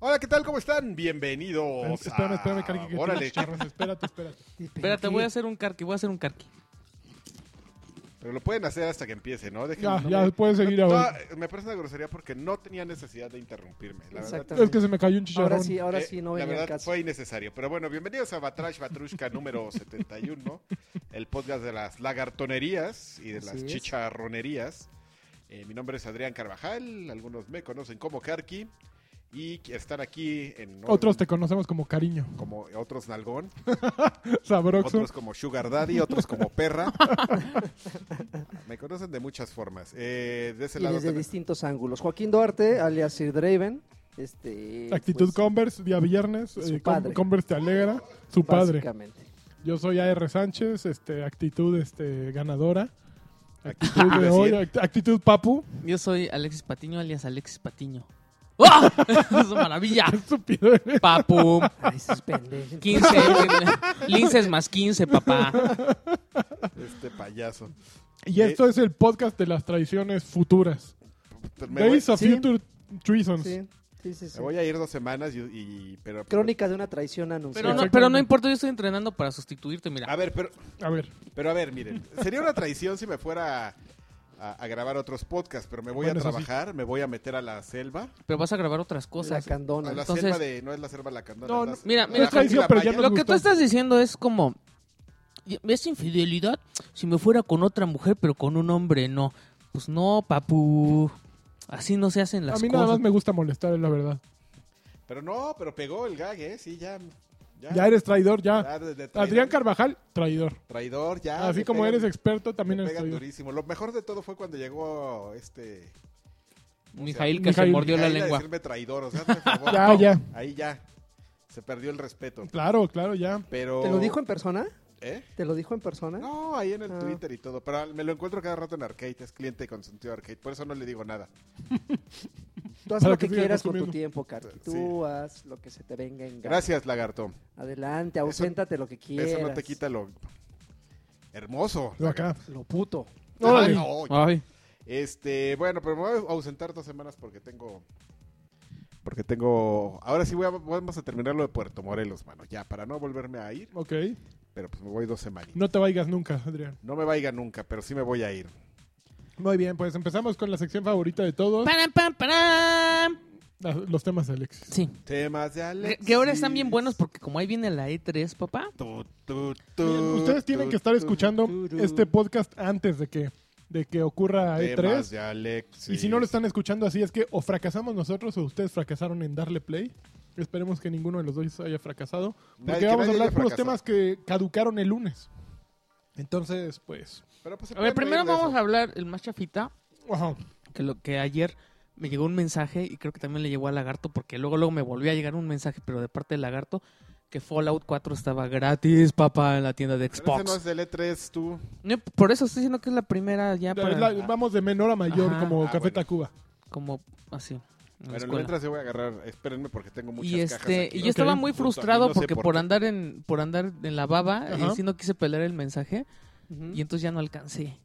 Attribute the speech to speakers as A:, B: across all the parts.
A: Hola, ¿qué tal? ¿Cómo están? Bienvenidos.
B: Espérame,
A: a-
B: espérame, Carqui. que
A: Órale,
B: tienes charras. Espérate, espérate.
C: Espérate, voy a hacer un carqui, voy a hacer un carqui.
A: pero lo pueden hacer hasta que empiece, ¿no? Dejen-
B: Ya,
A: no
B: ya,
A: me-
B: puedes seguir
A: no,
B: ahora.
A: me parece una grosería porque no tenía necesidad de interrumpirme. La verdad,
B: Es que se me cayó un chicharrón.
D: Ahora sí, ahora
A: Eh,
D: sí, no
A: La
D: venía
A: verdad
D: al caso.
A: fue innecesario. Pero bueno, bienvenidos a Batrash Batrushka número 71, el podcast de las lagartonerías y de
D: Así
A: las
D: es.
A: chicharronerías. Eh, mi nombre es Adrián Carvajal, algunos me conocen como Karki y que están aquí en
B: Otros te conocemos como cariño.
A: como otros Nalgón,
B: Sabroxo.
A: otros como Sugar Daddy, otros como Perra. me conocen de muchas formas. Eh, de ese
D: Y
A: lado
D: desde
A: también-
D: distintos ángulos. Joaquín Duarte, alias Sir Draven. Este,
B: Actitud
D: pues,
B: Converse, día viernes.
D: y su
B: eh, Con-
D: padre.
B: Converse te alegra. Su padre.
D: Básicamente.
B: Yo soy AR Sánchez, este, actitud este, ganadora.
A: Actitud
B: Actitud de
A: de
B: hoy,
A: cien.
B: act- actitud papu.
C: Yo soy Alexis Patiño, alias Alexis Patiño. ¡Ah! ¡Es una maravilla!
A: Ah.
B: Qué estúpido eres.
C: Papum.
D: Ay, Ah, esos pendejos.
C: 15. Linces más 15, papá.
A: Este payaso. Eh,
B: Y esto es el podcast de las traiciones futuras.
A: pues, Me voy,
B: Days of
D: Sí.
B: Future Treasons.
D: Sí, sí, sí. sí.
A: me voy a ir dos semanas y, y- pero pues,
D: Crónica de una traición anunciada.
C: Pero no, pero no importa, yo estoy entrenando para sustituirte, mira.
A: A ver, pero
B: A ver,
A: Pero a ver, miren, sería una traición si me fuera a, a- a grabar otros podcasts, pero me voy
B: Bueno,
A: a
B: eso sí.
A: trabajar, me voy a meter a la selva.
C: Pero vas a grabar otras
D: La
C: cosas.
A: A
D: candona.
A: la
C: Entonces-
A: selva de, no es la selva la candona.
B: No,
A: es la-
B: no,
C: mira,
A: la
C: mira,
A: Jauja
B: traición,
A: y la
B: pero ya
A: Maya.
B: me
C: Lo que
B: gustó.
C: tú estás diciendo es como... ¿Ves infidelidad? Si me fuera con otra mujer, pero con un hombre, no. Pues no, papu. Así no se hacen las
B: a mí nada
C: cosas.
B: más me gusta molestar, es la verdad.
A: Pero no, pero pegó el gag, ¿eh? Sí, ya. Ya,
B: Ya eres traidor, ya.
A: ya de- de traidor,
B: Adrián Carvajal, traidor.
A: Traidor, ya.
B: Así
A: Ah, le
B: como
A: pegan-
B: eres experto,
A: le
B: también eres
A: pegan
B: traidor.
A: durísimo. Lo mejor de todo fue cuando llegó este.
C: Mijail que se
B: Mijail.
C: mordió la
A: Mijail a
C: lengua.
A: decirme traidor, o sea, hazme el favor.
B: Ya, ya.
A: Ahí ya. Se perdió el respeto.
B: Claro, claro, ya.
A: Pero.
D: ¿Te lo dijo en persona?
A: ¿Eh?
D: ¿Te lo dijo en persona?
A: No, ahí en el
D: Ah.
A: Twitter y todo. Pero me lo encuentro cada rato en Arcade. Es cliente consentido de Arcade. Por eso no le digo nada.
D: Tú haz
B: Para
D: lo
B: que
D: que
B: siga
D: quieras con tu
B: consumiendo.
D: tiempo, Carqui. Tú
A: Sí.
D: haz lo que se te venga en gana.
A: Gracias, lagarto.
D: Adelante, auséntate lo que quieras.
A: Eso no te quita lo hermoso.
B: Lo acá.
D: Lo puto.
A: Ay,
B: Órale.
A: no.
C: Ay.
A: Este, bueno, pero me voy a ausentar dos semanas porque tengo... Porque tengo... Ahora sí voy a- vamos a terminar lo de Puerto Morelos, mano. Ya, para no volverme a ir.
B: Ok.
A: Pero pues me voy dos semanas.
B: No te vayas nunca, Adrián.
A: No me vaya nunca, pero sí me voy a ir.
B: Muy bien, pues empezamos con la sección favorita de todos.
C: Param, pam, param.
B: la- Los temas de Alexis.
C: Sí.
A: Temas de
C: Que-
A: Alexis.
C: Que ahora están bien buenos porque como ahí viene la E3, papá.
A: Tu, tu, tu,
B: Bien, Ustedes tienen
A: tu,
B: que estar
A: tu,
B: escuchando
A: tu, tu.
B: este podcast antes de que, de que ocurra
A: Temas
B: E3.
A: de Alexis.
B: Y si no lo están escuchando así, es que o fracasamos nosotros o ustedes fracasaron en darle play. Esperemos que ninguno de los dos haya fracasado. Porque
A: Nadie- que
B: vamos a
A: nadie
B: hablar
A: haya
B: por los temas
A: fracasado.
B: que caducaron el lunes. Entonces, pues.
A: Pero, pues, se
C: A
A: pueden
C: ver, primero
A: reír de
C: vamos
A: eso.
C: a hablar el más chafita,
B: Ajá.
C: que lo que ayer me llegó un mensaje y creo que también le llegó a Lagarto porque luego luego me volvió a llegar un mensaje, pero de parte de Lagarto, que Fallout 4 estaba gratis, papá, en la tienda de
A: Pero ese no
C: Xbox.
A: es del E3, tú.
C: No, por eso estoy diciendo que es la primera ya para-
B: Es la- vamos de menor a mayor
C: Ah, Ajá.
B: como
A: Ah,
B: Café
A: bueno.
B: Tacuba.
C: como así. en la
A: Pero
C: escuela.
A: mientras se E voy a agarrar, espérenme porque tengo muchas
C: y
A: cajas
C: este
A: aquí.
C: y yo estaba
B: Ok.
C: muy
A: Justo,
C: frustrado
A: y no sé
C: porque
A: por
C: por,
A: qué.
C: andar en por andar en la baba
B: Ajá.
C: y sí no quise pelear el mensaje
D: Ujú.
C: y entonces ya no alcancé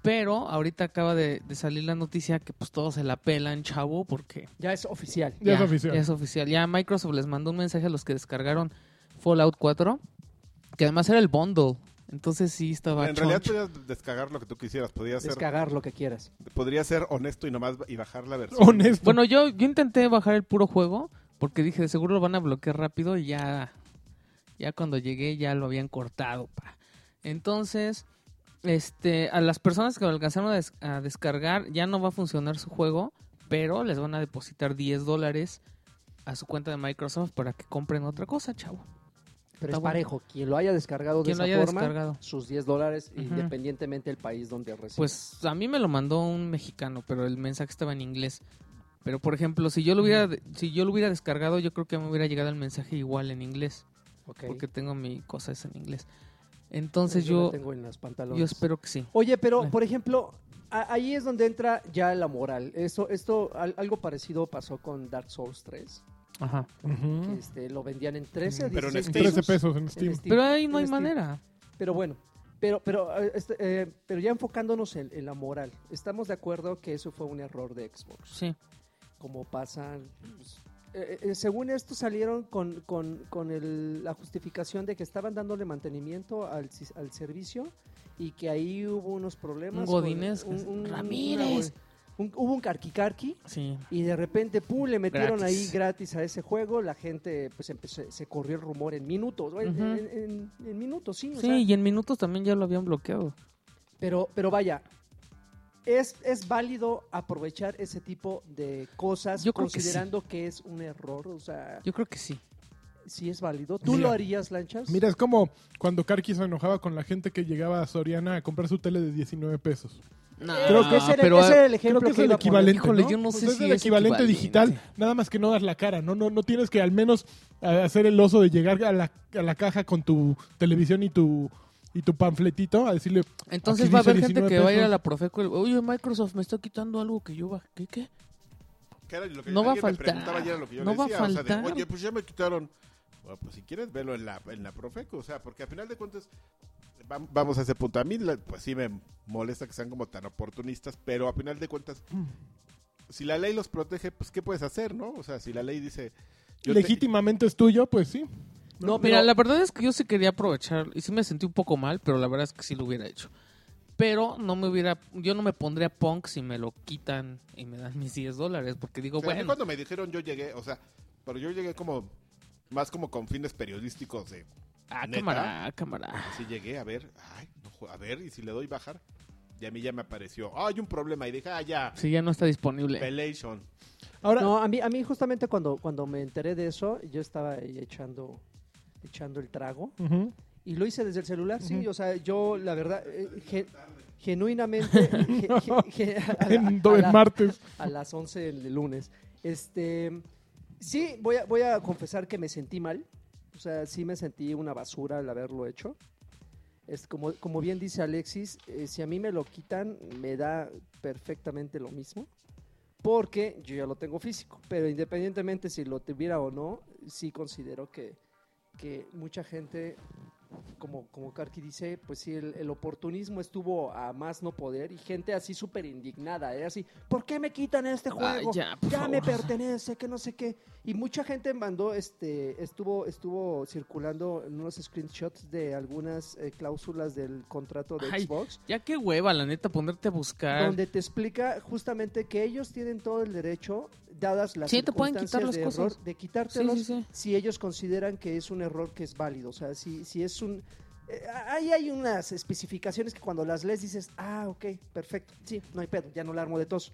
C: pero ahorita acaba de, de salir la noticia que pues todos se la pelan chavo porque
D: Ya es oficial.
B: Ya es oficial.
C: ya es oficial ya Microsoft les mandó un mensaje a los que descargaron Fallout 4 que además era el bundle entonces sí estaba
A: En realidad
C: choncho.
A: podías descargar lo que tú quisieras, podías ser,
D: Descagar lo que quieras.
A: podría ser honesto y nomás y bajar la versión.
B: Honesto.
C: bueno yo yo intenté bajar el puro juego porque dije de seguro lo van a bloquear rápido y ya Ya cuando llegué ya lo habían cortado, pa. Entonces, este, a las personas que lo alcanzaron a, des- a descargar ya no va a funcionar su juego, pero les van a depositar 10 dólares a su cuenta de Microsoft para que compren otra cosa, chavo.
D: Pero
C: Está
D: es
C: bueno.
D: parejo. Quien lo haya descargado de
C: Quien lo
D: esa
C: haya
D: forma,
C: descargado.
D: sus 10 dólares,
C: Ujú.
D: independientemente del país donde reside.
C: Pues a mí me lo mandó un mexicano, pero el mensaje estaba en inglés. Pero por ejemplo, si yo lo hubiera si yo lo hubiera descargado, yo creo que me hubiera llegado el mensaje igual en inglés,
D: Ok.
C: porque tengo mi cosa esa en inglés. Entonces
D: la
C: yo
D: tengo en los pantalones.
C: yo espero que sí.
D: Oye, pero
C: Eh.
D: por ejemplo, a- ahí es donde entra ya la moral. Eso, esto, al- algo parecido pasó con Dark Souls 3.
C: Ajá.
D: que,
C: Mm.
B: Ujú.
D: este, lo vendían en 13 a
A: Pero en
D: 16
A: Steam.
B: 13 pesos en
D: En
B: Steam.
D: Steam.
C: Pero ahí no hay
D: En Steam.
C: manera.
D: Pero bueno, pero, pero, eh, este, eh, pero ya enfocándonos en, en la moral, estamos de acuerdo que eso fue un error de Xbox.
C: Sí.
D: Como pasan pues, eh, eh, según esto salieron con, con- con el- la justificación de que estaban dándole mantenimiento al, sis- al servicio y que ahí hubo unos problemas.
C: Un
D: con-
C: Godínez, que es- ¡Ramírez!
D: un- hubo un carquicarqui
C: Sí.
D: y de repente, ¡pum!, le metieron
C: Gratis.
D: ahí gratis a ese juego. La gente, pues, empezó, se corrió el rumor en minutos. en-
C: Ujú.
D: en, en- en minutos, sí. o
C: Sí,
D: sea,
C: y en minutos también ya lo habían bloqueado.
D: pero, pero vaya, es, es válido aprovechar ese tipo de cosas
C: Yo creo que
D: considerando que, es un error. O sea,
C: Yo creo que sí.
D: sí es válido. ¿Tú
B: Mira,
D: lo harías, Lanchas?
B: Mira, es como cuando Karki se enojaba con la gente que llegaba a Soriana a comprar su tele de 19 pesos.
C: No,
D: Ah, creo que ese era,
C: pero,
D: ese era el ejemplo
B: Creo que es
D: que
B: el
D: iba a poner.
B: equivalente,
C: Híjole,
B: ¿no?
C: yo no
B: Pues
C: sé
B: es
C: si
B: el
C: es
B: equivalente digital,
C: equivalente.
B: nada más que no das la cara, ¿no? No, no, no tienes que al menos ah, hacer el oso de llegar a la, a la caja con tu televisión y tu y tu panfletito a decirle,
C: Entonces
B: Aquí
C: va a haber
B: dice
C: gente que
B: 19
C: va a ir a
B: pesos.
C: la Profeco. y, Oye, Microsoft me está quitando algo que yo bajé. ¿Qué? qué?
A: Que era lo que
C: No va
A: alguien
C: a
A: me
C: faltar.
A: preguntaba ayer lo que yo
C: No
A: le
C: va a
A: decía, o sea, de,
C: faltar.
A: Oye, pues ya me quitaron. Bueno, pues si quieres verlo en la, en la Profeco, o sea, porque al final de cuentas vam- vamos a ese punto. A mí, la- pues sí me molesta que sean como tan oportunistas, pero a final de cuentas, si la ley los protege, pues ¿qué puedes hacer, no? O sea, si la ley dice... yo te-
B: legítimamente es tuyo, pues sí.
D: No,
C: Mira,
D: pero-
C: la verdad es que yo sí quería aprovechar y sí me sentí un poco mal, pero la verdad es que sí lo hubiera hecho. Pero no me hubiera, yo no me pondría punk si me lo quitan y me dan mis 10 dólares, porque digo,
A: o sea, a mí
C: bueno,
A: cuando me dijeron yo llegué, o sea, pero yo llegué como... Más como con fines periodísticos de...
C: ah,
A: ¿Neta?
C: cámara, ah, cámara.
A: Si llegué a ver, ay, no jue- a ver, y si le doy bajar, y a mí ya me apareció, "Ah, hay un problema, y dije, ah, ya,
C: Si ya no está disponible.
A: Pelation.
B: Ahora,
D: No, a mí, a mí justamente cuando, cuando me enteré de eso, yo estaba ahí echando, echando el trago.
B: Ujú.
D: Y lo hice desde el celular, sí.
B: Ujú.
D: O sea, yo, la verdad, eh, gen- genuinamente... ge- ge- ge- a la-
B: en,
D: a
B: en
D: la-
B: martes.
D: a las 11 del lunes. Este, sí, voy a, voy a confesar que me sentí mal. O sea, sí me sentí una basura al haberlo hecho. Es como, como bien dice Alexis, eh, si a mí me lo quitan, me da perfectamente lo mismo. Porque yo ya lo tengo físico. Pero independientemente si lo tuviera o no, sí considero que, que mucha gente, como, como Karki dice, pues sí, el, el oportunismo estuvo a más no poder y gente así súper indignada, ¿eh? así, ¿por qué me quitan este
C: Ay,
D: juego?
C: Ah, ya, por
D: me
C: favor.
D: pertenece, que no sé qué. Y mucha gente mandó, este, estuvo, estuvo circulando unos screenshots de algunas eh, cláusulas del contrato de
C: Ay,
D: Xbox
C: Ya qué hueva, la neta, ponerte a buscar.
D: donde te explica justamente que ellos tienen todo el derecho, dadas las
C: Sí, te pueden
D: circunstancias
C: quitar las
D: de
C: cosas.
D: error, de quitártelos
C: Sí, sí, sí.
D: si ellos consideran que es un error que es válido. O sea, si, si es un... eh, ahí hay unas especificaciones que cuando las lees dices, ah, ok, perfecto, sí, no hay pedo, ya no la armo de tos.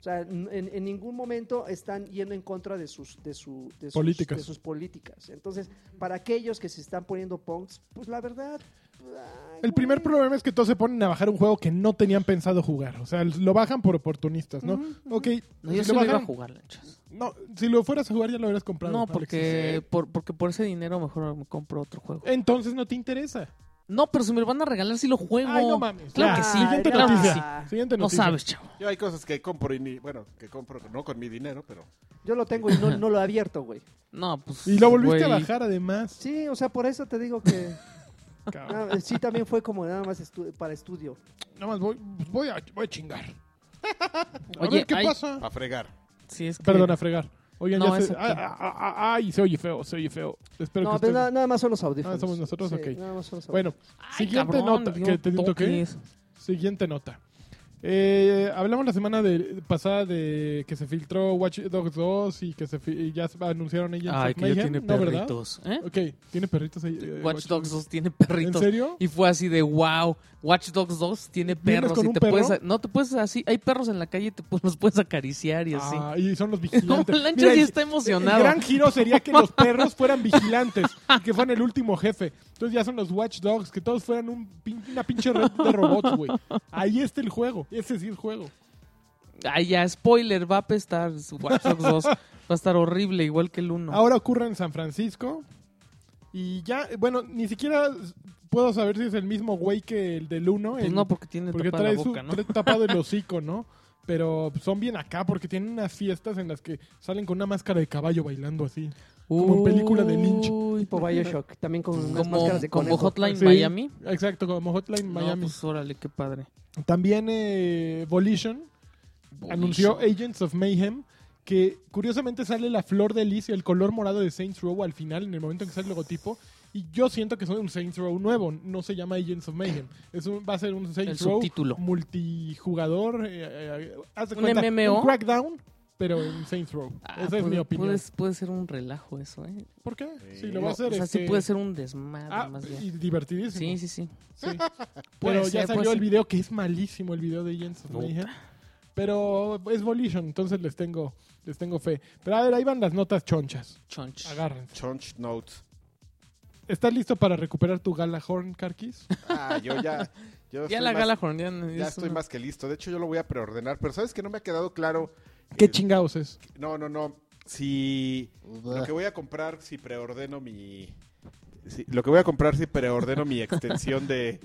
D: O sea, n- en, en ningún momento están yendo en contra de sus, de, su, de, sus,
B: Políticas.
D: de sus políticas. Entonces, para aquellos que se están poniendo punks, pues la verdad... ay,
B: El primer
D: güey.
B: problema es que todos se ponen a bajar un juego que no tenían pensado jugar. O sea, lo bajan por oportunistas, ¿no? Ok,
C: No, yo
B: si
C: sí
B: lo
C: lo iba a
B: bajan-
C: jugar, lanchas.
B: no, si lo fueras a jugar ya lo hubieras comprado.
C: No,
B: Alexis.
C: porque por, porque por ese dinero mejor me compro otro juego.
B: Entonces no te interesa.
C: No, pero si me lo van a regalar, si lo juego.
B: Ay, no mames.
C: Claro
B: Ya,
C: que sí.
B: Siguiente
C: claro que
B: noticia.
D: sí.
B: Siguiente
C: No
B: noticia.
C: sabes, chavo.
A: Yo hay cosas que compro y ni, bueno, que compro no con mi dinero, pero
D: Yo lo tengo y no, no lo he abierto, güey.
C: No, pues.
B: Y lo volviste a
C: güey.
B: bajar además.
D: Sí, o sea, por eso te digo que
B: Cabrón.
D: ah, sí también fue como nada más estu- para estudio.
B: Nada más voy, voy, a, voy a chingar. A
C: Oye,
B: ver, ¿qué
C: hay-
B: pasa?
A: a fregar.
C: Sí, es que-
B: Perdón, a fregar. Oigan,
C: No,
B: ya se...
C: eso-
B: Ay, ah, ah, ah, ay, se oye feo, se oye feo. Espero
D: No,
B: que
D: pero
B: ustedes-
D: nada, nada más son los audífonos.
B: Ah, ¿somos nosotros?
D: Sí,
B: Ok.
D: Nada más son los audífonos.
B: Bueno,
C: Ay,
B: siguiente
C: cabrón,
B: nota.
C: digo,
B: que te toqué.
C: toques.
B: Siguiente nota. Eh, hablamos la semana de, pasada de que se filtró Watch Dogs 2 y que se fi- y ya se- anunciaron ella.
C: Ay, que ya tiene perritos. ¿eh?
B: Ok, tiene perritos ahí. eh,
C: Watch Dogs 2 tiene
B: ¿En
C: perritos.
B: serio?
C: Y fue así de wow. Watch Dogs 2 tiene
B: ¿Vienes
C: perros.
B: con
C: Y
B: un
C: te
B: perro?
C: puedes, no te puedes así. Hay perros en la calle y te, pu- los puedes acariciar y así.
B: Ah, y son los
C: pues, no,
B: vigilantes.
C: Lancha
B: Mira,
C: sí
B: y-
C: está emocionado.
B: El gran giro sería que los perros fueran vigilantes y que fueran el último jefe. Entonces ya son los Watch Dogs, que todos fueran un pin- una pinche red de robots, güey. Ahí está el juego. Ese sí es juego.
C: Ay, ya, spoiler, va a apestar. su Watch Dogs 2 va a estar horrible, igual que el 1.
B: Ahora ocurre en San Francisco. Y ya, bueno, ni siquiera puedo saber si es el mismo güey que el del 1.
C: pues no, porque tiene
B: porque
C: tapada
B: trae
C: la
B: su-
C: boca, ¿no?
B: trae tapado el hocico, ¿no? Pero son bien acá porque tienen unas fiestas en las que salen con una máscara de caballo bailando así. como en película de Lynch.
C: Uy.
D: Tipo Bioshock, también con unas
C: Como,
D: máscaras de
C: como
D: conejo.
C: Hotline
B: Sí,
C: Miami.
B: Exacto, como Hotline
C: No,
B: Miami.
C: pues órale, qué padre.
B: También eh, Volition anunció Agents of Mayhem, que curiosamente sale la flor de Lis y el color morado de Saints Row al final, en el momento en que sale el logotipo. Y yo siento que es un Saints Row nuevo, no se llama Agents of Mayhem. Es un- va a ser un Saints
C: El
B: Row
C: subtítulo.
B: multijugador. eh, eh, haz de
C: ¿Un
B: cuenta,
C: MMO?
B: Un Crackdown, pero en Saints Row.
C: Ah,
B: Esa es
C: puede-
B: mi opinión.
C: Puede, puede ser un relajo eso, ¿eh?
B: ¿Por qué?
A: Sí.
B: Sí, lo va a
C: No,
B: hacer.
C: o sea, sí
B: este,
C: puede ser un desmadre
B: ah,
C: más bien.
B: y divertidísimo.
C: Sí, sí, sí.
B: Sí.
C: Puede
B: Pero
C: ser,
B: ya
C: puede
B: salió el
C: ser.
B: video que es malísimo el video de Agents of
C: Puta.
B: Mayhem. Pero es Volition, entonces les tengo, les tengo fe. Pero a ver, ahí van las notas chonchas.
C: Chonch.
B: Agárrense.
A: Chonch Notes.
B: ¿Estás listo para recuperar tu Galahorn, Carquis?
A: Ah, yo ya. Yo
C: Ya
A: estoy
C: la
A: más-
C: gala jornada.
A: Ya estoy más que listo. De hecho, yo lo voy a preordenar. Pero sabes que no me ha quedado claro.
B: ¿Qué
A: eh,
B: chingados es?
A: No, no, no. Si lo que voy a comprar si preordeno mi si- lo que voy a comprar si preordeno mi extensión de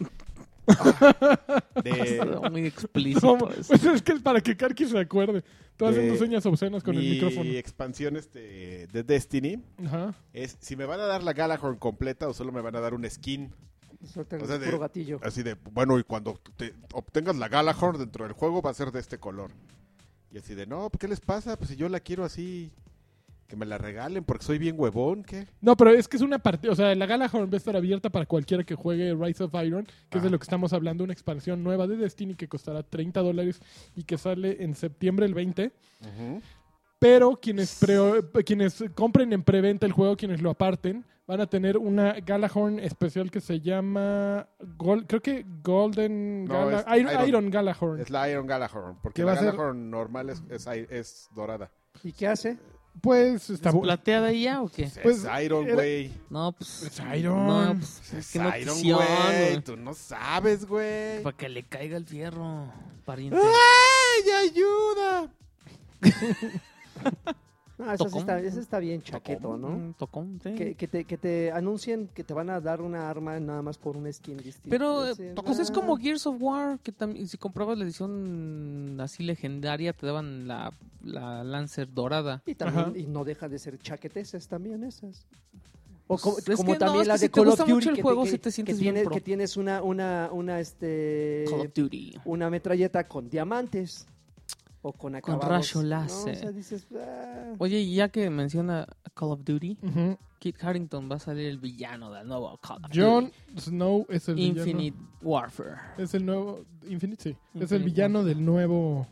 A: Ah, de
C: Muy explícito.
B: eh, ¿Cómo?
C: eso.
B: Pues es que es para que Carquis se acuerde. Tú
A: De-
B: haciendo señas obscenas con el
A: Eh, mi
B: micrófono.
A: expansión este de Destiny
B: Ajá.
A: es si me van a dar la Galahorn completa o solo me van a dar un skin
D: Sueltan
A: O sea, de-
D: puro gatillo.
A: así de bueno y cuando te obtengas la Galahorn dentro del juego va a ser de este color y así de no ¿qué les pasa? Pues si yo la quiero así que me la regalen porque soy bien huevón ¿qué?
B: No, pero es que es una partida. O sea, la Galahorn va a estar abierta para cualquiera que juegue Rise of Iron, que es de
A: Ah.
B: lo que estamos hablando, una expansión nueva de Destiny que costará 30 dólares y que sale en septiembre el 20. Pero quienes, pre- quienes compren en preventa el juego, quienes lo aparten, van a tener una Galahorn especial que se llama. Gol- creo que Golden.
A: No,
B: Gala-
A: es
B: Iron,
A: Iron.
B: Iron Galahorn.
A: Es la Iron Galahorn porque
B: ¿Qué va
A: la
B: a ser?
A: Galahorn normal es, es, es dorada
D: ¿Y qué hace?
B: Pues está
C: ¿Es
B: bu-
C: plateada y ya o qué?
B: Pues,
A: es Iron
B: era-
A: güey
C: No, pues.
B: Es Iron.
C: No, pues. Es
A: Es
C: que no
A: Iron,
C: quisieron,
A: güey.
C: güey.
A: Tú no sabes, güey.
C: Para que le caiga el fierro, pariente.
A: ¡Ay, ayuda!
D: No, esa sí
C: Tocón.
D: está, esa está bien chaqueto,
C: Tocón,
D: ¿no?
C: mm, Tocón, sí.
D: Que, que te, que te anuncien que te van a dar una arma nada más por un skin distinto.
C: Pero eh,
D: Ese,
C: pues es
D: ah,
C: como Gears of War, que también si comprabas la edición así legendaria te daban la, la Lancer dorada.
D: Y, también-
B: Ajá.
D: y no deja de ser chaqueteses también esas. O como,
C: Pues es
D: como
C: que no,
D: también
C: es
D: la
C: que
D: de
C: si te
D: Call of
C: gusta mucho
D: Duty
C: el
D: que,
C: juego,
D: que-
C: sí te
D: que
C: sientes bien
D: tiene-
C: pro.
D: que tienes una una una este
C: Call of Duty.
D: una metralleta con diamantes o con acabados.
C: rayo
D: ¿no?
C: láser.
D: O sea, dices, ah.
C: Oye, y ya que menciona Call of Duty,
B: Ujú.
C: Kit Harrington va a salir el villano del nuevo Call of
B: Jon Snow es el
C: Duty.
B: villano.
C: Infinite Warfare.
B: Es el nuevo. Infinite, sí. es el
C: Infinite
B: villano del nuevo.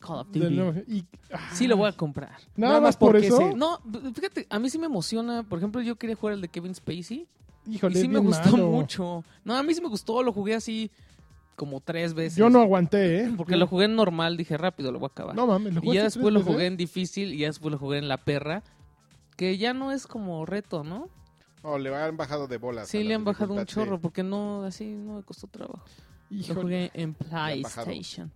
C: Call of
B: del
C: Duty.
B: nuevo- y- ah,
C: Sí lo voy a comprar.
B: Nada, más por
D: porque
B: eso.
D: sí.
C: No, fíjate, a mí sí me emociona. Por ejemplo, yo quería jugar el de Kevin Spacey.
B: Híjole,
C: y sí me
B: bien
C: gustó
B: malo.
C: mucho. No, a mí sí me gustó. Lo jugué así como tres veces.
B: Yo no aguanté, ¿eh?
C: Porque lo jugué en normal, dije rápido, lo voy a acabar.
B: No mames, lo
C: y
B: jugaste
C: ya después
B: tres
C: lo
B: veces.
C: jugué en difícil y ya después lo jugué en la perra. Que ya no es como reto, ¿no?
A: No, le han bajado de bolas. a
C: Sí,
A: la
C: le han bajado un
A: dificultad, sí.
C: chorro porque no, así no me costó trabajo.
B: ¿eh? Híjole.
C: Lo jugué en
A: han bajado.
C: PlayStation.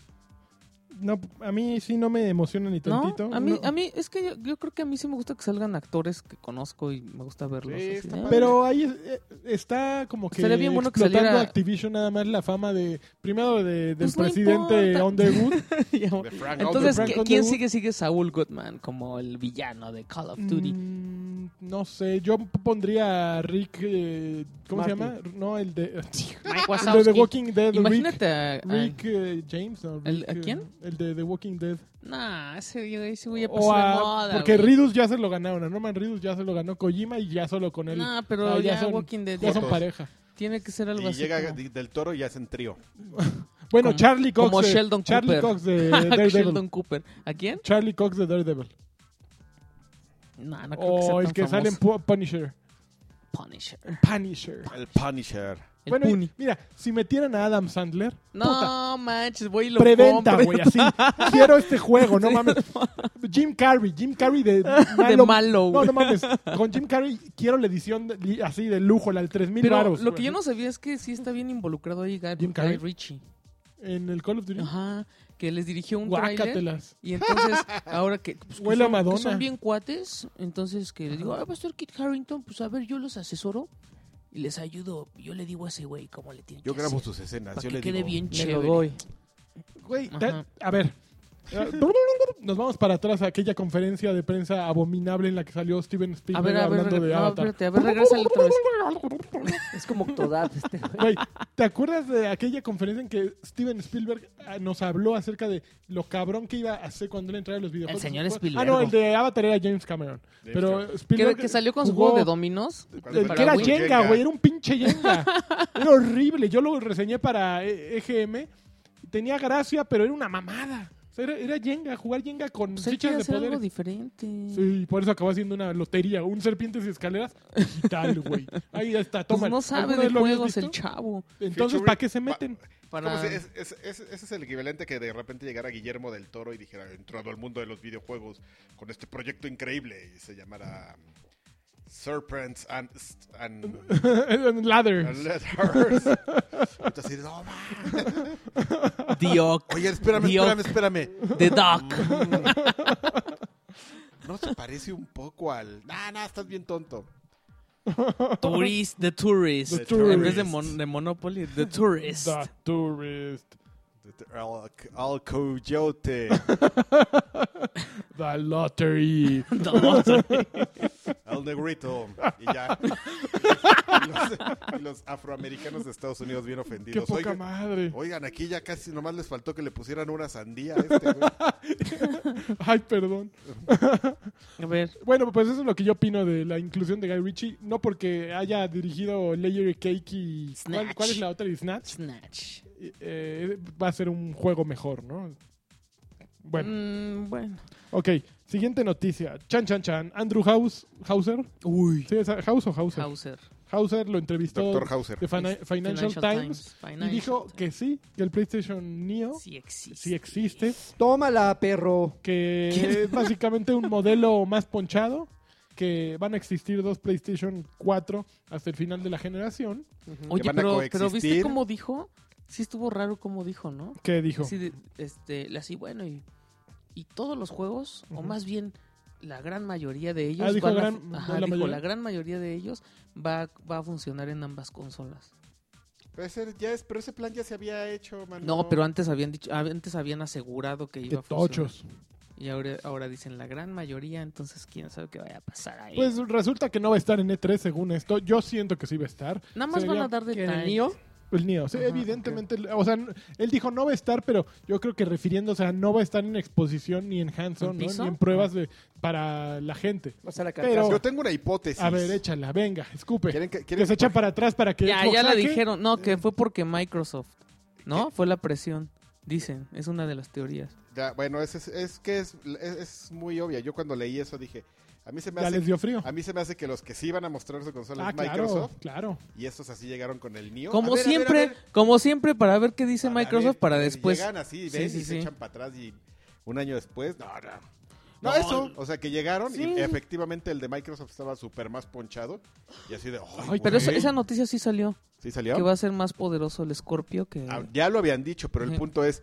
B: No, a mí sí no me emociona ni
C: No,
B: tantito.
C: a mí,
B: No.
C: a mí es que yo, yo creo que a mí sí me gusta que salgan actores que conozco y me gusta verlos.
A: Sí,
C: así
A: está
C: de,
A: padre.
B: Pero ahí es- eh, está como que
C: Estaría bien bueno que
B: explotando
C: saliera-
B: Activision nada más la fama de primero de, del
C: Pues no
B: presidente
C: importa.
B: Underwood.
C: Ya,
A: De Frank
C: Entonces,
A: Underwood.
B: Frank
C: ¿qué- ¿quién
B: Underwood.
C: sigue? Sigue Saúl Goodman como el villano de Call of Duty.
B: Mm, no sé, yo pondría a Rick eh, ¿cómo se llama?
D: Martin.
B: No, el de el de
C: Mike
B: The
C: Wazowski.
B: Walking Dead,
C: Imagínate a, a-
B: Rick, Rick eh, James, no,
C: ¿El-
B: Rick,
C: a
B: eh,
C: quién?
B: El de The Walking Dead.
C: Nah, ese güey ese güey ya pasó
B: O
C: de
B: a-
C: moda.
B: porque
C: güey.
B: Ridus ya se lo ganaron, a Norman Ridus ya se lo ganó Kojima y ya solo con él.
C: Nah, pero
B: Ah, ya
C: ya
B: son-
C: Walking Dead
B: ya son
A: Fotos.
B: pareja.
C: tiene que ser algo
A: Y
C: así.
A: llega
C: como-
A: di- del toro y hacen trío.
B: Bueno,
C: Como-
B: Charlie Cox eh,
C: como
B: de-
C: Sheldon
B: Charlie
C: Cooper. Ah,
B: Cox eh, de Daredevil.
C: Sheldon Cooper. ¿A quién?
B: Charlie Cox de Daredevil.
C: No, no creo que
B: O
C: sea tan
B: el Oh, que
C: famoso.
B: sale en Pu- Punisher.
C: Punisher.
B: Punisher.
A: El Punisher.
C: El
B: bueno, y-
C: Puni.
B: mira, si metieran a Adam Sandler,
C: No
B: puta,
C: manches, voy y lo
B: preventa,
C: compro.
B: güey, así. Quiero este juego, no mames. Jim Carrey, Jim Carrey de malo.
C: De malo,
B: no,
C: güey.
B: no mames. Con Jim Carrey quiero la edición de- li- así de lujo, la del 3000
C: Pero
B: varos.
C: lo
B: güey.
C: que yo no sabía es que sí está bien involucrado ahí Guy,
B: Jim
C: Guy
B: Carrey.
C: Ritchie.
B: En el Call of Duty.
C: Ajá, que les dirigió un tráiler.
B: Guácatelas.
C: Y entonces, ahora que, pues, que
B: Huele a
C: son, que
B: Madonna.
C: son bien cuates, entonces que les digo, ah, va a estar Kit Harrington, pues a ver, yo los asesoro y les ayudo. Yo le digo a ese güey cómo le tiene
A: Yo
C: que
A: grabo
C: hacer
A: sus escenas.
C: para
A: Yo
C: que
A: le
C: quede
A: digo.
C: bien
D: Me lo
C: chévere.
D: doy.
B: Güey,
C: Ajá.
B: te- a ver. Nos vamos para atrás a aquella conferencia de prensa abominable en la que salió Steven
C: A
B: Spielberg
C: ver, a ver,
B: hablando
C: re-
B: de
C: no,
B: Avatar.
C: espérate, a ver, regrésale otra vez.
D: Es como Octodad. Este,
B: Güey,
D: güey.
B: ¿te acuerdas de aquella conferencia en que Steven Spielberg ah, nos habló acerca de lo cabrón que iba a hacer cuando él entrara a los videojuegos?
C: señor
B: Ah,
C: Spielberg.
B: no, el de Avatar era James Cameron. pero
A: Cameron.
B: Spielberg
C: Que, que salió con su
B: jugó-
C: juego de dominos.
A: Cuando
B: eh,
A: fue
B: que
C: la
B: era
C: Wii.
B: Jenga, güey, era un pinche Jenga. Era horrible, yo lo reseñé para eh, EGM. Tenía gracia, pero era una mamada. O sea, era, era Jenga, jugar Jenga con
C: Pues él
B: fichas
C: quiere
B: de
C: hacer algo
B: poder.
C: diferente.
B: Sí, por eso acabó haciendo una lotería, un serpientes y escaleras digital, güey. Ahí está,
C: Pues
B: toma.
C: no sabe
B: ¿Alguna
C: de
B: vez lo habías
C: juegos el
B: visto?
C: chavo.
B: Entonces,
A: Featuring-
B: ¿para qué se meten?
C: Para...
A: ¿Cómo se- pues, es- es- es- ese es el equivalente que de repente llegara Guillermo del Toro y dijera, he entrado al mundo de los videojuegos con este proyecto increíble y se llamara um, Serpents and, St- and, and
B: Ladders.
A: Letters. Entonces, así de, "No, ma".
C: The Oc,
A: Oye, espérame,
C: Dios.
A: espérame, espérame.
C: The Doc.
A: Mm. ¿No se parece un poco al... Nah, nah, estás bien tonto.
C: Tourist, The Tourist.
B: The
C: En vez de,
A: Tourist.
C: mon- de Monopoly, The Tourist.
B: The tourist.
A: Al, al coyote.
B: The lottery.
C: The Lottery.
A: al negrito. Y ya. Y los, y los afroamericanos de Estados Unidos bien
B: qué
A: ofendidos.
B: poca
A: Oigan,
B: madre.
A: Oigan, aquí ya casi nomás les faltó que le pusieran una sandía a este, güey. Oh.
B: Ay, perdón.
C: A ver,
B: Bueno, pues eso es lo que yo opino de la inclusión de Guy Ritchie. No porque haya dirigido Layer Cake y. ¿Cuál,
C: Snatch.
B: cuál es la otra? Y Snatch.
C: Snatch.
B: Eh, va a ser un juego mejor, ¿no? Bueno,
C: Mm, bueno.
B: ok. Siguiente noticia. Chan, chan, chan. Andrew House, Hauser.
C: Uy.
B: ¿Sí, es House o Hauser?
C: Hauser.
B: Hauser lo entrevistó.
A: Doctor Hauser.
B: de Fina-
C: Es-
B: Financial, Times.
C: Financial
B: y dijo
C: Times.
B: que sí, que el PlayStation Neo sí,
C: sí existe.
B: existe,
D: Tómala, perro.
B: que
C: ¿Qué?
B: es básicamente un modelo más ponchado, que van a existir dos PlayStation 4 hasta el final de la generación.
C: Oye,
A: van a
C: pero, pero viste
A: coexistir.
C: cómo dijo. Sí estuvo raro cómo dijo, ¿no?
B: ¿Qué dijo?
C: Así de- este, así bueno y, y todos los juegos o
B: Ujú.
C: más bien la gran mayoría de ellos
B: Ah, dijo
C: van a-
B: gran-
C: ajá,
B: la
C: dijo,
B: mayoría.
C: la gran mayoría de ellos va, va a funcionar en ambas consolas.
A: Pero ese, ya es, pero ese plan ya se había hecho,
B: Ah,
A: mano.
C: No, pero antes habían dicho, antes habían asegurado que
B: Que
C: iba a funcionar.
B: tochos.
C: Y ahora, ahora dicen la gran mayoría, entonces quién sabe qué vaya a pasar ahí.
B: Pues resulta que no va a estar en E3 según esto. Yo siento que sí va a estar.
C: Nada más van
B: sería
C: a dar
D: ¿Quién, el
C: detalles.
D: mío?
B: El Neo, sí,
C: Ajá,
B: evidentemente. O sea, n- él dijo no va a estar, pero yo creo que refiriéndose a no va a estar en exposición ni en hands-on,
C: ¿En
B: ¿no?
C: piso? Ah.
B: ni en pruebas de, para la gente.
D: O sea, la
B: Pero-
D: carcasa.
A: Yo tengo una hipótesis.
B: A ver, échala, venga, escupe.
A: ¿Quieren que,
B: que
A: quieren
B: se echa para atrás para que
C: Ya,
B: Xbox
C: ya la
B: saque.
C: dijeron. No, que fue porque Microsoft. ¿No? Fue la presión. Dicen. Es una de las teorías.
A: Ya, bueno, es, es, es que es, es, es muy obvia. Yo cuando leí eso dije, a mí se me
B: Ya les
A: hace...
B: dio frío.
A: A mí se me hace que los que sí iban a mostrar su consola
B: Ah,
A: es
B: claro,
A: Microsoft
B: claro.
A: y estos así llegaron con el mío.
C: Como siempre, como siempre, para ver qué dice Microsoft para después.
A: Llegan así,
C: Sí,
A: ven
C: sí,
A: y
C: sí.
A: se echan para atrás y un año después, no, no.
C: No,
A: No, eso. O sea, que llegaron
C: Sí.
A: y efectivamente el de Microsoft estaba súper más ponchado y así de, ay,
B: Ay,
A: güey".
C: Pero eso- esa noticia sí salió.
A: ¿Sí salió?
C: Que va a ser más poderoso el Scorpio que.
A: Ah, ya lo habían dicho, pero el
C: Ujú.
A: punto es,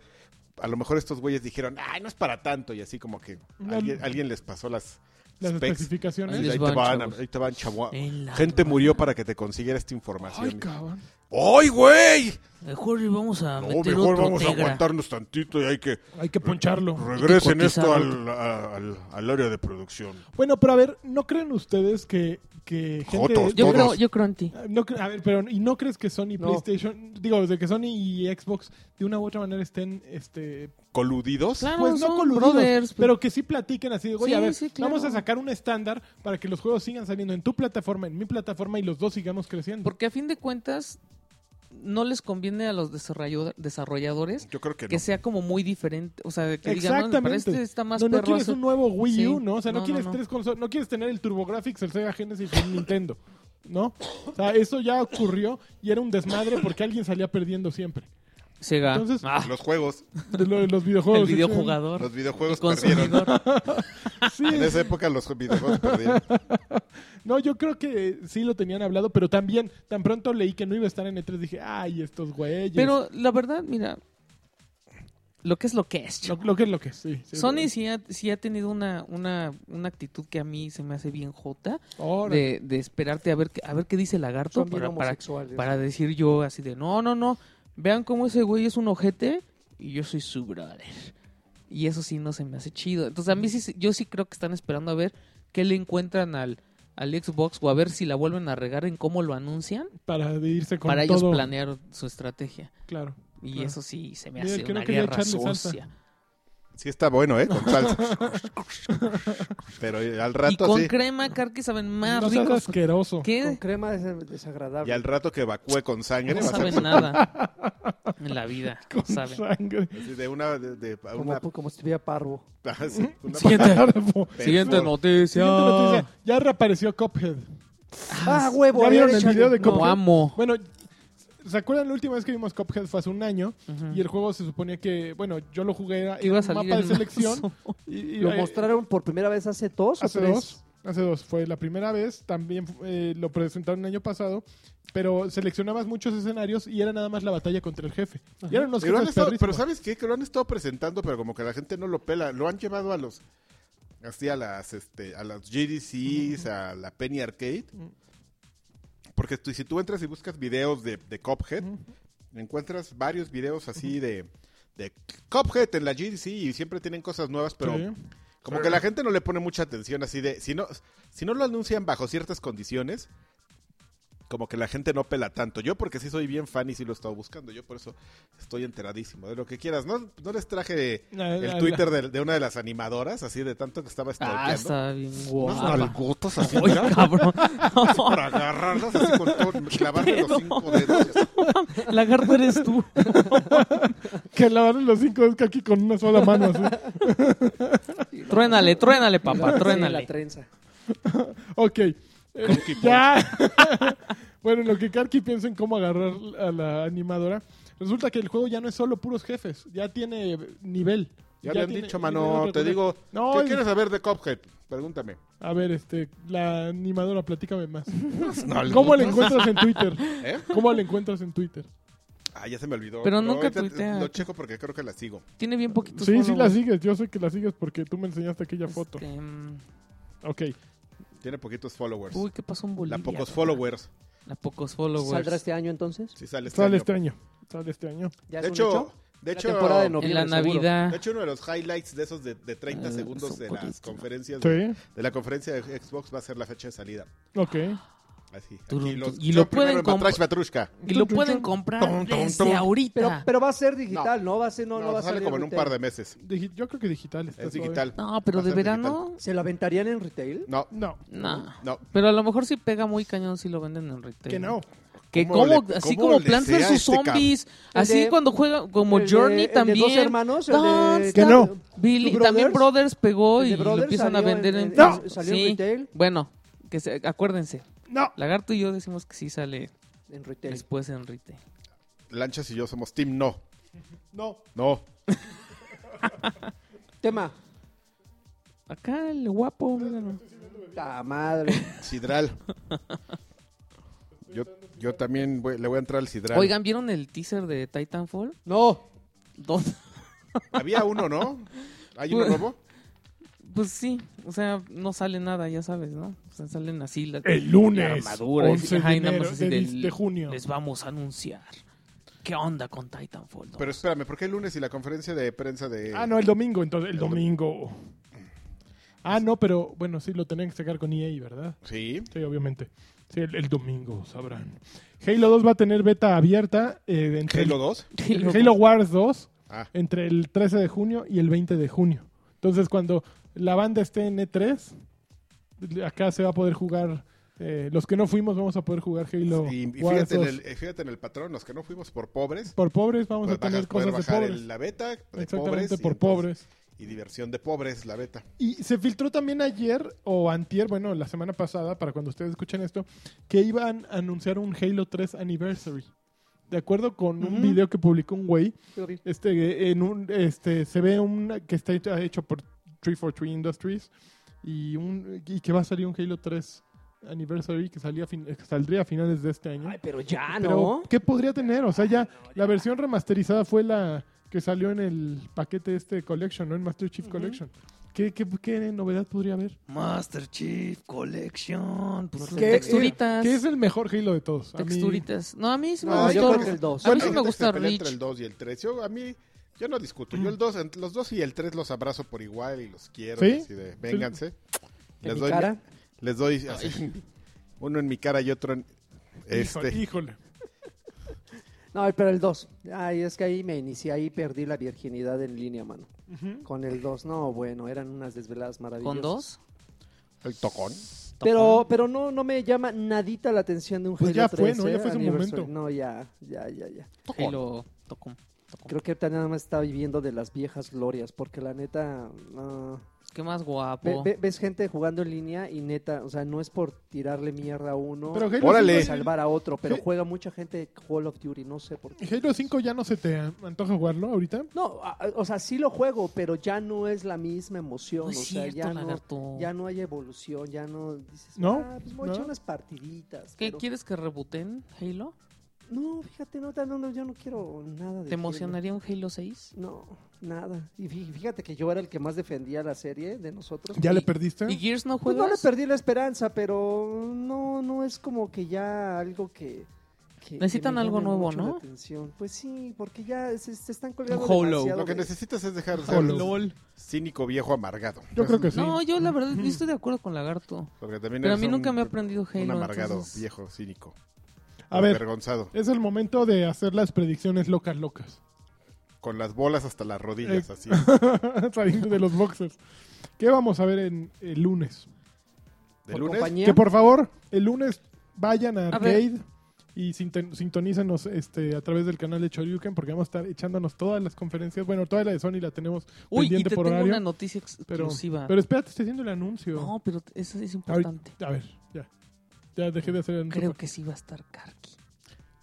A: a lo mejor estos güeyes dijeron, ay, no es para tanto, y así como que
B: No,
A: alguien,
B: no.
A: alguien les pasó las,
B: Las
A: specs.
B: especificaciones.
A: Así de,
C: les
A: ahí,
C: van,
A: te van,
C: chavos".
A: ahí te van, chavo.
C: En la-
A: Gente murió para que te consiguiera esta
B: Ay,
A: información.
B: cabrón.
A: ¡Ay, güey!
C: Mejor y Eh, vamos a
A: No,
C: meter
A: mejor
C: otro
A: vamos
C: Tegra.
A: a aguantarnos tantito y hay que
B: Hay que poncharlo.
A: regresen esto
C: cotizar
A: al, a- al, al área de producción.
B: Bueno, pero a ver, ¿no creen ustedes que, que gente... eh,
A: Jotos,
C: Yo
A: Todos.
C: creo, yo creo en ti.
B: No cre- a ver, pero ¿y no crees que Sony y
D: No.
B: PlayStation, digo, de que Sony y Xbox de una u otra manera estén, este,
A: ¿Coludidos?
C: Claro,
B: pues no
C: Ah, son
B: coludidos,
C: brothers,
B: pero que sí platiquen así, de, oye,
C: Sí,
B: a ver,
C: sí, claro.
B: vamos a sacar un estándar para que los juegos sigan saliendo en tu plataforma, en mi plataforma y los dos sigamos creciendo.
C: Porque a fin de cuentas, no les conviene a los desarrollo- desarrolladores
A: Yo creo que no.
C: que sea como muy diferente. O sea, que digan, no, para
B: Exactamente.
C: este está más
B: no, no
C: perro
B: quieres
C: hacer-
B: un nuevo Wii U,
C: Sí.
B: ¿no? O sea, no,
C: No, no,
B: quieres
C: no.
B: tres consolas, no quieres tener el TurboGrafx, el Sega Genesis y el Nintendo, ¿no? O sea, eso ya ocurrió y era un desmadre porque alguien salía perdiendo siempre.
C: Sega.
B: Entonces,
C: Ah,
A: Los juegos,
B: De lo de los
C: el
B: videojuegos.
C: videojugador.
A: los
C: el
A: videojuegos perdieron.
C: consumidor.
A: En esa época los videojuegos perdieron.
B: No, yo creo que sí lo tenían hablado, pero también tan pronto leí que no iba a estar en E3, dije, ay, estos güeyes.
C: Pero la verdad, mira, lo que es lo que es.
B: lo,
C: chavo.
B: lo que es lo que es, sí. sí.
C: Sony sí ha, sí ha tenido una, una, una actitud que a mí se me hace bien jota
B: Ahora,
C: de, de esperarte a ver, qué- a ver qué dice Lagarto
D: Son bien
C: para, para,
D: homosexuales.
C: para decir yo así de no, no, no, vean cómo ese güey es un ojete y yo soy su brother. Y eso sí no se me hace chido. Entonces a mí sí, yo sí creo que están esperando a ver qué le encuentran al, al Xbox o a ver si la vuelven a regar en cómo lo anuncian
B: Para de irse con
C: para ellos
B: todo.
C: planear su estrategia.
B: Claro.
C: Y
B: claro.
C: eso sí se me
B: Mira,
C: hace
B: que no
C: una
B: quería
C: guerra
B: echarle salsa.
C: sucia.
A: Sí está bueno, ¿eh? Con salsa. Pero eh, al
C: Y
A: rato
C: con
A: sí.
C: crema, car que saben más
B: no seas
C: rico.
B: asqueroso.
D: Con
C: ¿Qué?
D: crema es desagradable.
A: Y al rato que evacúe con sangre.
C: No
A: va a ser
C: saben nada en la vida. No
B: Con
C: saben.
B: sangre.
A: así de una... De, de- a
D: como,
A: una,
D: como si estuviera parvo.
A: así, una-
C: Siguiente.
B: Párrafo.
A: Por-
C: noticia.
B: Siguiente noticia. Ya reapareció Cophead.
D: Ah, huevo.
B: ¿Ya
D: a ver,
B: vieron el
D: échale.
B: video de
D: No,
B: cómo-
C: Lo amo.
B: Bueno, ¿se acuerdan la última vez que vimos Cophead fue hace un año? Y el juego se suponía que, bueno, yo lo jugué era
C: Que iba a
B: un
C: salir
B: mapa de
C: en
B: selección.
C: marzo.
B: Y, y-
D: Lo
B: eh,
D: mostraron por primera vez hace dos
B: hace
D: o tres.
B: dos. Hace dos, fue la primera vez, también eh, lo presentaron el año pasado, pero seleccionabas muchos escenarios y era nada más la batalla contra el jefe. Y eran unos
A: Y lo han
B: jefes
A: estado- pero
B: perrísimos.
A: ¿sabes qué? Que lo han estado presentando, pero como que la gente no lo pela. Lo han llevado a los... Así a las, este, a las GDCs, a la Penny Arcade.
B: Ujú.
A: Porque tú- si tú entras y buscas videos de, de Cophead, encuentras varios videos así de, de Cophead en la GDC y siempre tienen cosas nuevas, pero...
B: Sí.
A: Como que la gente no le pone mucha atención así de si no si no lo anuncian bajo ciertas condiciones como que la gente no pela tanto. Yo porque sí soy bien fan y sí lo he estado buscando, yo por eso estoy enteradísimo de lo que quieras. No no les traje
B: La- la-
A: el
B: la-
A: Twitter de, de una de las animadoras así de tanto que estaba
C: Ah,
A: stalkeando.
C: está bien
A: Unas
C: guapa.
A: nalgotas así
C: Oye, cabrón. No,
A: para agarrarlas así con todo, clavarle los
C: pedo?
A: cinco dedos.
C: lagarto eres tú.
B: Que lavaron los cinco dedos aquí con una sola mano. así.
C: Truénale, truénale,
D: Sí,
C: papá,
D: la
C: truénale.
D: trenza.
B: Ok. Eh, ya. bueno, en lo que Karki piensa en cómo agarrar a la animadora, resulta que el juego ya no es solo puros jefes, ya tiene nivel.
A: Ya me han
B: tiene-
A: dicho,
B: tiene
A: mano,
B: otra
A: te
B: cosa.
A: digo,
B: No,
A: ¿qué
B: es-
A: quieres saber de Cophead? Pregúntame.
B: A ver, este, la animadora, platícame más.
A: nalgotas.
B: ¿Cómo la encuentras en Twitter?
A: ¿Eh?
B: ¿Cómo la encuentras en Twitter?
A: Ah, ya se me olvidó.
C: Pero nunca
A: ahorita
C: tuitea.
A: Lo checo porque creo que la sigo.
C: Tiene bien poquitos
B: Sí, sí la
C: followers.
B: sigues. Yo sé que la sigues porque tú me enseñaste aquella foto.
C: Este, mm,
B: Ok.
A: Tiene poquitos followers.
D: Pues,
C: uy, ¿qué pasó en Bolivia?
A: la pocos
C: papá?
A: followers.
C: La pocos followers.
D: ¿Saldrá este año entonces?
A: Sí sale este
B: Sale
A: año.
B: este año. Sale este año.
D: ¿Ya
A: De
D: es un
A: hecho, de
D: La
A: hecho,
D: temporada de noviembre.
C: En la
D: seguro.
C: Navidad.
A: de hecho, uno de los highlights de esos de, de 30
C: Ah,
A: segundos
C: son
A: de las
C: poquitos.
A: conferencias de,
B: Sí.
A: de la conferencia de Xbox va a ser la fecha de salida.
B: Ok.
A: Así.
C: Turun,
A: aquí
C: turun.
A: los-
C: Y lo
A: yo primero
C: pueden
A: en Batrash
C: comp-
A: Batrushka.
C: Y lo pueden comprar
A: Tum, tum,
C: desde
A: tum.
C: ahorita.
D: Pero, pero va a ser digital, ¿no? Va a ser, no,
A: No,
D: no va a
A: sale
D: salir
A: como en un
D: retail.
A: par de meses.
B: Digi- Yo creo que digital está.
A: Es
B: todavía.
A: digital.
C: no, pero
A: Va a
C: de
A: ser digital.
C: verano.
D: ¿Se la aventarían en retail?
A: No,
B: No.
C: No.
A: no.
C: Pero a lo mejor sí pega muy cañón si lo venden en retail.
B: Que no.
C: Que
A: ¿Cómo
C: como,
A: le-
C: así
A: cómo
C: como
A: le
C: Plants
A: sea
C: vs
A: este cab-
C: Zombies,
D: El
C: así
D: de-
C: cuando juega como
D: El de-
C: Journey
D: el de
C: también.
D: dos hermanos, el de-
C: Don't
D: Que
B: Que
C: Stop
B: no.
C: Billy,
D: Brothers.
C: también Brothers pegó
D: El
C: y
D: de
C: lo
D: Brothers
C: empiezan a
D: salió
C: vender
D: en-
C: en,
D: en- No. salió en
C: Sí.
D: retail.
C: Bueno, que se, acuérdense,
B: No.
C: Lagarto y yo decimos que sí sale
D: En retail.
C: después en retail.
A: Lanchas y yo somos Team No.
B: No.
A: No.
D: Tema.
C: Acá el guapo, míralo.
D: ¡Ta madre!
A: Sidral. Yo, yo también voy- le voy a entrar al Sidral.
C: Oigan, ¿vieron el teaser de Titanfall?
D: ¡No!
C: ¿Dónde?
A: Había uno, ¿no? ¿Hay uno nuevo?
C: Pues sí, o sea, no sale nada, ya sabes, ¿no? O sea, salen así las
B: El lunes.
C: la armadura, y-
B: 11 de,
C: ajá, y nada
B: enero-
C: más así
B: de-
C: del-
B: de junio.
C: Les vamos a anunciar. ¿Qué onda con Titanfall? dos?
A: Pero espérame, ¿por qué el lunes y la conferencia de prensa de...
B: Ah, no, el domingo. Entonces, el
A: El dom-
B: domingo. Ah, no, pero bueno, sí, lo tenían que sacar con EA, ¿verdad?
A: Sí.
B: Sí, obviamente. Sí, el, el domingo sabrán. Halo 2 va a tener beta abierta eh, entre
A: Halo 2.
B: el- Halo Wars 2
A: Ah,
B: entre el 13 de junio y el 20 de junio. Entonces, cuando la banda esté en E3, acá se va a poder jugar. eh, los que no fuimos vamos a poder jugar Halo
A: y, y
B: Wars
A: fíjate, en
B: 2.
A: el, eh, fíjate en el patrón, los que no fuimos por pobres,
B: Por pobres vamos
A: pues
B: a tener
A: bajas- poder
B: cosas de
A: bajar el-
B: pobres.
A: la beta de pobres.
B: Exactamente,
A: y
B: por
A: entonces-
B: pobres.
A: Y diversión de pobres, la beta.
B: Y se filtró también ayer o antier, bueno, la semana pasada, para cuando ustedes escuchen esto, que iban a anunciar un Halo 3 Anniversary. De acuerdo con un video que publicó un güey, este, en un, este, se ve un que está hecho, hecho por 343 Industries y, un, y que va a salir un Halo 3 Anniversary que, salía a fin- que saldría a finales de este año.
D: Ay, pero
C: Ah,
D: ya,
B: Pero,
D: ¿no?
B: ¿qué podría tener? O sea, ya la versión remasterizada fue la que salió en el paquete este Collection, ¿no? En Master Chief Collection. ¿Qué, qué, qué novedad podría haber?
C: Master Chief Collection. Pues,
D: eh, ¿Qué?
C: texturitas.
B: ¿Qué es el mejor Halo de todos? A mí-
C: Texturitas. No, a mí sí me
A: No,
D: yo
C: gustó.
D: creo que el dos.
C: A mí
A: Hay
C: sí
A: gente
C: me
A: que se
C: gusta
A: Ah, pelea
C: Rich.
A: entre el 2 y el 3. Yo, a mí, Yo no discuto. Yo el 2, los 2 y el 3 los abrazo por igual y los quiero.
B: ¿Sí?
A: Así de, vénganse.
D: En
A: Les
D: mi
A: doy,
D: cara.
A: les doy así, uno en mi cara y otro en este.
B: Híjole, híjole.
D: No, pero el 2. Ay, es que ahí me inicié, ahí perdí la virginidad en línea, mano.
B: Ujú.
D: Con el 2. No, bueno, eran unas desveladas maravillosas.
C: ¿Con dos?
A: El tocón.
D: Pero, pero no, no me llama nadita la atención de un
B: Pues
D: Halo
B: ya fue,
D: 3,
B: ¿no? Ya
D: ¿eh?
B: fue su
D: Anniversary.
B: momento.
D: No, ya, ya, ya, ya.
A: Tocón.
C: Halo Tocum.
D: Creo que ahorita nada más está viviendo de las viejas glorias, porque la neta... no.
C: Qué más
D: Ve-
C: guapo.
D: ve- ves gente jugando en línea y neta, o sea, no es por tirarle mierda a uno
B: Pero Halo
A: Órale.
D: o
B: 5
D: salvar a otro, pero
B: Sí.
D: juega mucha gente Call of Duty, no sé por qué.
B: Halo 5 ya no se te antoja jugarlo ahorita.
D: No, a- a- o sea, sí lo juego, pero ya no es la misma emoción,
C: No
D: o
C: es
D: sea,
C: cierto,
D: ya no,
C: lagarto.
D: ya no hay evolución, ya no dices,
B: ¿No?
D: ah, pues voy a
B: ¿No?
D: echar unas partiditas.
C: ¿Qué
D: pero-
C: quieres que rebooten Halo?
D: No, fíjate, no, no, no, yo no quiero nada de
C: ¿Te
D: Halo.
C: emocionaría un Halo 6?
D: No, nada. Y fí- fíjate que yo era el que más defendía la serie de nosotros.
B: ¿Ya le
C: Y-
B: perdiste?
C: ¿Y Gears no
D: Pues no le
C: juegas?
D: perdí la esperanza, pero no, no es como que ya algo que. que- que
C: Necesitan
D: me
C: algo
D: llame
C: nuevo,
D: mucho la
C: ¿no?
D: atención. Pues sí, porque ya se, se están colgando.
C: Un Hollow.
D: demasiado
A: Lo que
D: de-
A: necesitas es dejar de ser
B: Halo.
A: cínico viejo amargado.
B: Yo creo que sí. Mm.
C: No, yo la verdad yo estoy de acuerdo con Lagarto.
A: Porque también
C: Pero a
A: eres
C: mí nunca
A: un-
C: me ha aprendido Halo.
A: Un amargado
C: entonces-
A: viejo cínico.
B: A ver,
A: Avergonzado.
B: es el momento de hacer las predicciones locas, locas.
A: Con las bolas hasta las rodillas,
B: Eh.
A: así.
B: Saliendo de los boxers. ¿Qué vamos a ver en el lunes?
A: De
D: por
A: lunes.
D: compañía.
B: Que por favor, el lunes vayan a
C: A ver.
B: Arcade y sinten- sintonícenos este, a través del canal de Choryuken porque vamos a estar echándonos todas las conferencias. Bueno, toda la de Sony la tenemos
C: Uy, y
B: pendiente
C: te
B: por
C: tengo
B: horario.
C: una noticia
B: pero,
C: exclusiva.
B: pero espérate, estoy haciendo el anuncio.
C: No, pero eso es
B: Ahorita-
C: importante.
B: a ver, ya. Ya dejé de hacer el anuncio.
C: Creo que sí va a estar Karki.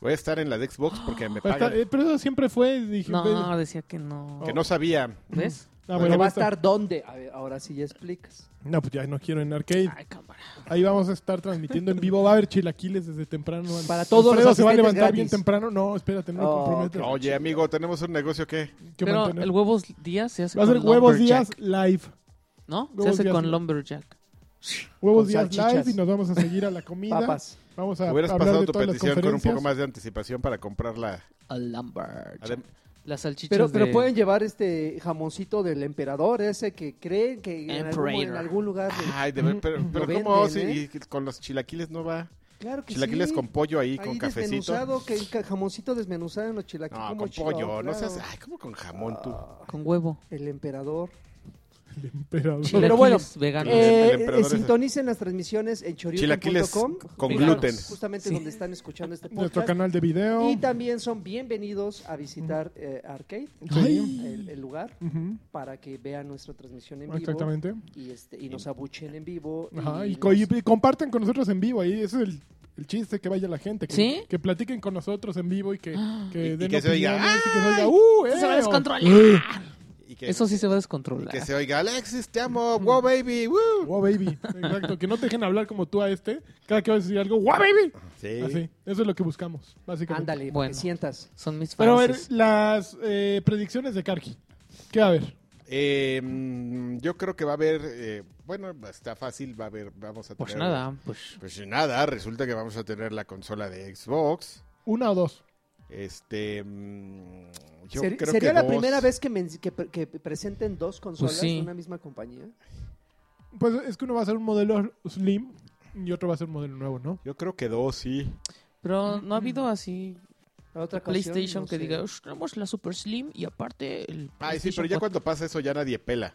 A: Voy a estar en la de Xbox porque me
B: Va a estar-
A: pagan.
B: eh, pero eso siempre Oh, fue. Dije, ve-
C: No, decía que no.
A: Que no sabía.
C: ¿Ves?
B: Ah,
D: ¿Que
B: bueno,
D: va a estar dónde? A ver, ahora sí ya explicas.
B: No, pues ya no quiero en arcade.
C: Ay, cámara.
B: Ahí vamos a estar transmitiendo en vivo. Va a haber chilaquiles desde temprano.
D: Para todos
B: Alfredo
D: los
B: se va a
D: asistentes
B: levantar bien
D: gratis.
B: temprano. No, espérate, no
D: Oh,
B: lo comprometas.
D: ok.
A: Oye, amigo, tenemos un negocio que.
B: Que
C: Pero
B: mantener.
C: el huevos días se hace
B: Va a ser
C: con
B: Huevos Días
C: Lumberjack,
B: Live.
C: ¿No?
B: Huevos
C: se hace
B: Díaz.
C: con Lumberjack.
B: Huevos
D: Con
B: Días
D: salchichas.
B: Live y nos vamos a seguir a la comida.
D: Papas.
B: Vamos a
A: Hubieras
B: hablar
A: pasado
B: de
A: tu
B: todas las
A: petición con un
B: conferencias.
A: poco más de anticipación para comprarla.
C: A Lumberjack.
A: Adem-
C: Las salchichas
D: Pero, pero
C: de-
D: pueden llevar este jamoncito del emperador ese que creen que en algún, en
C: Emperor.
D: algún lugar. de-
A: Ay, de
C: Mm,
A: ver, pero, pero
D: Lo
A: ¿cómo?
D: venden,
C: ¿eh?
A: Sí, y con los chilaquiles no va.
D: Claro que
A: Chilaquiles
D: sí.
A: con pollo ahí,
D: Ahí
A: con cafecito.
D: desmenuzado, que que jamoncito desmenuzado en los chilaquiles.
A: No,
D: como
A: con
D: chido,
A: pollo. No
D: claro.
A: seas. Ay, ¿cómo con jamón
C: Ah.
A: tú?
C: Con huevo.
D: El emperador.
B: El emperador.
C: Chilaquiles
D: Pero bueno,
C: veganos.
A: eh,
D: Eh,
A: El emperador
D: eh,
A: es-
D: sintonicen las transmisiones en
A: Chilaquiles
D: choriuken.com
A: con
D: Veganos,
A: gluten.
D: Justamente donde están escuchando este
B: Nuestro
D: podcast.
B: canal de video.
D: Y también son bienvenidos a visitar eh, Arcade,
B: Ay.
D: el, el lugar,
B: Ujú,
D: para que vean nuestra transmisión en vivo.
B: Exactamente.
D: Y, este, y nos abuchen en vivo.
B: Ajá,
D: y
B: y, co- y-
D: nos-
B: y compartan con nosotros en vivo. Ahí ese es el, el chiste, que vaya la gente. Que,
C: ¿Sí?
B: que platiquen con nosotros en vivo y que,
D: Ah.
A: Y-
B: que
A: y
B: den
A: que se oiga,
B: opiniones y que se
A: ¡ay!
B: oiga, ¡uh!
C: Se va a
B: eh! o-
C: descontrolar.
A: Y que,
C: Eso sí se va a
A: y
C: descontrolar.
A: que se oiga, Alexis, te amo. Wow, baby. woo".
B: Wow, baby. Exacto. Que no te dejen hablar como tú a este. Cada que vas a decir algo, wow, baby.
A: Sí.
B: Así. Eso es lo que buscamos, básicamente.
D: Ándale, para
C: Bueno.
D: que sientas.
C: Son mis
B: Pero a ver,
C: fans.
B: las eh, predicciones de Karki. ¿Qué va a haber?
A: Eh, mm, yo creo que va a haber. eh, bueno, está fácil. Va a haber. Vamos a tener.
C: Pues nada, pues.
A: Pues nada, resulta que vamos a tener la consola de Xbox.
B: ¿Una o dos?
A: Este. mm, yo
D: Ser-
A: creo
D: ¿Sería
A: que
D: la
A: dos.
D: primera vez que, men- que pre- que presenten dos consolas
C: Pues sí.
D: de una misma compañía?
B: Pues es que uno va a ser un modelo slim y otro va a ser un modelo nuevo, ¿no?
A: Yo creo que dos, sí.
C: Pero no ha habido así
D: La otra ocasión,
C: PlayStation
D: no
C: que
D: sé.
C: diga, "Ush, tenemos la Super Slim y aparte
A: Ay, Ah, sí,
C: el.
A: pero
C: PlayStation
A: ya
C: 4".
A: cuando pasa eso ya nadie pela.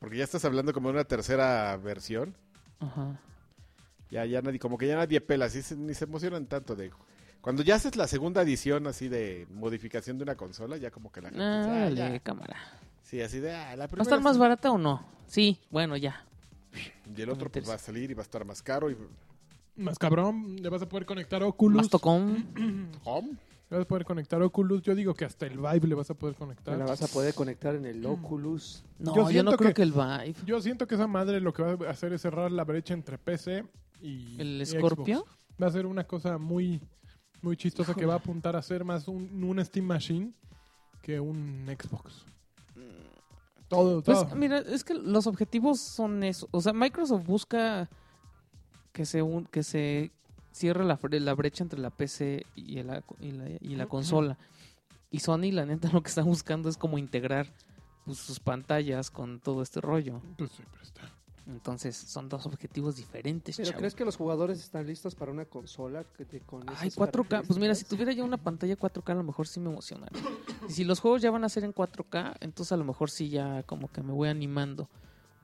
A: Porque ya estás hablando como de una tercera versión.
C: Ajá.
A: Ya, ya nadie, como que ya nadie pela, así se- ni se emocionan tanto de. Cuando ya haces la segunda edición así de modificación de una consola, ya como que la gente dice, "Ah,
C: Dale,
A: ya".
C: cámara.
A: Sí, así de "Ah, la
C: ¿Va a
A: primera.
C: estar más
A: sí".
C: barata o no? Sí, bueno, ya.
A: Y el otro pues, va a salir y va a estar más caro y
B: Más cabrón, le vas a poder conectar Oculus.
C: Mastocom.
A: home.
B: Le vas a poder conectar Oculus. Yo digo que hasta el Vive le vas a poder
D: Te
B: conectar.
C: "Ah".
D: la vas a poder conectar en
C: Mm.
D: el Oculus.
C: No,
B: Yo
C: yo,
B: siento
C: no creo
B: que-
C: que, el Vive.
B: Yo siento que esa madre lo que va a hacer es cerrar la brecha entre PC y. y
C: ¿El
B: Xbox.
C: Scorpio?
B: Va a ser una cosa muy, muy chistosa que va a apuntar a ser más un, una Steam Machine que un Xbox. Todo,
C: Pues
B: todo.
C: mira, es que los objetivos son eso. O sea, Microsoft busca que se, un- que se cierre la, fre- la brecha entre la PC y la, y la, y la consola. Y Sony, la neta, lo que está buscando es como integrar pues, sus pantallas con todo este rollo.
B: Pues siempre está.
C: Entonces, son dos objetivos diferentes,
D: ¿Pero
C: chavo.
D: crees que los jugadores están listos para una consola que te- con
C: Ay,
D: esas
C: 4K. Pues mira, si
D: características?
C: tuviera ya una pantalla 4K, a lo mejor sí me emocionaría. Y si los juegos ya van a ser en 4K, entonces a lo mejor sí ya como que me voy animando.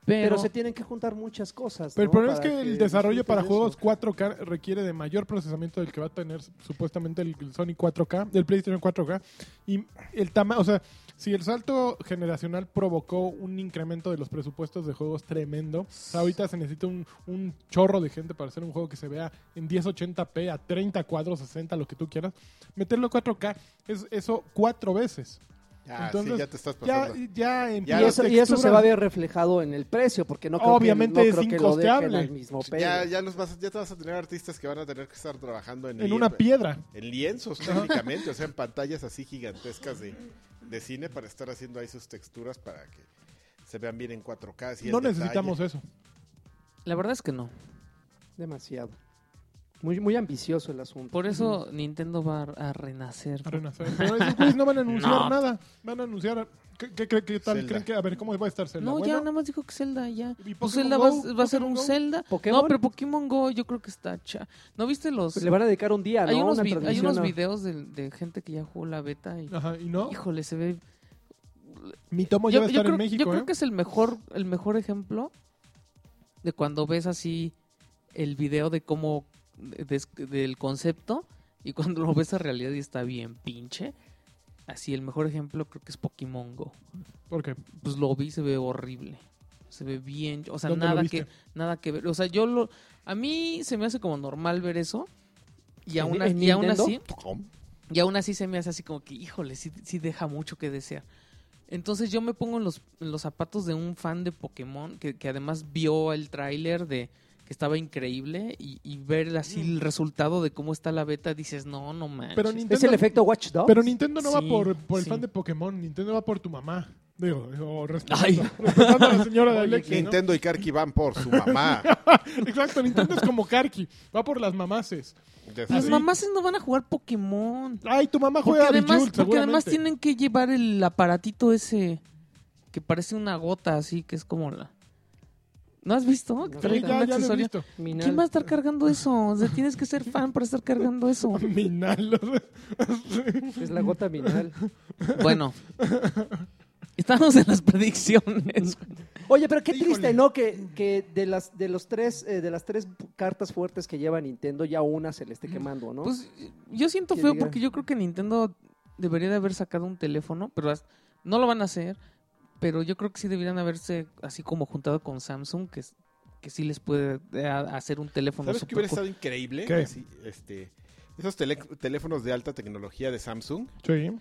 C: Pero,
D: Pero se tienen que juntar muchas cosas.
B: Pero el
D: Pues,
B: problema
D: ¿no?
B: es
D: Para
B: que, el desarrollo para
D: disfrutes
B: juegos
D: eso.
B: 4K requiere de mayor procesamiento del que va a tener supuestamente el el Sony 4K, el PlayStation 4K. Y el tama o sea, si el salto generacional provocó un incremento de los presupuestos de juegos tremendo, o sea, ahorita se necesita un, un chorro de gente para hacer un juego que se vea en 1080p a 30 cuadros, 60, lo que tú quieras. Meterlo a 4K es eso cuatro veces.
A: Ah,
B: Entonces,
A: sí, ya te estás
B: Ya,
A: pasando.
B: ya en
A: Ya
D: y,
A: las
D: eso, y eso se va a
B: ver
D: ver reflejado en el precio, porque no creo
B: Obviamente
D: que,
B: es
D: no creo que lo dejen
B: incosteable.
D: al mismo
A: Sí,
D: precio.
A: ya, ya los vas a- ya te vas a tener artistas que van a tener que estar trabajando en,
B: en
A: li-
B: una piedra.
A: en lienzos técnicamente, o sea, en pantallas así gigantescas de, de cine para estar haciendo ahí sus texturas para que se vean bien en 4K. así el
B: No
A: detalle.
B: necesitamos eso.
C: la verdad es que no.
D: Demasiado. Muy, muy ambicioso el asunto.
C: Por eso Nintendo va a a renacer.
B: A renacer. Pero esos güeyes no van a anunciar
C: No.
B: nada. Van a anunciar. ¿Qué, qué, qué- qué tal
A: Zelda.
B: creen que.? A ver, ¿cómo va a estar Zelda?
C: No, ya
B: Bueno,
C: nada más dijo que Zelda, ya.
B: ¿Y
C: Pues
B: Pokémon
C: Zelda va,
B: Go?
C: va a ser
B: ¿Pokémon
C: un
B: Go?
C: Zelda.
D: ¿Pokémon?
C: No, pero Pokémon Go yo creo que está cha. ¿No viste los...?
D: Le van a dedicar un día, ¿no?
C: hay, unos
D: Una
C: vi- hay
D: transmisión
C: unos
D: a-
C: videos de, de gente que ya jugó la beta y...
B: Ajá, y no.
C: Híjole, se ve...
B: Mi tomo ya va a estar
C: creo,
B: en México,
C: yo creo
B: ¿eh?
C: que es el mejor, el mejor ejemplo de cuando ves así el video de cómo... de- de- del concepto y cuando lo ves a realidad y está bien pinche. Así, el mejor ejemplo creo que es Pokémon Go.
B: ¿Por qué?
C: pues lo vi se ve horrible. Se ve bien, o sea,
B: ¿Dónde lo
C: nada
B: viste?
C: que nada que ver. O sea, yo lo a mí se me hace como normal ver eso y
D: ¿En-
C: aún, a-
D: en
C: y aún
D: Nintendo?
C: así y aún así se me hace así como que, híjole, sí, sí deja mucho que desear. Entonces yo me pongo en los, en los zapatos de un fan de Pokémon que, que además vio el tráiler de que estaba increíble y, y ver así el resultado de cómo está la beta, dices, no, no manches.
B: Pero
D: Es
B: Nintendo,
D: el efecto Watch Dogs.
B: pero Nintendo no va
C: Sí,
B: por, por el
C: sí.
B: fan de Pokémon. Nintendo va por tu mamá. Digo, digo, respetando,
C: Ay.
B: respetando a la señora de
D: Oye,
B: Alexis. ¿no?
A: Nintendo y Karki van por su mamá.
B: Exacto, Nintendo es como Karki. Va por las mamaces.
C: Las
B: Sí.
C: mamases no van a jugar Pokémon.
B: Ay, tu mamá
C: Porque
B: juega a
C: además,
B: Bejeweled,
C: porque además
B: seguramente.
C: tienen que llevar el aparatito ese que parece una gota así, que es como la... ¿No has visto? Que
D: No.
B: Sí,
C: trae
B: ya,
C: un
B: ya lo he
C: accesorio.
B: visto.
D: Minal.
C: ¿Quién va a estar cargando eso? O sea, tienes que ser fan para estar cargando eso.
B: Minal.
D: Es la gota minal.
C: Bueno. Estamos en las predicciones.
D: Oye, pero qué
B: Híjole.
D: triste, ¿no? Que, que de las de los tres eh, de las tres cartas fuertes que lleva Nintendo ya una se le esté quemando, ¿no?
C: Pues yo siento
D: Que
C: feo
D: diga.
C: porque yo creo que Nintendo debería de haber sacado un teléfono, pero as- no lo van a hacer. Pero yo creo que sí deberían haberse así como juntado con Samsung, que, es- que sí les puede eh, a- hacer un teléfono.
A: ¿Sabes qué
C: super
A: hubiera
C: cool.
A: estado increíble?
B: ¿Qué?
A: Así, este, esos tele- teléfonos de alta tecnología de Samsung.
B: Sí.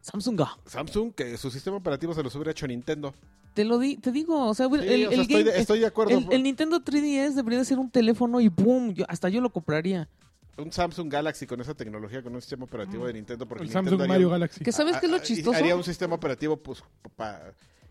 C: Samsung. ah,
A: Samsung, que su sistema operativo se los hubiera hecho Nintendo.
C: Te lo di, te digo, o sea,
A: Sí,
C: el, el
A: o sea, estoy,
C: game-
A: de, estoy de acuerdo. pues.
C: el- el Nintendo 3DS debería de ser un teléfono y boom, yo- hasta yo lo compraría.
A: Un Samsung Galaxy con esa tecnoloogía, con un sistema operativo de Nintendo. Porque
B: El
A: Nintendo
B: Samsung
A: haría
B: Mario
A: un-
B: Galaxy.
C: Que sabes
A: a-
C: qué es lo
A: a-
C: chistoso.
A: Ah, Haría un sistema operativo pues, pa-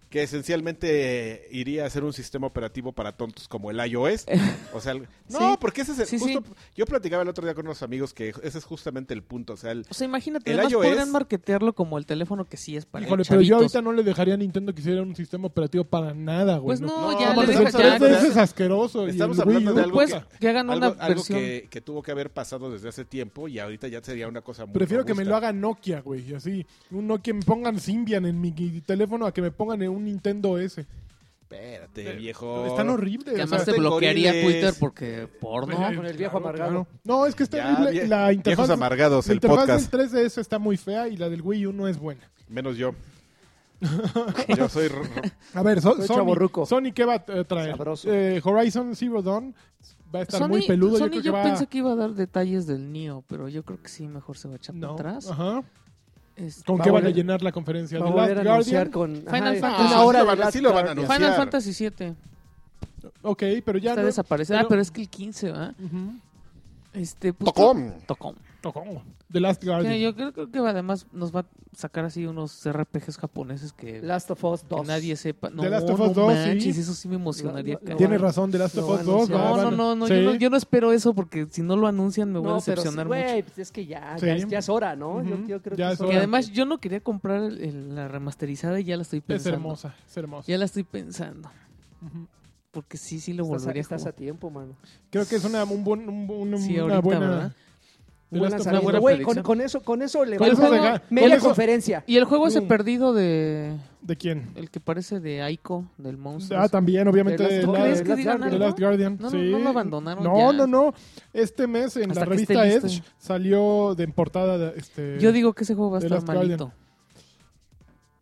A: que esencialmente eh, iría a ser un sistema operativo para tontos como el iOS. O sea, el- no,
C: Sí.
A: porque ese es el
C: Sí,
A: justo- Yo platicaba el otro día con unos amigos que ese es justamente el punto. O sea, el-
C: O sea, imagínate,
A: El
C: además
A: iOS.
C: podrían marketearlo como el teléfono que sí es para
B: Híjole,
C: los
B: pero yo
C: chavitos.
B: ahorita no le dejaría a Nintendo que hiciera un sistema operativo para nada, güey.
C: Pues no, ya
A: No,
C: le
A: pero
C: deja-
A: son
C: ya-
A: tres veces
B: es asqueroso.
A: Estamos
B: y el Wii
A: hablando de
B: U,
A: algo
C: Pues
A: que-
C: que hagan
A: algo,
C: una
A: algo
C: versión.
A: que, que tuvo que haber pasado desde hace tiempo y ahorita ya sería una cosa muy
B: Prefiero que me lo
A: robusta.
B: haga Nokia, güey. y Así, un Nokia, me pongan Symbian en mi teléfono a que me pongan en un Nintendo S.
A: Espérate, viejo.
B: Están horribles.
C: Que
B: o
C: además
B: sea,
A: este
C: te bloquearía
A: Gorillaz.
C: Twitter porque porno.
B: Ay,
D: con el viejo amargado.
B: No, es que está
A: Ya,
B: horrible.
A: vie-
B: la
A: Viejos
B: interfaz,
A: amargados,
B: la
A: el
B: interfaz
A: podcast.
B: del 3DS está muy fea y la del Wii U no es buena.
A: Menos yo. yo soy ro- ro-
B: A ver, so-
D: Soy
B: Sony,
D: chavorruco.
B: Sony, ¿qué va a eh, traer?
D: Sabroso.
B: Eh, Horizon Zero Dawn va a estar
C: Sony,
B: muy peludo.
C: Sony
B: yo creo que
C: yo
B: va
C: pensé que iba a dar detalles del Neo, pero yo creo que sí, mejor se va a echar para
B: No.
C: atrás.
B: Ajá.
C: Este,
B: ¿Con
D: Va
B: qué
D: a
B: van a
D: volver-
B: llenar la conferencia?
D: Va a
B: The
D: volver a
B: Last
D: anunciar
B: Guardian.
D: con
C: Final
D: es
C: Fantasy.
D: una
A: Sí
D: hora
A: lo van
D: de
A: a-
D: Last
A: sí lo van a
D: Guardian.
A: anunciar.
C: Final
A: anunciar.
C: Fantasy VII
B: Ok, pero ya.
C: está
B: no-
C: desaparecido. Ah,
B: pero-
C: pero es que el 15, ¿verdad?
B: Ujú.
C: Este, pues,
A: Tocom.
C: Tocom.
B: Tocongo. The Last Guardian.
C: Que yo creo, creo que además nos va a sacar así unos RPGs japoneses que,
D: Last of Us
C: que
D: 2.
C: nadie sepa. No,
B: The Last of Us
C: no
B: 2,
C: manches,
B: sí.
C: eso sí me emocionaría.
D: Lo- lo-
C: cabrón.
B: Tienes razón, The Last
D: Lo
B: of Us
D: van a
B: 2.
D: anunciar.
B: va,
C: No, no,
B: van-
C: no, no,
B: Sí.
C: yo no, yo no espero eso porque si no lo anuncian me voy a
D: No, pero sí,
C: decepcionar mucho.
D: güey, pues es que ya,
B: Sí.
D: ya, es- ya es hora, ¿no? Yo-
B: Ujú.
D: yo, creo
B: Ya
D: que
B: es
D: es
B: hora.
C: Y
D: hora.
C: además yo no quería comprar el- el- la remasterizada y ya la estoy
B: Es
C: pensando.
B: hermosa, es hermosa.
C: Ya la estoy pensando.
B: Ujú.
C: Porque sí, sí lo
D: estás, a,
C: volvería a
D: estás a
C: jugar.
D: tiempo, mano.
B: Creo que es una, un buen- un- un-
C: Sí,
B: una
C: ahorita,
B: buena...
C: ¿verdad?
B: The
D: Buena
B: Last of Us.
D: salida.
C: buena
D: Güey, con,
C: predicción.
D: con eso, con eso le
C: Con
D: va
C: eso
D: a-
C: de ga-
B: con
D: media
B: eso-
D: conferencia.
C: Y el juego ese
B: Mm.
C: perdido de...
B: ¿De quién?
C: El que parece de Aiko, del monstruo.
B: Ah, también, obviamente.
D: The Last
B: la-
D: of Us.
C: ¿Crees que
D: Last
C: digan
D: Guardian.
B: The
C: algo?
B: Last Guardian.
C: No, no,
B: sí.
C: no lo abandonaron
B: No,
C: ya.
B: no, no. Este mes en
C: Hasta
B: la
C: que esté
B: revista
C: listo.
B: Edge salió de en portada. de, Este,
C: Yo digo que ese juego va a
B: The
C: estar
B: Last Guardian.
C: malito.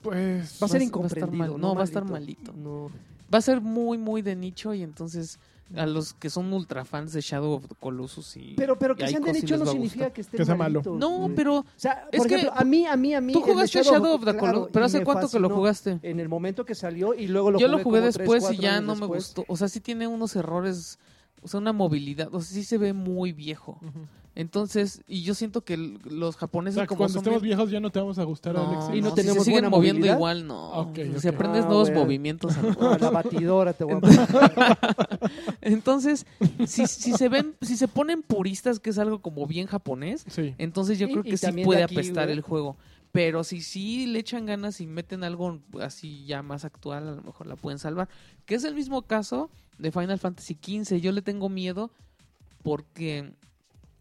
B: Pues.
D: Va
C: Va a- va a
D: a ser
C: estar
D: incomprendido.
C: mal- no, va a estar malito.
D: No.
C: Va a ser muy, muy de nicho y entonces a los que son ultra fans de Shadow of the Colossus y...
D: Pero, pero que
C: y
D: sean
C: Ico
D: de
C: sí
D: nicho
C: les
D: no
C: va a
D: significa
C: gustar.
D: que esté
B: Que sea malo.
C: No, pero
D: O sea,
C: Es
D: por
C: que
D: ejemplo, a mí, a mí, a mí.
C: tú
D: el de
C: jugaste Shadow of the
D: claro,
C: Colossus, pero
D: y
C: ¿hace
D: me
C: cuánto que lo
D: fascinó
C: jugaste?
D: En el momento que salió y luego lo
C: Yo
D: jugué
C: lo jugué
D: como tres,
C: después y
D: cuatro
C: ya
D: años
C: no me
D: después.
C: gustó. O sea, sí tiene unos errores, o sea, una movilidad, o sea, sí se ve muy viejo.
B: Ujú.
C: Entonces, y yo siento que l- los
B: O
C: japoneses
B: sea,
C: como
B: Ah, cuando
C: son
B: estemos
C: bien-
B: viejos ya no te vamos a gustar, Alexis.
D: Y no
C: si
D: tenemos
C: se siguen
D: buena
C: moviendo
D: movilidad.
C: igual, no.
B: Ok,
C: Si
B: ok.
C: aprendes
D: Ah,
C: nuevos
D: bueno.
C: movimientos. a lo mejor.
D: Ah, la batidora te voy a poner.
C: Entonces, si, si se ven, si se ponen puristas, que es algo como bien japonés,
B: Sí.
C: entonces yo
D: Y-
C: creo
D: y
C: que sí
D: también de
C: puede
D: aquí,
C: apestar
D: güey.
C: el juego. Pero si sí le echan ganas y meten algo así ya más actual, a lo mejor la pueden salvar. Que es el mismo caso de Final Fantasy XV. Yo le tengo miedo porque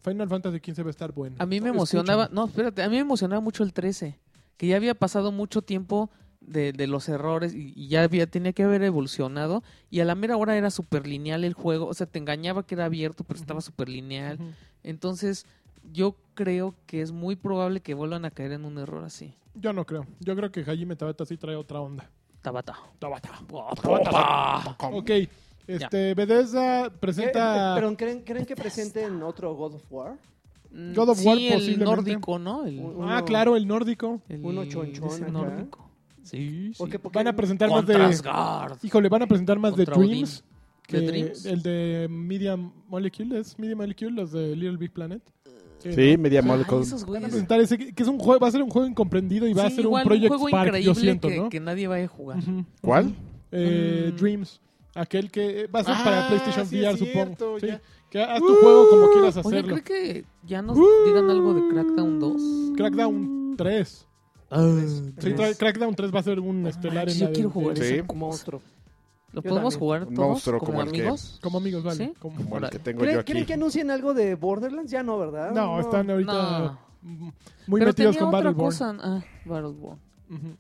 B: Final Fantasy XV va a estar bueno.
C: a mí me
B: Escúchame.
C: emocionaba, no, espérate, a mí me emocionaba mucho el 13, que ya había pasado mucho tiempo de, de los errores y, y ya había, tenía que haber evolucionado y a la mera hora era súper lineal el juego, o sea, te engañaba que era abierto, pero estaba súper lineal.
B: Ujú.
C: Entonces, yo creo que es muy probable que vuelvan a caer en un error así.
B: Yo no creo. Yo creo que Hajime Tabata sí trae otra onda.
C: Tabata.
B: Tabata.
C: Tabata.
B: Ok. Este, Bethesda presenta.
D: Eh, Pero ¿creen, creen que presenten otro God of War?
C: Mm,
B: God of War
C: sí, el
B: posiblemente.
C: nórdico, ¿no? El,
D: Un-
B: Ah,
D: uno-
B: claro, el nórdico.
C: el-
D: uno chonchón
C: ese
B: ¿eh?
D: acá.
C: nórdico. Sí, sí.
D: Porque- porque-
B: Van a presentar más
C: Contra
B: de.
C: Asgard.
B: Híjole, van a presentar más de
C: Contra Odín.
B: Dreams.
C: ¿De
B: que
C: Dreams?
B: El de Media Molecule, ¿es Media Molecule? Los de Little Big Planet. Que
A: Sí, Media
C: Ay,
A: Molecule.
C: esos
B: Van a
C: güeyes.
B: presentar ese, que que es un juego, va a ser un juego incomprendido y va a
C: Sí,
B: ser un
C: igual,
B: Project
C: juego
B: Spark, yo
C: increíble
B: siento,
C: que,
B: ¿no?
C: que nadie vaya a jugar.
B: Ujú.
A: ¿Cuál?
B: Eh,
C: Mm.
B: Dreams. Aquel que eh, va a ser
A: Ah,
B: para PlayStation
A: sí es
B: VR,
A: cierto,
B: supongo. Sí.
A: ya.
B: Que haz tu juego como quieras
C: Uh, Oye,
B: hacerlo. Uh.
C: ¿cree que ya nos digan algo de Crackdown 2?
B: Crackdown 3.
A: Ah,
B: Sí,
C: Tres.
B: tra- Crackdown 3 va a ser un estelar
C: manches,
B: en
C: yo
B: la de-
C: quiero jugar
B: de-
A: Sí.
D: Un monstruo.
C: ¿Lo
D: Yo
C: podemos
D: también.
C: jugar
A: Un
C: todos
A: monstruo
C: como,
A: como el que-
C: amigos?
B: Como amigos, vale.
C: ¿Sí?
B: Como-
A: Como el que
C: Órale.
A: tengo yo
D: ¿Creen,
A: aquí.
D: creen que anuncien algo de Borderlands? Ya no, ¿verdad?
B: No, están ahorita
C: No.
B: mm, muy
C: Pero
B: metidos con
C: tenía otra
B: Battleborn.
C: cosa. Ah, Battleborn.
B: Ujú.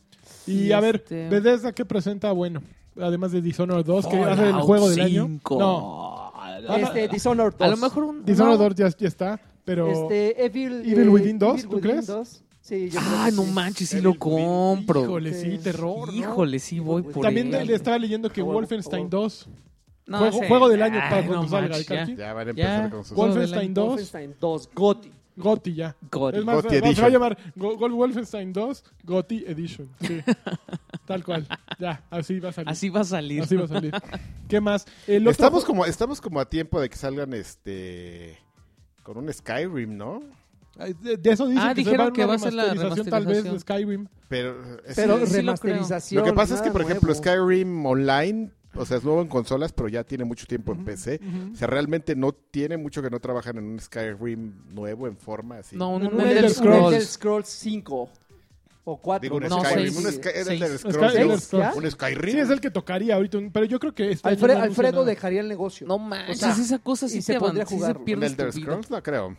C: Y
B: Y a ver,
C: este-
B: Bethesda que presenta, bueno, además de Dishonored 2, que va a ser el juego del año. No,
A: Ah,
D: Este, Dishonored 2.
C: A lo mejor un...
B: Dishonored
C: no.
B: 2 ya, ya está, pero
D: Este, Evil,
B: Evil Within 2, ¿tú crees?
D: 2. Sí, yo creo
C: Ah,
D: que
C: no
D: sí.
C: manches, sí
A: El
C: lo
A: Evil Within.
C: compro. Híjole,
B: híjole, sí,
D: Sí.
B: terror. ¿no?
C: sí voy por
B: También
C: él.
B: le estaba leyendo que
D: A huevo,
B: Wolfenstein
D: a
B: 2,
C: No,
B: juego,
C: ese-
B: juego del año
C: Ay,
B: para cuando
C: no
B: salga
C: manches,
B: de
C: ya.
B: Karki.
A: Ya van a empezar
C: Ya.
A: con sus...
C: Gol-
B: Wolfenstein 2,
D: Wolfenstein 2, Gotti.
B: Gotti ya.
C: God.
B: Es más,
A: Gotti
B: se va- se va a
A: Edition.
B: llamar Go- Go- Wolfenstein 2 Gotti Edition. Sí. Tal cual. Ya, así va a salir.
C: Así va a salir.
B: Así va a salir. ¿Qué más? El otro
A: Estamos
B: ju-
A: como, estamos como a tiempo de que salgan este... Con un Skyrim, ¿no?
B: Ay, De, de eso dicen
C: Ah,
B: que se
C: dijeron
B: va
C: que
B: una
C: va a ser la
B: remasterización, tal vez de Skyrim.
A: Pero... es-
D: Pero
C: sí lo creo.
D: remasterización.
A: Lo que pasa es que,
D: nada
A: por ejemplo,
D: nuevo.
A: Skyrim Online, o sea, es nuevo en consolas, pero ya tiene mucho tiempo en PC. O sea, realmente no tiene mucho que no trabajan en un Skyrim nuevo en forma así.
C: No, un,
D: Un,
C: un
D: Elder-
C: Elder
D: un
C: Scrolls.
D: Elder Scrolls 5 o 4.
A: digo un
C: No,
A: Skyrim,
C: seis.
A: un, Sky-
C: Seis.
A: Elder
B: Sky-
A: Scrolls,
B: Elder
A: digo,
B: Scrolls.
A: un Skyrim.
B: Sí, es el que tocaría ahorita, un- pero yo creo que este año
D: Alfredo,
B: no anuncia
D: Alfredo
B: nada.
D: dejaría el negocio.
C: No manches,
D: O sea,
C: esa cosa sí
D: y se
C: te
D: podría
C: avan- sí se
D: jugarlo.
A: ¿Un
C: pierdes tu
A: Elder
C: vida.
A: Scrolls, no creo.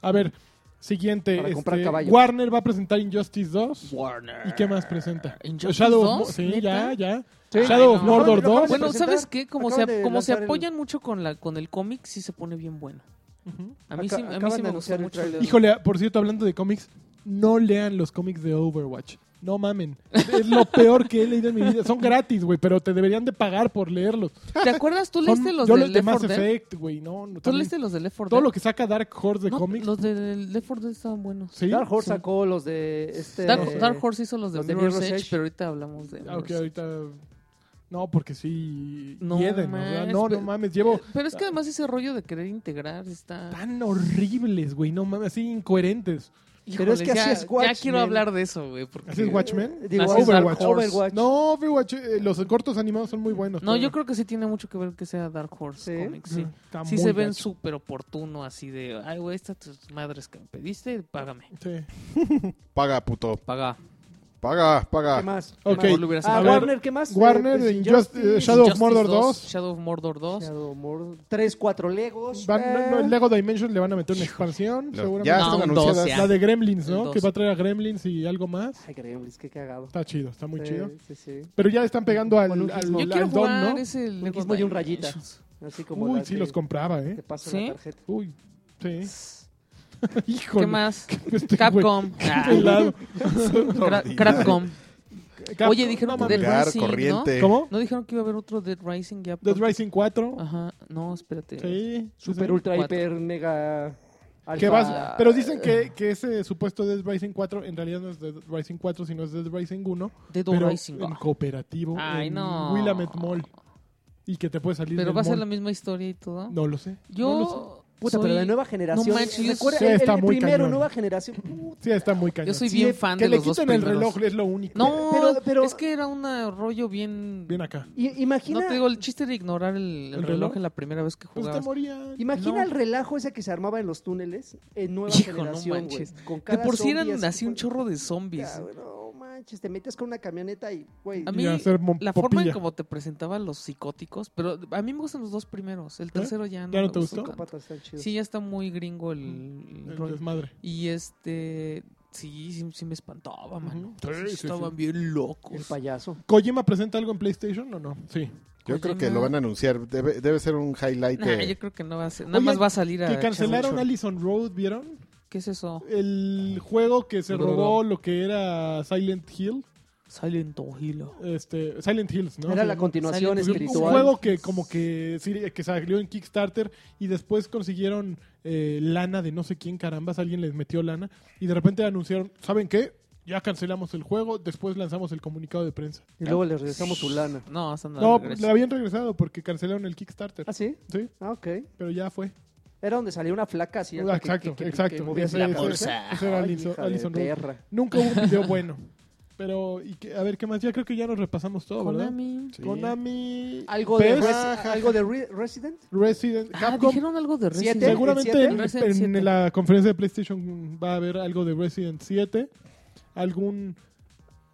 B: A ver, siguiente.
D: Para comprar
B: este,
D: caballos.
B: Warner va a presentar Injustice 2.
C: Warner.
B: ¿Y qué más presenta?
C: ¿Injustice
B: Shadow of
C: 2?
B: Mo- Sí,
C: ¿Neta?
B: ya, ya.
D: Sí.
B: Shadow
C: Ay,
B: of
C: no.
B: Mordor
D: Lo acaban
B: 2.
D: de
C: Bueno,
D: presentar.
C: ¿sabes qué? Como
D: Acaban
C: se,
D: de
C: como se
D: lanzar el-
C: apoyan mucho con la con el cómic, sí se pone bien bueno.
B: Ujú.
C: A mí
D: Aca-
C: sí, a mí
D: acaban
C: sí
D: de
C: me gustó
D: anunciar el
C: mucho.
D: tráiler.
C: el-
B: Híjole, por cierto, hablando de cómics, no lean los cómics de Overwatch. No mamen. Es lo peor que he leído en mi vida. Son gratis, güey, pero te deberían de pagar por leerlos.
C: ¿Te acuerdas? ¿Tú
B: Son-
C: leíste los
B: yo
C: de
B: los de
C: Left
B: Mass
C: 4 Dead?
B: Effect, güey. No, no,
C: ¿Tú
B: también-
C: leíste los de Left 4
B: todo
C: Dead?
B: lo que saca Dark Horse de
C: No,
B: cómics.
C: Los de Left 4 Dead estaban buenos.
B: Sí,
D: Dark Horse
B: son-
D: sacó los de este
C: Dark, Dark Horse hizo los de
D: los de
C: Mirror's
D: Mirror's
C: Edge,
D: Edge.
C: pero ahorita hablamos de
B: Ah, ok,
C: Mirror's Edge.
B: ahorita. No, porque sí
C: No
B: hieden, o sea,
C: más,
B: no,
C: pero- eh,
B: no mames, llevo
C: Pero es que además ese rollo de querer integrar está...
B: tan horribles, güey, no mames, así incoherentes.
D: Pero es que así
C: ya-
D: es Watchmen.
C: Ya quiero hablar de eso, güey. porque-
B: ¿Así es Watchmen?
D: Digo,
C: Así es
D: Overwatch.
C: Dark Horse.
D: Overwatch.
B: Ah, No, Overwatch, eh, los cortos animados son muy buenos.
C: No,
B: pero-
C: yo creo que sí tiene mucho que ver que sea Dark Horse
D: ¿Sí?
C: Comics, sí.
B: Está
C: Sí
B: muy
C: se ven
B: gacho.
C: súper oportuno, así de, ay, güey, estas tus madres que me pediste, págame.
B: Sí.
A: Paga, puto.
C: Paga.
A: Paga,
D: ¿Qué
A: paga.
D: más?
B: Ok.
D: ¿Qué más?
C: Mejor lo hubieras
D: Ah,
B: A
C: hecho.
B: ver,
D: Warner, ¿qué más?
B: Warner,
D: Eh, pues,
B: Injustice, eh, Shadow of Mordor 2.
C: Shadow of Mordor 2.
D: Shadow of Mordor. Tres, cuatro
C: Pues,
D: Legos.
B: Van-
D: Eh,
B: no, no, el Lego Dimension le van a meter una expansión,
A: No,
B: seguramente.
A: ya
C: No,
A: están
C: un
A: anunciadas.
C: 12, ah.
B: La de Gremlins,
C: El
B: ¿no?
C: dos.
B: Que va a traer a Gremlins y algo más.
D: Ay, Gremlins, qué cagado.
B: Está chido, está muy
D: Sí,
B: chido.
D: Sí, sí.
B: Pero ya están pegando al, al,
D: Monogismo.
B: al,
D: Yo
C: Yo quiero
B: Dom,
C: jugar
B: ¿no?
C: ese
D: Un
C: Lego
D: gizmo y un rayita.
C: Dimensions.
D: Así como
B: Uy,
D: las
B: sí,
D: que
B: los compraba, ¿eh?
D: Te pasan
C: ¿Sí?
D: la tarjeta.
B: Uy, sí.
C: ¿Qué
B: Híjole.
C: más?
B: Este güey,
C: Capcom. Ah,
B: pelado.
C: Cra- Crapcom.
B: Capcom,
C: Oye, dijeron
B: no
C: que
B: mames.
C: Dead
A: Gar,
C: Rising,
A: corriente.
B: ¿Cómo?
C: ¿No Ah, dijeron que iba a haber otro Dead Rising ya?
B: Dead
C: pronto?
B: Rising 4.
C: Ajá, no, espérate.
B: Sí.
D: Super,
B: Sí.
D: ultra,
C: Cuatro.
D: hiper, mega.
B: Que
D: alfa.
B: vas- pero dicen que, que ese supuesto Dead Rising 4 en realidad no es Dead Rising 4, sino es Dead Rising 1.
C: Dead
B: pero
C: Rising.
B: en
C: ah.
B: cooperativo
C: Ay,
B: en
C: no.
B: Willamette Mall. Y que te puede salir
C: Pero
B: del
C: va a ser
B: mall.
C: la misma historia y todo.
B: No lo sé.
C: Yo.
B: no lo
D: Puta, pero
C: soy-
D: la nueva generación.
C: manches,
D: Recuerda,
B: sí,
D: el-
B: está
D: el
B: muy
D: primero,
B: cañón.
D: nueva generación. puta.
B: Sí, está muy cañón.
C: Yo soy
B: Sí, eh,
C: bien fan
B: que
C: de
B: le
C: los dos
B: quiten el
C: primeros.
B: reloj es lo único.
C: No,
D: Pero- pero-
C: es que era un rollo bien.
B: Bien acá.
D: I- imagina
C: No te digo, el chiste de ignorar el, el
B: ¿El
C: reloj
B: reloj?
C: en la primera vez que
B: Pues te
C: jugabas.
B: morían.
D: imagina
C: no.
D: el relajo ese que se armaba en los túneles en nueva
C: Hijo, no
D: generación. güey,
C: manches.
D: con
C: Que
D: cada
C: por si
D: zombie
C: eran así un
D: güey.
C: chorro de zombies.
D: Ya, güey, No manches, te metes con una camioneta y, güey.
C: A
B: Y
C: mí,
B: hacer mo-
C: la forma en
B: popilla.
C: como te presentaban los psicóticos, pero a mí me gustan los dos primeros. El tercero ya no.
B: ¿Eh? ¿Ya no
C: me
B: te gustó?
C: tanto.
D: psicópatas están chidos.
C: Sí, ya está muy gringo el, el
B: El
C: rollo.
B: desmadre.
C: Y este. Sí, sí, sí me espantaba, mano.
B: Ujú. Sí, sí, sí.
C: Estaban bien
D: El
C: locos.
D: payaso.
B: ¿Kojima presenta algo en PlayStation o no? Sí.
A: Yo creo que
C: Kojima.
A: lo van a anunciar. Debe, debe ser un highlight.
C: Nah,
A: eh.
C: yo creo que no va a ser. Nada
B: Oye,
C: más va a salir a.
B: Que
C: echar
B: cancelaron
C: un chorro.
B: Allison Road, ¿vieron?
C: ¿Qué es eso?
B: El juego que se
C: Bro.
B: robó lo que era Silent Hill.
C: Silent Hill.
B: Este, Silent Hills, ¿no?
D: Era
B: Sí.
D: la continuación
C: Silent
B: Sí,
C: Hill.
D: espiritual.
B: Un juego que como que, sí, que salió en Kickstarter y después consiguieron eh, lana de no sé quién carambas, alguien les metió lana y de repente anunciaron, ¿saben qué? Ya cancelamos el juego, después lanzamos el comunicado de prensa.
D: Y luego le regresamos Pues su lana.
C: No, hasta no, pues,
B: No,
C: regreso.
B: la habían regresado porque cancelaron el Kickstarter.
D: ¿Ah, sí?
B: Sí,
D: Ah, ok.
B: pero ya fue.
D: Era donde salía una flaca así.
B: Ah, exacto, exacto. Ese-
D: la
B: ese-
D: bolsa.
B: ese era
D: Ay,
B: Alison-
D: hija de
B: Alison Road.
D: perra.
B: Nunca hubo un video bueno. Pero, y que- a ver, ¿qué más? Ya creo que ya nos repasamos todo, ¿verdad?
C: Oh, Konami.
A: Sí.
B: Konami.
D: Algo de,
B: PES,
D: Res- algo de Re- Resident.
B: Resident.
C: Ah,
B: Capcom.
C: dijeron algo de Resident.
D: ¿Siete?
B: Seguramente
D: ¿El
B: en,
C: siete?
B: en
C: Resident
B: la conferencia de PlayStation va a haber algo de Resident 7. Algún.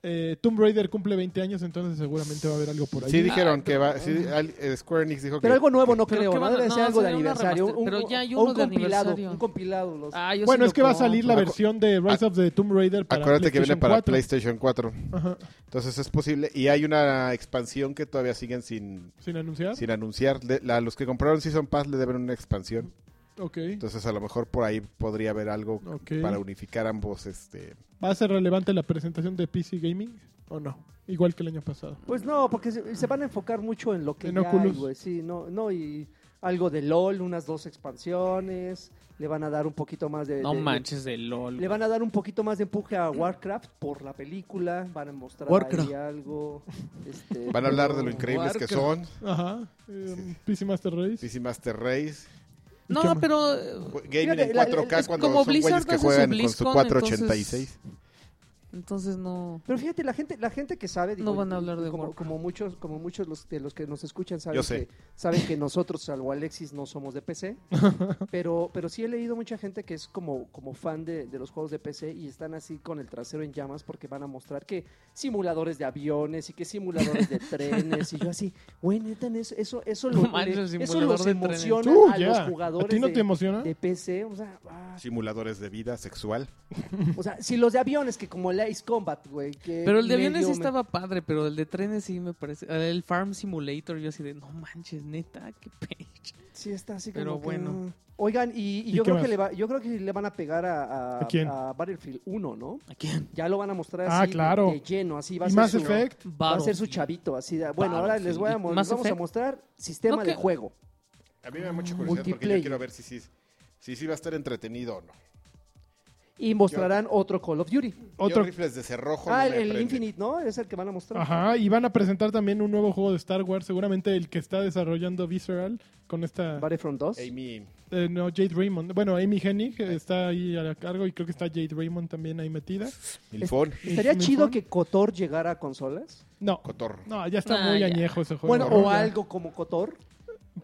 B: eh, Tomb Raider cumple 20 años, entonces seguramente va a haber algo por ahí.
A: Sí dijeron que va. sí, al- eh, Square Enix dijo
D: Pero
A: que.
D: algo nuevo no
C: Pero
D: creo,
C: qué
D: ¿no?
C: van a-
D: Debe
C: no,
D: ser algo de
C: sería una
D: aniversario.
C: remaster,
D: un-
C: pero ya hay
D: o un
C: uno de
D: compilado.
C: aniversario.
D: Un compilado. los-
C: Ah, yo sí
B: bueno,
C: lo
B: es que va a salir la
C: compro.
B: versión de Rise of the Tomb Raider para
A: Acuérdate que viene para
B: PlayStation
A: PlayStation 4.
B: 4. Ajá,
A: Entonces es posible. Y hay una expansión que todavía siguen sin,
B: sin anunciar.
A: sin anunciar. Le- la- los que compraron Season Pass le deben una expansión.
B: Ok.
A: Entonces a lo mejor por ahí podría haber algo
B: Ok.
A: para unificar ambos. este
B: ¿Va a ser relevante la presentación de PC Gaming o no? Igual que el año pasado.
D: Pues no, porque se, se van a enfocar mucho en lo que
B: En
D: ya hay,
B: Oculus.
D: güey. Sí, no, no, y algo de LOL, unas dos expansiones. Le van a dar un poquito más de.
C: No
D: de-
C: manches de LOL.
D: Le van a dar un poquito más de empuje a Warcraft por la película. Van a mostrar
C: Warcraft.
D: ahí algo. este,
A: Van a hablar de lo increíbles que son.
B: Ajá. eh,
A: Sí.
B: PC Master Race.
A: PC Master Race.
B: ¿Y qué
C: No,
B: más?
C: pero eh,
A: Ju- Gaming
D: Fíjate,
A: en
D: la-
A: 4K
D: es
A: cuando
C: como
A: son
C: Blizzard
A: güeyes que
C: hace su
A: juegan con su
C: BlizzCon,
A: 486.
C: entonces no.
D: Pero fíjate, la gente, la gente que sabe, digo,
C: No van a hablar de
D: como,
C: Warcraft.
D: como muchos, como muchos los, de los que nos escuchan saben
A: Yo sé.
D: que saben que nosotros, salvo Alexis, no somos de PC. pero, pero sí he leído mucha gente que es como, como fan de, de los juegos de PC y están así con el trasero en llamas porque van a mostrar que simuladores de aviones y que simuladores de trenes. Y yo así, güey, neta, eso, eso, eso,
C: No
D: lo-
C: manches,
D: le-
C: el
D: eso
C: simulador
D: los
C: de trenes.
D: emociona
B: Tú,
D: a
B: ya.
D: los
B: ¿A
D: jugadores
B: ti no te
D: de,
B: emociona?
D: de PC. O sea, ah,
A: Simuladores de vida sexual.
D: o sea, si los de aviones, que como el Ace Combat, güey. que
C: Pero el de
D: medio
C: aviones sí
D: Eh, me-
C: estaba padre, pero el de trenes sí me parece. El Farm Simulator, yo así de no manches, neta, qué page.
D: Sí, está así como
C: Pero
D: que,
C: bueno.
D: ah. Oigan, y, y
B: ¿Y
D: yo,
B: qué
D: creo que
B: más?
D: le va, yo creo que le van a pegar a, a-
B: ¿A quién?
D: a Battlefield 1, ¿no?
C: ¿A quién?
D: Ya lo van a mostrar
B: Ah,
D: así de-
B: claro.
D: de lleno, así va a
B: Y
D: ser
B: Mass
D: su,
B: Effect.
D: Va a ser su
C: Battlefield.
D: chavito, así de, bueno, ahora les voy a
C: Battlefield.
D: mo-
C: Mass
D: les vamos a
C: Effect.
D: mostrar sistema
C: No,
D: de
C: que-
D: juego.
B: Ah,
A: A mí me da mucha curiosidad porque
D: Multiplayer.
A: yo quiero ver si sí si, sí va a estar entretenido o no.
D: y mostrarán otro Call of Duty.
A: Otro
B: Otro.
A: rifles de cerrojo. no
D: Ah, el,
A: me
D: el
A: prende.
D: Infinite, ¿no? Es el que van a mostrar.
B: Ajá, y van a presentar también un nuevo juego de Star Wars, seguramente el que está desarrollando Visceral con esta...
D: Battlefront 2.
A: Amy,
B: eh, no, Jade Raymond. Bueno, Amy Hennig eh, está ahí a la cargo y creo que está Jade Raymond también ahí metida.
A: Milfón,
D: Estaría
B: Infinite
D: chido
B: Fun.
D: que Cotor llegara a consolas.
B: No,
A: Cotor.
B: no, ya está
C: Ah,
B: muy
C: ya.
B: añejo ese juego.
D: Bueno, o
B: Ya.
D: algo como Cotor.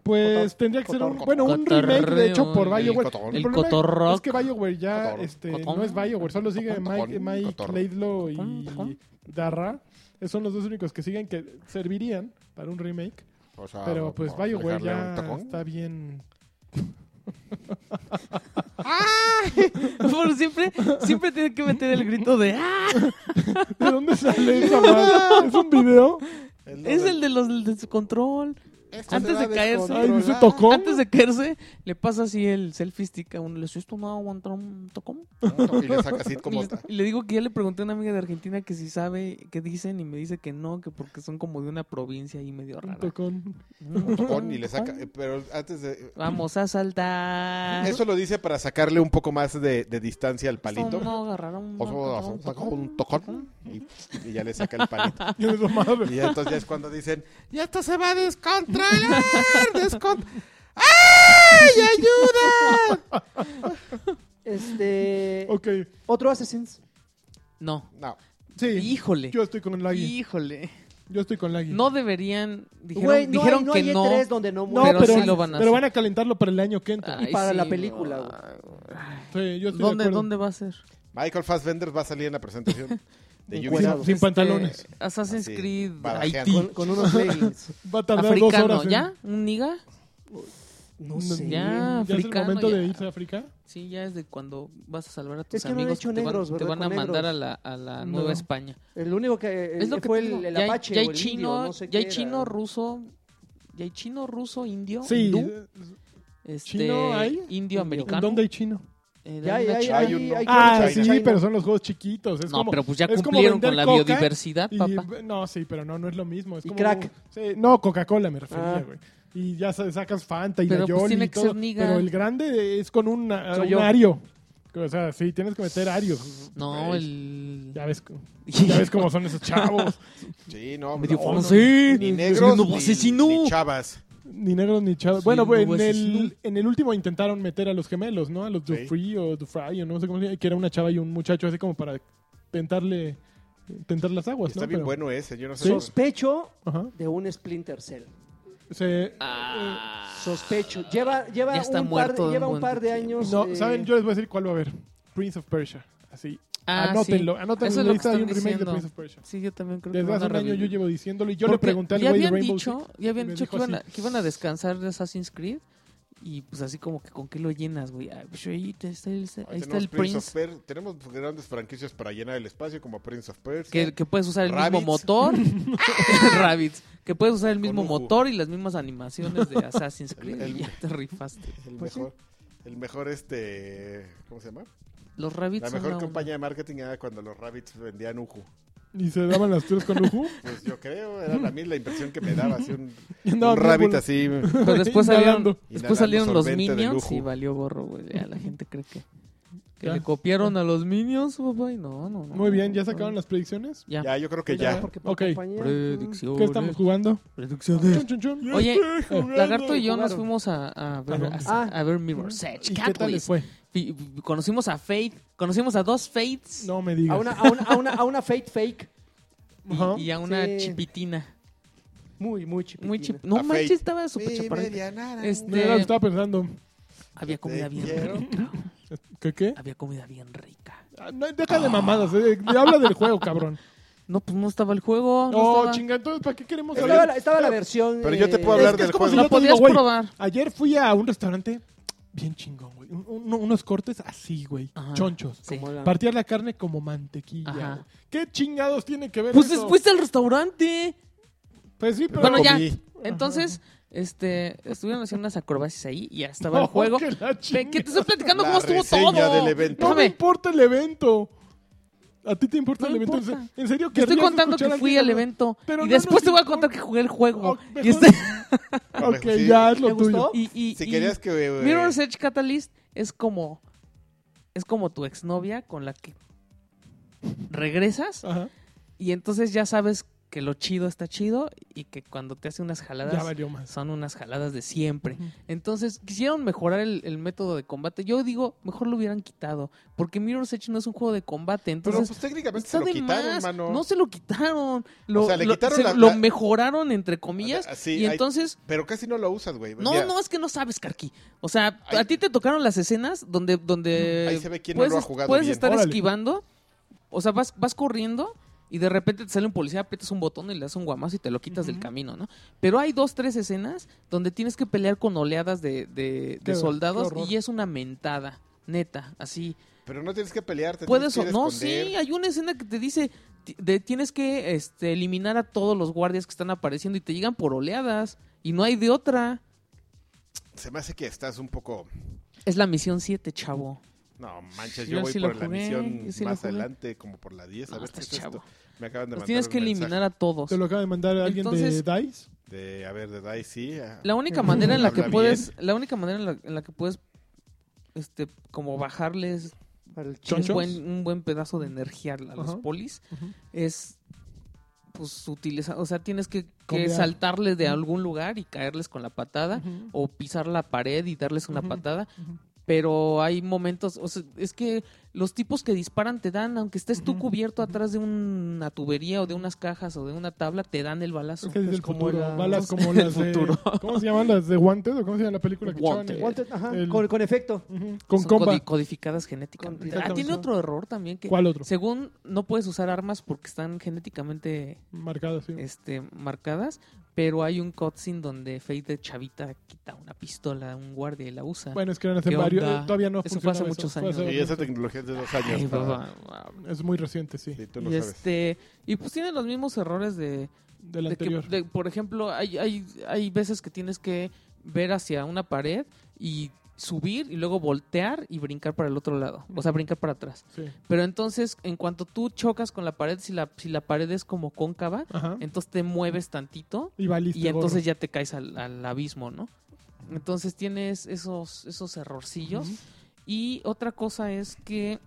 B: Pues
D: Cotor-
B: tendría que ser un,
D: Cotor-
B: bueno, un
C: Cotor-
B: remake de hecho por
C: el
B: BioWare.
A: Cotor-
B: El,
C: el
B: problema
C: Cotorrock.
B: es que BioWare ya
A: Cotor-
B: este,
C: Cotor-
B: no es BioWare, solo sigue
A: Cotor-
B: Mike, Mike
A: Cotor-
B: Laidlaw
C: Cotor-
B: y Darra. Esos son los dos únicos que siguen que servirían para un remake,
A: O
D: Ah,
A: sea,
B: pero pues
A: por
B: BioWare
A: dejarle un
B: ya
A: tacón.
B: está bien.
C: Ah. Por siempre, siempre tiene que meter el grito de ¡Ah!
B: ¿De dónde sale esa madre? ¿Es un video?
C: Es el de los del descontrol. Antes de caerse.
B: Ay, ¿no se tocó?
C: Antes de caerse, le pasa así el selfie stick a uno. ¿Le estoy tomando aguantar un tocón?
A: Y le saca así como
C: Y le, y le digo que ya le pregunté a una amiga de Argentina que si sabe qué dicen y me dice que no, que porque son como de una provincia ahí medio
B: Un
C: rara.
B: tocón.
A: un tacón y le saca. eh, Pero antes de.
C: Vamos a saltar.
A: Eso lo dice para sacarle un poco más de, de distancia al palito.
C: Vamos a agarrar un
A: O sea,
C: tocón,
A: saca
C: tocón.
A: un tocón y, y ya le saca el palito.
B: Y eso, madre.
A: Y ya entonces ya es cuando dicen: ¡Y esto se va a descontrolar! descont- ¡Ay, ayuda!
D: Este.
B: Ok,
D: Otro Assassin's.
C: No.
A: No,
B: sí.
C: Híjole.
B: Yo estoy con Laggy.
C: Híjole.
B: Yo estoy con Laggy.
C: No deberían. Dijeron,
D: Güey, no
C: dijeron
D: hay, no
C: que
D: hay E
C: no.
D: E3 donde no
B: No,
D: mueran.
B: pero,
C: sí lo van a
B: pero
C: hacer.
B: van a calentarlo para el año que entra.
C: Ay,
D: para la
C: sí,
D: película,
C: no.
B: Sí, yo estoy de
C: ¿Dónde,
B: acuerdo.
C: ¿Dónde va a ser?
A: Michael Fassbender va a salir en la presentación de
D: Encuerado.
A: Ubisoft.
B: Sin, sin pantalones.
C: Este, Assassin's
A: Así,
C: Creed
A: barajeando.
D: Con,
C: Haití.
D: con unos leggings.
B: Va a tardar dos
C: Africano,
B: horas. ¿eh? en-
C: ¿ya? ¿Un niga?
D: No
C: Ya.
D: sé.
B: ¿Ya es el
C: africano,
B: momento
C: ya.
B: de irse a África?
C: Sí, ya es de cuando vas a salvar a tus
D: Es que no han
C: amigos.
D: hecho
C: te van-
D: negros,
C: te
D: ¿verdad?
C: van a
D: Con
C: mandar a
D: negros.
C: la, a la
B: No.
C: Nueva España.
D: El único que, eh,
C: Es lo que
D: fue
C: tengo.
D: el, el
C: ya, hay-
D: Apache.
C: ya
D: o
C: hay
D: el
C: chino,
D: indio, no
C: ya
D: sé
C: hay
D: qué era.
C: chino, ruso, ya hay chino, ruso, indio,
B: Sí.
C: hindú, este,
B: ¿Chino hay?
C: indio americano.
B: ¿En dónde hay chino?
C: eh,
D: Ya,
C: hay
D: ya,
C: una
D: ya,
C: china.
A: Hay
D: hay-
A: uno.
D: hay
B: Ah,
D: cosas
B: sí,
D: en China.
B: pero son los juegos chiquitos. Es
C: No,
B: como,
C: pero pues ya
B: es como
C: cumplieron
B: vender
C: con la
B: Coca
C: biodiversidad,
B: y-
C: Ah, papá.
B: no, sí, pero no, no es lo mismo. Es
D: Y
B: como,
D: crack.
B: Sí, no, Coca-Cola me refería,
D: Ah.
B: güey. Y ya sa- sacas Fanta y
C: Pero,
B: la
C: pues,
B: Yoli
C: tiene
B: y
C: que
B: todo.
C: ser niga.
B: Pero el grande es con un,
D: Soy
B: un
D: yo.
B: ario. O sea, sí, tienes que meter arios.
C: No,
B: Güey,
C: el...
B: Ya ves, co- ya ves cómo son esos chavos.
A: Sí, no,
C: Medio
A: no,
C: francés,
A: ni
C: es
A: negros,
C: un
A: ni-
C: asesino.
A: ni chavas.
B: Ni negros ni chavos.
C: Sí,
B: bueno,
C: no
B: pues,
C: hubo
B: en,
C: asesino.
B: el, en el último intentaron meter a los gemelos, ¿no? A los
A: Sí.
B: Dufry o Dufray o no sé cómo se llama, que era una chava y un muchacho así como para tentarle tentar las aguas,
A: Está
B: ¿no?
A: bien
B: Pero-
A: bueno ese, yo no sé.
B: Sí.
D: Sospecho
B: Ajá.
D: de un Splinter Cell.
B: Se-
C: Ah.
D: Sospecho. Lleva, lleva
C: Ya está
D: un par,
C: muerto
D: de-
C: de
D: lleva
C: un
D: un par de
C: buen tiempo.
D: años.
B: no,
D: eh,
B: ¿saben? Yo les voy a decir cuál va a haber. Prince of Persia. Así.
C: Ah,
B: anótenlo.
C: sí.
B: Anótenlo
C: Eso
B: en
C: es
B: la
C: lo que
B: lista de un
C: están
B: remake de
C: diciendo.
B: Prince of Persia.
C: Sí, yo también creo que
B: Desde
C: van
B: hace
C: a
B: un año yo
C: revivir.
B: llevo diciéndolo y yo le
C: Porque
B: pregunté al
C: ya
B: güey de
C: habían
B: Rainbow
C: dicho,
B: Six.
C: ya habían
B: me
C: dicho
B: dijo
C: que iban, a,
B: así.
C: que iban a descansar de Assassin's Creed y pues así como que con qué lo llenas, güey. Ah, pues, ahí te- está el, ahí está
A: tenemos
C: el
A: Prince of
C: Prince.
A: Per- tenemos grandes franquicias para llenar el espacio, como Prince of Persia.
C: Que, que puedes usar el
A: Rabbids.
C: mismo motor. Rabbids. Que puedes usar el mismo
A: Con un ju.
C: motor y las mismas animaciones de Assassin's Creed.
A: el-
C: y ya te rifaste.
A: El
D: Pues sí.
A: mejor, el mejor este, ¿cómo se llama?
C: Los Rabbids
A: La
C: son
A: mejor
C: la onda.
A: compañía de marketing era cuando los rabbits vendían Uju.
B: Y se daban las tres con lujo.
A: Pues yo creo, era a mí la impresión que me daba, así un,
B: Y
A: un
B: andaban
A: rabbit
B: bien
A: así.
C: Pero
B: Inhalando.
C: después salieron, después
A: Inhalando
C: salieron los
A: sorbente de
C: Minions
A: lujo.
C: y valió gorro, güey. Ya la gente cree que, que
B: Ya.
C: le copiaron a los Minions, papá. Y no, no, no.
B: Muy bien, ¿ya sacaron las predicciones?
C: Ya.
A: Ya, yo creo que
D: ya,
A: ya.
D: porque por
B: Ok.
D: compañía,
C: Predicciones.
B: ¿Qué estamos jugando?
C: Predicciones.
B: Chun, chun, chun.
C: Oye, eh,
B: jugando.
C: Lagarto y yo nos
D: Jugaron.
C: fuimos a, a ver,
B: ¿A dónde?
C: a,
D: Ah.
C: a ver Mirror's Edge.
B: ¿Y qué tal les
C: Catboys.
B: fue?
C: Y- y- Conocimos a Fate, conocimos a dos Fates
B: No me
D: A
B: digas.
D: una, a, una, a, una, a una fake fake.
C: y-
B: Ajá.
C: y, a una
D: Sí.
C: chipitina.
D: Muy, muy chiquitina.
C: Muy chip...
A: A
C: No
A: Fate.
C: manches, estaba súper
A: Mi
C: chaparrita.
A: media nada.
C: Este-
B: No era lo que estaba pensando.
C: Había comida
A: Te
C: bien
A: quiero.
C: rica.
B: ¿Qué qué?
C: Había comida bien rica.
B: Ah, no, deja de mamadas. eh, Habla del juego, cabrón.
C: No, pues no estaba el juego. No,
B: No,
C: estaba-
B: chinga, entonces, ¿para qué queremos
D: Estaba la,
B: hablar?
D: estaba la versión.
A: Pero yo te
D: eh,
A: puedo
B: Es
A: hablar
B: que es
A: del
B: como si
A: juego.
B: yo
C: Pues No
B: te digo,
C: podías
B: güey,
C: probar.
B: Ayer fui a un restaurante bien chingón, güey. Un- un- unos cortes así, güey.
C: Ajá.
B: Chonchos.
C: Sí.
D: como la-
B: Partir la carne como
C: Ajá.
B: mantequilla. güey. ¿Qué chingados tiene que ver
C: Pues es-
B: eso?
C: fuiste al restaurante.
B: Pues sí, pero...
C: Bueno, ya.
A: comí.
C: Entonces, este, estuvieron haciendo unas acrobacias ahí y ya estaba el
B: No,
C: juego.
B: que la
C: Ve, que te estoy platicando
A: La
C: cómo estuvo
A: reseña
C: todo.
A: del evento.
B: No me
C: Déjame,
B: importa el evento. ¿A ti te importa
C: No
B: el
C: me
B: evento?
C: importa.
B: ¿En serio?
C: te estoy
B: querrías
C: contando
B: escuchar
C: que
B: alguien
C: fui al
B: hablar?
C: evento
B: Pero
C: y
B: no
C: después
B: nos
C: te voy a
B: importa.
C: contar que jugué el juego.
B: Oh,
C: y
B: mejor-
C: este,
B: Ok,
A: Sí.
B: ya es lo
D: ¿Te gustó?
B: tuyo. pues.
C: y, y-
A: Si
C: y-
A: querías que. eh,
C: Mirror's Edge Catalyst es como es como tu exnovia con la que regresas
B: Ajá.
C: y entonces ya sabes que lo chido está chido y que cuando te hace unas
B: Ya
C: jaladas
B: valió más.
C: son unas jaladas de siempre.
B: Ujú.
C: Entonces, quisieron mejorar el, el método de combate. Yo digo, mejor lo hubieran quitado, porque Mirror's Edge no es un juego de combate,
A: Pero
C: entonces
A: pues técnicamente se
C: está
A: lo
C: de
A: quitaron,
C: más.
A: mano.
C: No se lo quitaron, lo,
A: sea, le
C: lo-
A: quitaron
C: se-
A: la-
C: lo
A: la-
C: mejoraron entre comillas
A: Ah, sí,
C: y
A: hay-
C: entonces
A: Pero casi no lo usas, güey. pues,
C: no,
A: Mira,
C: no, es que no sabes, Karki. O sea,
A: Ahí-
C: a ti te tocaron las escenas donde... donde
A: Ahí se ve quién no
C: puedes,
A: lo ha jugado
C: Puedes
A: bien.
C: estar
B: Órale.
C: esquivando. O sea, vas, vas corriendo y de repente te sale un policía, aprietas un botón y le das un guamazo y te lo quitas del
B: Ujú.
C: camino, ¿no? Pero hay dos, tres escenas donde tienes que pelear con oleadas de, de- de
B: Qué-
C: soldados
B: qué horror.
C: y es una mentada. Neta, así.
A: Pero no tienes que pelearte.
C: Puedes o
A: tienes que
C: no,
A: esconder.
C: sí, hay una escena que te dice ti- de, tienes que este, eliminar a todos los guardias que están apareciendo y te llegan por oleadas y no hay de otra.
A: Se me hace que estás un poco.
C: Es la misión 7, chavo.
A: No manches,
C: Yo
A: yo voy
C: sí lo
A: por la
C: jugué,
A: misión
C: yo sí lo
A: más
C: jugué.
A: adelante, como por la 10. a
C: No,
A: ver qué
C: estás
A: es esto.
C: chavo.
A: Me acaban de
C: Los
A: mandar
C: tienes
A: un
C: que
A: mensaje
C: eliminar a todos.
B: Te lo acaba de mandar alguien
C: Entonces-
B: de DICE.
A: de- a ver, de Dai, sí. ah.
C: La única manera en la que
A: Habla
C: puedes, la única manera en la, en la que puedes, este, como bajarles
D: Para el
B: Chon-
C: un
B: ¿Chonchos?
C: buen, un buen pedazo de energía a los
B: Ajá.
C: polis,
B: Ujú.
C: es, pues, utilizar, o sea, tienes que, que
B: Cambiar.
C: saltarles de algún lugar y caerles con la patada.
B: Ujú.
C: O pisar la pared y darles una
B: Ujú.
C: patada.
B: Ujú.
C: Pero hay momentos. O sea, es que los tipos que disparan te dan, aunque estés tú
B: Ujú.
C: cubierto atrás de una tubería o de unas cajas o de una tabla, te dan el balazo.
B: Es que es
D: Pues
B: del
D: como
B: futuro.
D: la-
B: Balas como
C: del
B: las de.
C: futuro.
B: ¿Cómo se llaman las de Wanted o cómo se llama la película que echaban?
C: Wanted.
D: Wanted, ajá,
B: El-
D: con, con efecto.
B: Ujú. Con
C: Son
B: comba.
C: codi- codificadas genéticamente. ah,
D: Con-
C: tiene
B: Exactamente.
C: otro error también que
B: ¿Cuál otro?
C: según no puedes usar armas porque están genéticamente
B: Marcada, sí.
C: este marcadas, pero hay un cutscene donde Fate de chavita quita una pistola a un guardia y la usa.
B: Bueno, es que eran hace
C: ¿Qué
B: varios.
C: onda?
B: eh, todavía no
C: Eso fue
B: funcionaba
C: hace muchos años.
B: hace
A: Y esa
B: mucho.
A: tecnología es de dos años.
C: Ay,
A: para-
C: papá, wow.
B: Es muy reciente, sí.
A: Sí, tú lo
C: y
A: sabes.
C: este y pues tiene los mismos errores de,
B: Del
C: de que,
B: anterior.
C: de- por ejemplo, hay, hay, hay veces que tienes que ver hacia una pared y subir y luego voltear y brincar para el otro lado, o sea, brincar para atrás.
B: Sí.
C: Pero entonces, en cuanto tú chocas con la pared, si la, si la pared es como cóncava,
B: Ajá.
C: entonces te mueves tantito
B: Y valiste.
C: y
B: gorro.
C: entonces ya te caes al, al abismo, ¿no? Entonces tienes esos, esos errorcillos.
B: Ujú.
C: Y otra cosa es que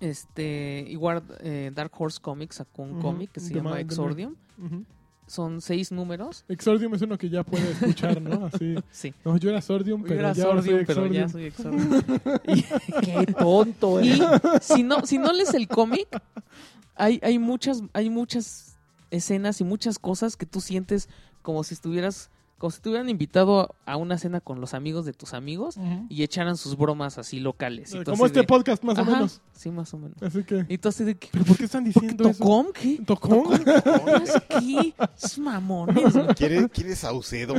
C: este igual eh, Dark Horse Comics sacó un
B: Ujú,
C: cómic que se
B: de
C: llama
B: ma- de ma-
C: Exordium.
B: Ujú.
C: Son seis números.
B: Exordium es uno que ya puede escuchar, ¿no? Así.
C: Sí.
B: No, yo era Sordium, pero
C: Yo era
B: ya ahora soy
C: Exordium, pero ya
B: Exordium. Eh,
C: soy Exordium.
D: Qué tonto,
C: Y
D: eh.
C: si no, si no lees el cómic, hay, hay muchas, hay muchas escenas y muchas cosas que tú sientes como si estuvieras, como si te hubieran invitado a una cena con los amigos de tus amigos
B: Ujú.
C: y echaran sus bromas así locales. Y tú
B: Como
C: así
B: este
C: de-
B: podcast, más o
C: Ajá,
B: menos.
C: Sí, más o menos.
B: Así que.
C: Y tú así de que,
B: ¿Pero por qué están diciendo eso?
C: ¿Tocom? ¿Qué?
B: ¿Tocó?
C: ¿Tocas qué? Es mamones. güey.
A: ¿Quieres, quieres Saucedo?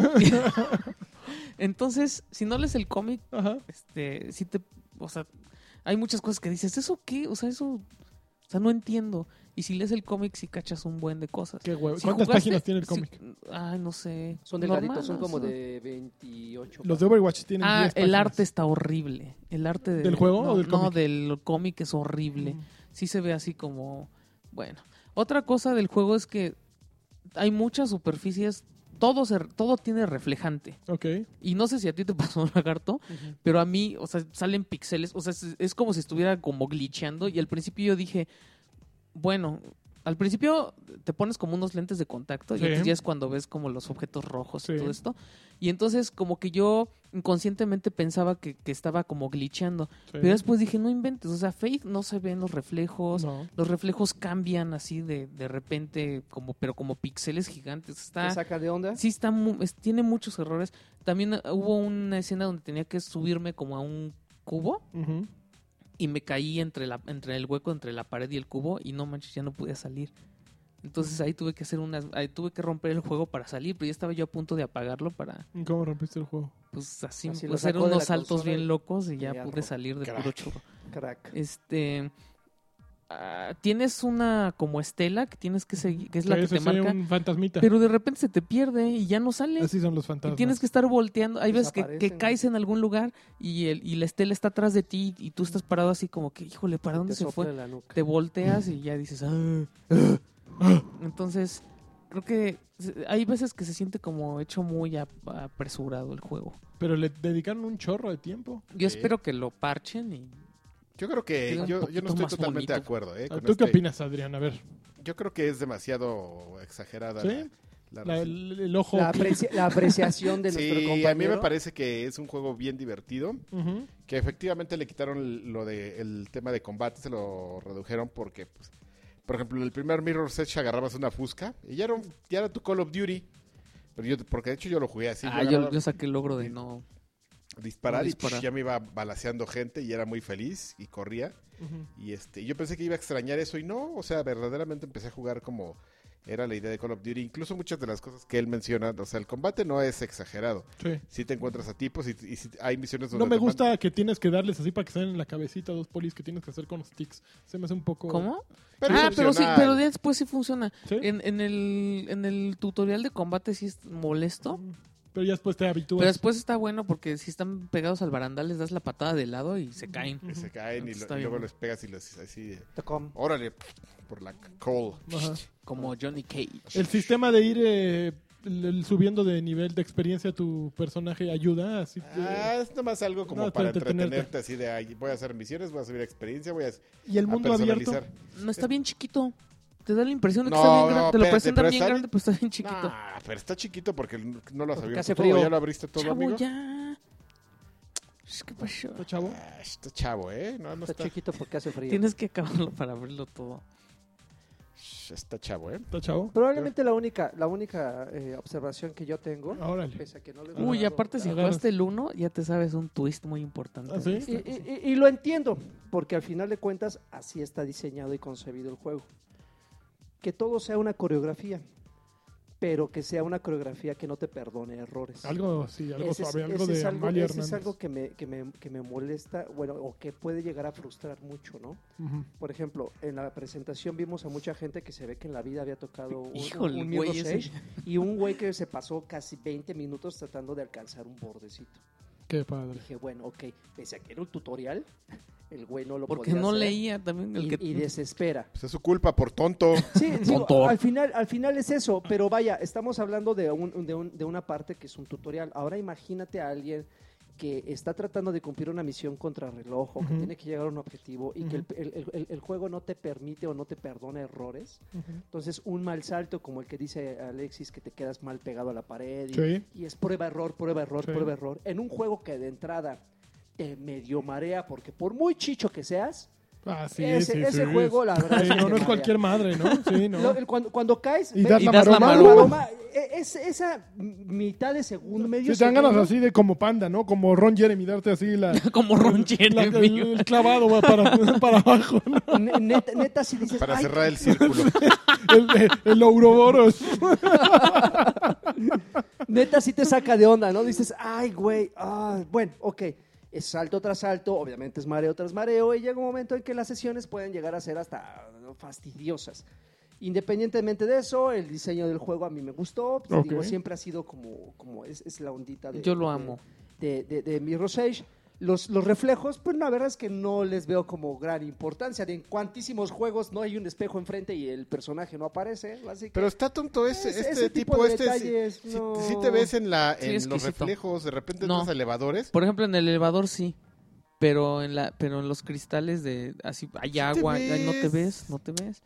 C: Entonces, si no lees el cómic,
B: Ajá.
C: este, sí te, o sea, hay muchas cosas que dices, ¿eso qué? O sea, eso, o sea, no entiendo. Y si lees el cómic, sí cachas un buen de cosas.
B: Qué huevo.
C: Si
B: ¿Cuántas
C: jugaste-
B: páginas tiene el
C: si-
B: cómic?
C: ay, no sé.
D: Son
C: Normales,
D: delgaditos, son como
C: ¿no?
D: de 28.
B: Los de Overwatch tienen.
C: Ah,
B: 10
C: el
B: páginas.
C: arte está horrible. El arte de-
B: ¿Del juego
C: no,
B: o del
C: No,
B: cómic?
C: del cómic es horrible. sí se ve así como, bueno. Otra cosa del juego es que hay muchas superficies, todo, se- todo tiene reflejante.
B: Ok.
C: Y no sé si a ti te pasó, lagarto, pero a mí, o sea, salen píxeles, o sea, es, es como si estuviera como glitcheando. Y al principio yo dije, bueno, al principio te pones como unos lentes de contacto
B: Sí.
C: y entonces ya es cuando ves como los objetos rojos y
B: Sí.
C: todo esto. Y entonces como que yo inconscientemente pensaba que, que estaba como glitcheando.
B: sí.
C: Pero después dije, no inventes, o sea, Faith no se ven los reflejos,
B: No.
C: los reflejos cambian así de, de repente, como, pero como píxeles gigantes.
D: ¿Te
C: Está,
D: saca de onda?
C: sí, está, mu- es- tiene muchos errores. También eh, hubo una escena donde tenía que subirme como a un cubo
B: Ujú.
C: y me caí entre, la, entre el hueco, entre la pared y el cubo y no manches, ya no podía salir. Entonces ahí tuve que hacer unas, ahí tuve que romper el juego para salir, pero ya estaba yo a punto de apagarlo para,
B: ¿Y ¿Cómo rompiste el juego?
C: pues así,
D: Así lo
C: hacer
D: sacó de la
C: unos saltos
D: consola y-
C: bien locos y ya
D: Ya,
C: pude
D: ro-
C: salir de puro
A: crack.
C: churro.
D: Crack.
C: Este. ah, tienes una como estela que tienes que seguir, que es la
B: Sí,
C: que
B: sí,
C: te
B: sí,
C: marca,
B: un fantasmita.
C: pero de repente se te pierde y ya no sale.
B: Así son los
C: Y
B: fantasmas.
C: tienes que estar volteando. Hay veces que, que
D: Desaparecen.
C: caes en algún lugar y, el, y la estela está atrás de ti y tú estás parado así como que, híjole, ¿para dónde
D: Te
C: se
D: sopla
C: fue?
D: en la nuca.
C: Te volteas y ya dices, "Ah, ah, ah". entonces creo que se- hay veces que se siente como hecho muy ap- apresurado el juego.
B: Pero le dedicaron un chorro de tiempo.
C: Yo
A: Sí.
C: espero que lo parchen y
A: Yo creo que
C: Queda un
A: yo, yo
C: poquito
A: no estoy
C: más
A: totalmente de
C: bonito. Ah,
A: acuerdo. ¿eh? con
B: ¿Tú qué
A: este-
B: opinas, Adrián? A ver,
A: Yo creo que es demasiado exagerada
B: ¿Sí?
A: la,
B: la-
A: la-
B: el, el ojo.
D: La, aprecia- la apreciación de nuestro
A: Sí,
D: compañero.
A: a mí me parece que es un juego bien divertido.
B: Ujú.
A: Que efectivamente le quitaron lo de el tema de combate, se lo redujeron porque, pues, por ejemplo, en el primer Mirror Edge agarrabas una fusca y ya era, un- ya era tu Call of Duty. Pero yo, porque de hecho yo lo jugué así. yo
C: ah, yo,
A: agarraba-
C: yo saqué el logro de no.
A: disparar,
C: no
A: y psh,
C: disparar.
A: ya me iba balaseando gente y era muy feliz y corría.
B: Ujú.
A: Y este, yo pensé que iba a extrañar eso y no, o sea, verdaderamente empecé a jugar como era la idea de Call of Duty. Incluso muchas de las cosas que él menciona, o sea, el combate no es exagerado.
B: Sí.
A: Si te encuentras a tipos y, y si hay misiones donde
B: No me
A: te mandan-
B: gusta que tienes que darles así para que salgan en la cabecita dos polis que tienes que hacer con los tics. Se me hace un poco.
C: ¿Cómo?
A: Pero es
C: ah, pero sí,
A: opcional.
C: pero después sí funciona.
B: Sí.
C: En, en, el, en el tutorial de combate sí es molesto.
B: Pero ya después te
C: Pero
B: habitúas.
C: después está bueno porque si están pegados al barandal, les das la patada de lado y se caen.
A: Que se caen y, lo-
C: Está
A: y
C: bien.
A: luego los pegas y los así, de,
D: Tocom.
A: órale, por la call.
B: Ajá.
C: Como Johnny Cage.
B: El sistema de ir eh, el- el subiendo de nivel de experiencia a tu personaje ayuda. Así que-
A: Ah, es nomás algo como
B: No,
A: para
B: para entretenerte.
A: entretenerte, así de, ay, voy a hacer misiones, voy a subir experiencia, voy a,
B: y el
A: a
B: mundo abierto.
A: personalizar.
C: No está bien chiquito. Te da la impresión de que
A: No,
C: está bien
A: no,
C: grande. Te lo
A: espérate,
C: presentan
A: pero
C: bien
A: está
C: grande, pero está bien chiquito.
A: Nah, Ah, pero está chiquito porque no lo has
D: Porque
A: abierto
D: hace
A: todo,
D: frío.
A: ya lo abriste todo,
C: Chavo,
A: amigo.
C: ya. Es que pasó.
B: ¿no, chavo?
A: Ah, está chavo, ¿eh? No, no
D: Está
A: está,
D: chiquito porque hace frío.
C: Tienes que acabarlo para abrirlo todo.
A: está chavo, ¿eh?
B: ¿Está chavo?
D: Probablemente la única, la única eh, observación que yo tengo,
B: Ah, Órale.
D: pese a que no lo he
C: Uy,
D: jugado-
C: aparte si
B: Agarras.
C: jugaste el 1, ya te sabes un twist muy importante.
B: ¿Ah, sí?
D: Y, y- y- y lo entiendo, porque al final de cuentas así está diseñado y concebido el juego. Que todo sea una coreografía, pero que sea una coreografía que no te perdone errores.
B: Algo, sí, algo
D: Ese es-
B: suave, algo
D: ese
B: de
D: es algo,
B: Amalia
D: ese es
B: Hernández.
D: algo que me, que, me, que me molesta, bueno, o que puede llegar a frustrar mucho, ¿no?
B: Ujú.
D: Por ejemplo, en la presentación vimos a mucha gente que se ve que en la vida había tocado un,
C: Híjole,
D: un
C: güey,
D: Mirror's
C: ese-
D: Edge y un güey que se pasó casi 20 minutos tratando de alcanzar un bordecito.
B: Qué padre.
D: Dije, bueno, ok, pese a que era un tutorial, el güey no lo
C: Porque
D: podía
C: no
D: hacer
C: leía también el que...
D: y, y desespera.
A: Pues es su culpa por tonto.
D: Sí, digo,
C: Tonto.
D: al, final, al final es eso, pero vaya, estamos hablando de, un- de un- de una parte que es un tutorial. Ahora imagínate a alguien que está tratando de cumplir una misión contra reloj o que
B: Ujú.
D: tiene que llegar a un objetivo y que el, el- el- el juego no te permite o no te perdona errores.
B: Ujú.
D: Entonces, un mal salto, como el que dice Alexis, que te quedas mal pegado a la pared y,
B: Sí.
D: y es prueba, error, prueba, error,
B: Sí.
D: prueba, error. En un juego que de entrada te medio marea, porque por muy chicho que seas,
B: Ah, sí,
D: ese,
B: sí,
D: ese
B: sí.
D: juego, la verdad.
B: Sí,
D: es
B: no,
D: que te
B: no es
D: marea.
B: cualquier madre, ¿no? Sí, no.
D: Lo- el- cuando, cuando caes,
B: Y
D: ve-
B: das
C: Y
B: la
C: das la
B: maroma.
D: la
C: maroma.
D: broma, e- es, esa mitad de segundo, medio
B: Si te dan ganas
D: segundo,
B: así de como panda, ¿no? Como Ron Jeremy, darte así la,
C: Como Ron
B: la- el,
C: Jeremy.
B: el clavado va para, para abajo, ¿no?
D: ne- Neta, neta, si dices,
A: Para
D: "Ay,
A: cerrar el círculo.
B: El, el, el Ouroboros.
D: Neta sí te saca de onda, ¿no? Dices, ay, güey, ah, bueno, ok. Es salto tras salto, obviamente es mareo tras mareo, y llega un momento en que las sesiones pueden llegar a ser hasta ¿no? fastidiosas. Independientemente de eso, el diseño del juego a mí me gustó. Pues,
B: Ok.
D: Digo, siempre ha sido como, como es, es la ondita de...
C: Yo lo
D: de-
C: amo.
D: De, de, de Mirror's Edge. Los, los reflejos, pues la verdad es que no les veo como gran importancia. En cuantísimos juegos no hay un espejo enfrente y el personaje no aparece. ¿eh? Así que...
A: Pero está tonto ese,
D: Ese-
A: este
D: ese tipo
A: tipo,
D: de
A: este.
D: detalles,
A: si, si-
D: no.
A: si te ves eh, en, la,
C: Sí,
A: en los
C: exquisito.
A: reflejos, de repente en
C: No.
A: los elevadores.
C: Por ejemplo, en el elevador sí. Pero en la pero en los cristales de... Así hay agua. ay, no te
A: ves.
C: ves, no te ves.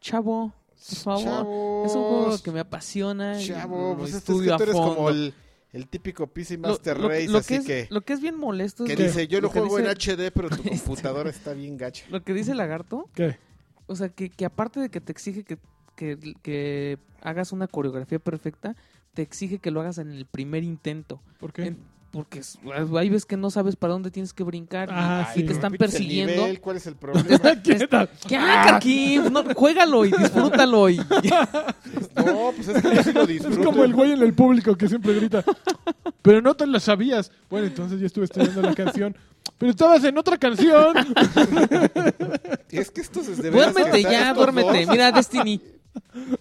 C: Chavo, por favor.
A: Chavos,
C: Es un juego que me apasiona. y
A: Chavo,
C: lo
A: pues este es
C: estudio
A: que
C: a
A: tú eres como
C: fondo.
A: el, el típico PC
C: Lo-
A: Master
C: lo-
A: Race,
C: lo
A: así
C: es,
A: que,
C: Lo que es bien molesto es
A: que
B: ¿Qué?
A: dice, yo lo,
C: que
A: juego
C: dice- Este.
A: en HD, pero tu computadora está bien gacha.
C: Lo que dice Lagarto,
B: ¿Qué?
C: o sea, que, que aparte de que te exige que, que, que hagas una coreografía perfecta, te exige que lo hagas en el primer intento.
B: ¿Por qué?
C: En- porque es- ahí ves que no sabes para dónde tienes que brincar.
B: Ah,
A: Ay,
B: sí.
C: y te están
A: repites el
C: persiguiendo.
A: nivel, ¿Cuál es el problema?
B: Quieta.
C: ¿Qué haga, Kim? No, juégalo y disfrútalo. Y...
A: no, pues es que yo sí lo
B: Es
A: disfruto.
B: como el güey en el público que siempre grita, pero no te lo sabías. Bueno, entonces yo estuve estudiando la canción, pero estabas en otra canción.
A: Es que estos es de veras que
C: duérmete
A: están
C: ya,
A: estos
C: duérmete.
A: dos.
C: Mira, Destiny.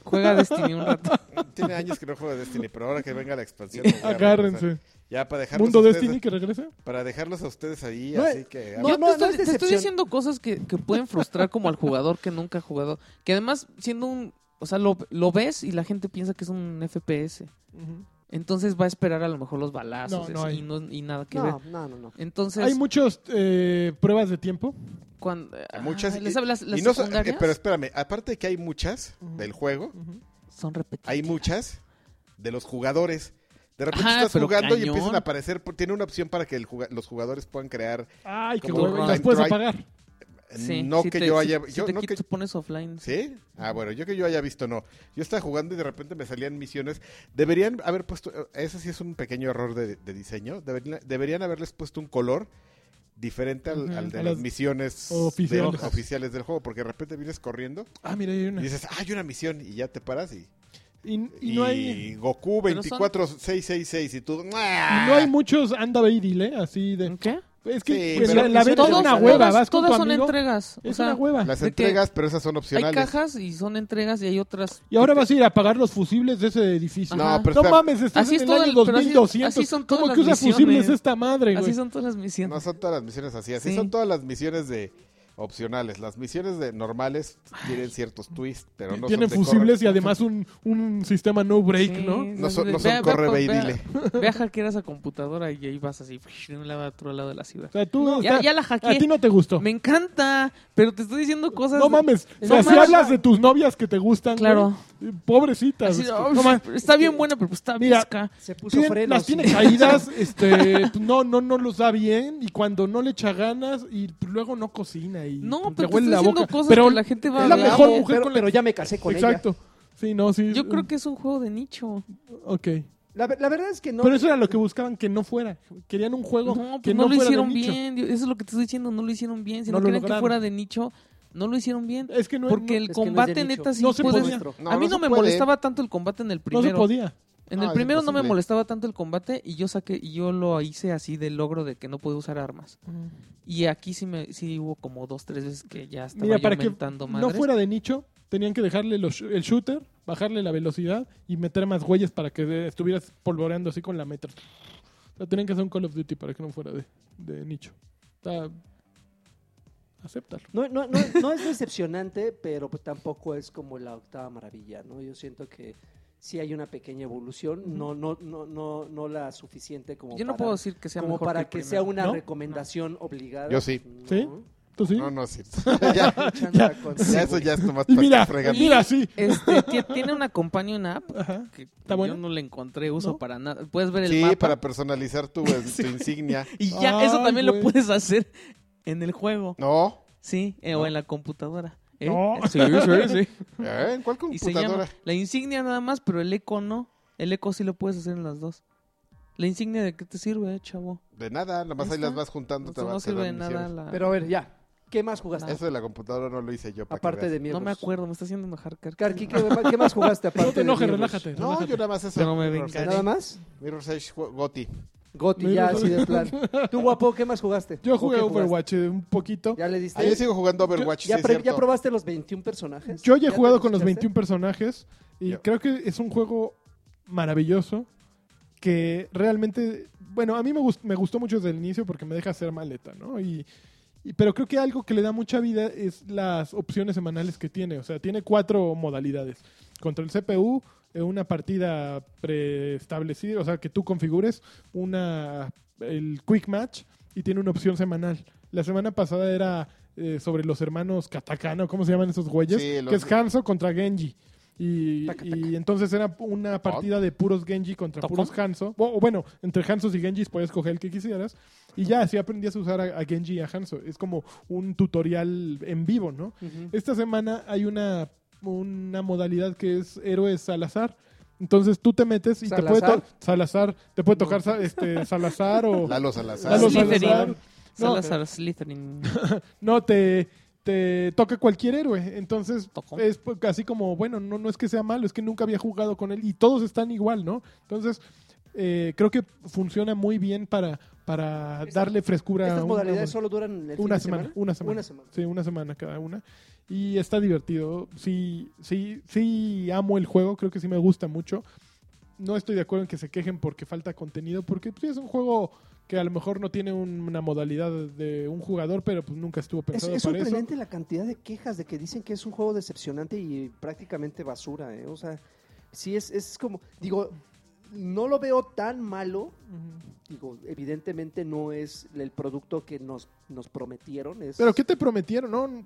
C: Juega Destiny un rato.
A: Tiene años que no juego a Destiny, pero ahora que venga la expansión. lo voy a regresar.
B: Agárrense.
A: Ya para dejarlos,
B: Mundo
A: a ustedes,
B: Destiny que regrese.
A: para dejarlos a ustedes ahí,
D: No,
A: así que...
D: no,
C: Yo te, estoy,
D: es
C: te estoy
D: decepción.
C: diciendo cosas que, que pueden frustrar como al jugador que nunca ha jugado. Que además, siendo un. O sea, lo, lo ves y la gente piensa que es un FPS. Entonces va a esperar a lo mejor los balazos
B: No, no
C: así,
B: hay.
C: y, no- y nada que ver.
D: No, no, no, no.
C: Entonces,
B: Hay muchas pruebas de tiempo.
C: cuando...
A: Muchas.
C: ah, ¿les hablas- las,
A: y no so-
C: secundarias
A: eh, pero espérame, aparte de que hay muchas del juego,
C: son repetidas.
A: hay muchas de los jugadores. De repente
C: Ajá,
A: estás
C: pero
A: jugando y
C: cañón.
A: empiezan a aparecer. por- Tiene una opción para que el juga- los jugadores puedan crear.
B: Ay, qué
C: Como
B: huevo. Y
C: Run
B: las
A: and
B: puedes
A: Try.
B: apagar.
C: Sí,
A: no
C: si
A: que
C: te-
A: yo
C: si-
A: haya.
C: si
A: yo-
C: te
A: no
C: quitas,
A: que-
C: pones offline.
A: ¿Sí? Ah, bueno, yo que yo haya visto, no. Yo estaba jugando y de repente me salían misiones. Deberían haber puesto, ese sí es un pequeño error de, de diseño, deberían, deberían haberles puesto un color diferente al,
B: Ujú,
A: al de
B: a
A: las
B: las
A: misiones de-
B: oficiales.
A: oficiales del juego, porque de repente vienes corriendo
B: Ah, mira, hay
A: y
B: una.
A: dices, "Ah, hay una misión, y ya te paras y...
B: Y, y no hay,
A: y Goku
C: Pero son-
A: 24666 y tú...
B: y no hay muchos anda ve y dile, así de...
C: ¿Qué?
B: Es que
A: Sí,
B: en
A: pero-
B: la, en la
A: Pero
B: venta es
A: todos-
B: una
A: todos-
B: hueva,
C: todas,
B: vas con tu
C: todas son
B: amigo,
C: entregas. o
B: Es
C: sea,
B: una hueva.
A: Las
C: de que
A: entregas, pero esas son
C: hay
A: opcionales.
C: cajas y son entregas y hay otras.
B: Y ahora vas a ir a pagar los fusibles de ese edificio.
C: Ajá.
B: No,
A: No, pero espera,
B: mames, estás
C: Así
B: en
C: es
B: el
C: todo
B: año
C: el- pero así-
B: 2200.
C: así son todas
B: ¿Cómo
C: las
B: que usa
C: misiones.
B: fusibles esta madre,
C: Así
B: güey?
C: son todas las misiones.
A: No son todas las misiones así, así
C: Sí.
A: son todas las misiones de opcionales. Las misiones de normales tienen ciertos twists, pero no
B: Tienen
A: son de
B: fusibles
A: corre-
B: y además un, un sistema no break,
C: Sí,
B: ¿no?
A: No son- no
C: Ve-
A: son
C: ve a-
A: corre, ve y
C: ve a-
A: dile.
C: Ve a hackear esa computadora y ahí vas así de un lado a otro lado de la ciudad.
B: O sea, tú.
C: Ya,
B: está-
C: ya la
B: a ti
C: hackeé.
B: no te gustó.
C: Me encanta, pero te estoy diciendo cosas.
B: No mames.
C: No
B: o sea, si
C: mames.
B: hablas de tus novias que te gustan,
C: Claro.
B: güey, eh, Pobrecitas.
C: Así,
B: es que-
C: "Oh,
B: no mames.
C: está bien buena, pero pues está
B: Mira,
C: visca.
D: Se puso
B: Tienen-
D: frenos.
B: las tiene caídas, este, no, no, no los da bien y cuando no le echa ganas y luego no cocina y
C: No,
B: te
C: pero te
B: huele
C: estoy
B: la
C: diciendo
B: boca.
C: cosas
B: Pero
C: que la gente va
B: es
C: a
B: la
D: Te
C: ver.
B: mejor
D: amo,
B: mujer
D: pero,
B: con la-
D: pero ya me casé con
B: Exacto. Sí, no, sí. mm,
C: Yo creo que es un juego de nicho.
B: Ok.
D: ella. La, ver- la verdad es que no.
B: Pero eso era lo que buscaban, que no fuera. Querían un juego
C: No,
B: que
C: pues no,
B: no,
C: lo
B: fuera de
C: hicieron
B: nicho.
C: bien. Dios, Eso es lo que te estoy diciendo, no lo hicieron bien. Si
B: No
C: no,
B: lo
C: querían que
B: lograron.
C: fuera de nicho, no lo hicieron bien.
B: Es que no,
C: Porque
B: no-
C: el
D: es que no es de
C: combate,
D: nicho.
C: neta, sí
B: No se
C: puedes-
B: podía.
A: No,
C: a mí
A: no
C: no,
A: se
C: me
A: puede.
C: molestaba tanto el combate en el
B: no se
C: primero.
B: podía.
C: En
A: No,
C: el
A: es
C: primero no me
A: imposible.
C: molestaba tanto el combate y yo saqué y yo lo hice así del logro de que no puedo usar armas. Y aquí sí me sí hubo como dos tres veces que ya estaba
B: Mira,
C: yo
B: para que
C: mentando
B: no
C: madres.
B: fuera de nicho, tenían que dejarle los sh- el shooter, bajarle la velocidad y meter más huellas para que de- estuvieras polvoreando así con la metra. O sea, tenían que hacer un Call of Duty para que no fuera de, de nicho. O sea, acéptalo.
D: No, no, no, no es decepcionante, pero pues tampoco es como la octava maravilla, ¿no? Yo siento que sí hay una pequeña evolución, no, no, no, no, no la suficiente como
C: yo no
D: para,
C: puedo decir que sea
D: como
C: mejor
D: para
C: el
D: que,
C: primero,
D: sea una
C: ¿no?
D: recomendación obligada.
A: Yo sí.
D: No.
B: ¿Sí? ¿Tú sí?
A: No, no, sí. ya,
D: Chanta con-
A: ya eso ya es nomás
B: Y
A: para
B: mira,
A: estar fregando.
B: mira, sí.
C: Este, ti- tiene una companion app
B: Ajá.
C: que
B: ¿Está buena?
C: yo no le encontré uso
B: ¿No?
C: para nada. Puedes ver el
A: Sí,
C: mapa
A: para personalizar tu, eh, tu insignia.
C: y ya eso
B: Ay,
C: también
B: güey.
C: lo puedes hacer en el juego,
A: No,
C: sí, eh,
A: No.
C: o en la computadora. ¿eh?
B: No.
C: Sí, sí, sí.
A: ¿eh? ¿en cuál
C: Y se llama
A: computadora?
C: la insignia nada más, pero el eco no. El eco sí lo puedes hacer en las dos. ¿La insignia de qué te sirve, eh, chavo?
A: De nada, nomás ahí
C: ¿Esta?
A: las vas juntando.
C: No,
A: te
C: no
A: vas- te
C: sirve de
A: dan
C: nada
A: misiones.
C: la...
D: Pero a ver, ya. ¿Qué más jugaste?
A: Eso de la computadora no lo hice yo. para que
D: aparte
A: veas.
D: de miedos.
C: No me acuerdo, me está haciendo enojar, Karki.
D: pues, Karki, ¿qué, qué más jugaste aparte
B: No te
D: de
B: enojes,
D: Mirror's?
B: relájate. Eh.
A: No, yo
B: relájate.
A: nada más eso.
C: Pero me
A: Mirror's
C: vengaré.
D: ¿Nada más?
A: Edge- Mirror's Edge Go- Gotti.
D: Goti,
B: Mirror's
D: ya
B: Edge.
D: así de plan. Tú, guapo, ¿qué más jugaste?
B: Yo
D: ¿O
B: jugué
D: qué jugaste?
B: Overwatch eh, un poquito.
D: ¿Ya le diste?
A: Ah, yo sigo jugando Overwatch,
D: ¿Ya,
A: sí, es
D: pre- ¿Ya
A: cierto.
D: probaste los 21 personajes?
B: Yo ya he
D: te
B: jugado con los
D: escuchaste?
B: 21 personajes y
A: Yo.
B: creo que es un juego maravilloso que realmente, bueno, a mí me, gust- me gustó mucho desde el inicio porque me deja hacer maleta, ¿no? Y, y- pero creo que algo que le da mucha vida es las opciones semanales que tiene, o sea, tiene cuatro modalidades. Contra el CPU, eh, una partida preestablecida, o sea, que tú configures, una el quick match y tiene una opción semanal. La semana pasada era eh, sobre los hermanos Katakana, ¿cómo se llaman esos güeyes?
A: Sí, los-
B: Que es Hanzo contra Genji. Y,
D: Taca,
B: y
D: taca.
B: entonces era una partida de puros Genji contra
C: Tocó.
B: puros Hanzo. O, o bueno, entre Hanzos y Genjis podías coger el que quisieras. Y ya así aprendías a usar a, a Genji y a Hanzo. Es como un tutorial en vivo, ¿no?
D: Ujú.
B: Esta semana hay una, una modalidad que es héroes Salazar. Entonces tú te metes y te puede
D: Salazar.
B: to- Salazar, te puede tocar sa- este Salazar o
A: Lalo Salazar.
B: Lalo
C: Slytherin.
B: Salazar. No.
C: Salazar Slytherin.
B: No, te, te toca cualquier héroe. Entonces,
C: Tocó.
B: es pues, así como, bueno, no, no es que sea malo, es que nunca había jugado con él y todos están igual, ¿no? Entonces, eh, creo que funciona muy bien para, para darle frescura
D: Estas
B: una
D: modalidades
B: mod-
D: solo duran el fin
B: una
D: de
B: semana, una semana.
D: Una semana.
B: Sí, una semana cada una. Y está divertido. Sí, sí, sí amo el juego, creo que sí me gusta mucho. No estoy de acuerdo en que se quejen porque falta contenido, porque pues, es un juego que a lo mejor no tiene un- una modalidad de un jugador, pero pues nunca estuvo
D: Es,
B: pensado
D: es
B: para eso.
D: sorprendente la cantidad de quejas de que dicen que es un juego decepcionante y prácticamente basura, ¿eh? O sea, sí es, es como, digo, no lo veo tan malo. Digo, evidentemente no es el producto que nos, nos prometieron. Es,
B: ¿Pero qué te prometieron? No, no,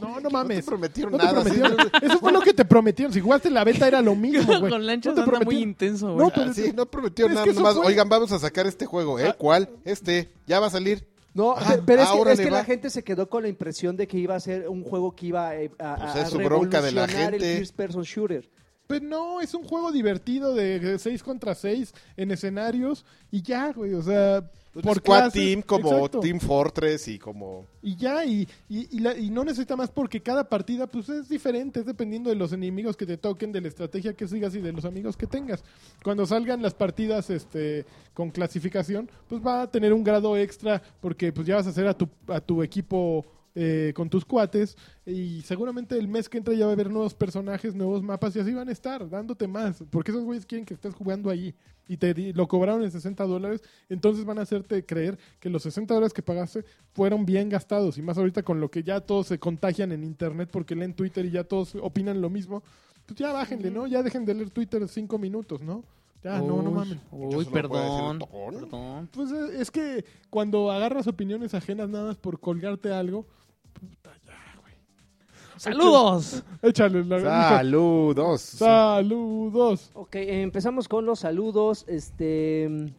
B: no
A: No te
B: mames.
A: prometieron
B: No te
A: nada.
B: prometieron. Eso fue lo que te prometieron. Si jugaste la beta era lo mismo, güey.
C: Con
B: no
C: lanchas
B: te
C: anda muy
B: prometieron.
C: intenso,
B: No,
C: güey.
A: Sí,
B: pero-
A: sí, no prometieron
B: Es
A: nada.
B: que eso
A: nomás,
B: fue-
A: Oigan, vamos a sacar este juego, ¿eh? ¿Cuál? Este, ya va a salir.
D: no,
A: Ah,
D: pero es que,
A: ahora
D: es
A: le
D: que
A: va.
D: la gente se quedó con la impresión de que iba a ser un juego que iba eh, a, a-
A: Pues es
D: a
A: su bronca de la
D: revolucionar
A: gente.
D: el first person shooter.
B: Pues no, es un juego divertido de 6 contra 6 en escenarios y ya, güey. O sea,
A: Por Pues Squad
B: clases.
A: Team, como
B: ah, Exacto.
A: Team Fortress y como.
B: Y ya, y, y, y la- y no necesita más porque cada partida pues es diferente, es dependiendo de los enemigos que te toquen, de la estrategia que sigas y de los amigos que tengas. Cuando salgan las partidas este con clasificación, pues va a tener un grado extra porque pues ya vas a hacer a tu, a tu equipo eh, con tus cuates y seguramente el mes que entra ya va a haber nuevos personajes, nuevos mapas y así van a estar dándote más porque esos güeyes quieren que estés jugando ahí y te di- lo cobraron en 60 dólares, entonces van a hacerte creer que los 60 dólares que pagaste fueron bien gastados y más ahorita con lo que ya todos se contagian en internet porque leen Twitter y ya todos opinan lo mismo, pues ya bájenle, ¿no? Ya dejen de leer Twitter cinco minutos, ¿no? Ya, no, no
C: Uy,
B: mames.
A: Eso
C: Uy,
A: no puede ser
C: perdón.
A: tocón.
C: Perdón.
B: Pues eh, es que cuando agarras opiniones ajenas nada más por colgarte algo,
C: ¡Saludos!
B: échale
A: Ah,
B: la hijo,
A: Saludos.
B: Saludos.
D: Ok, empezamos con los saludos. Este.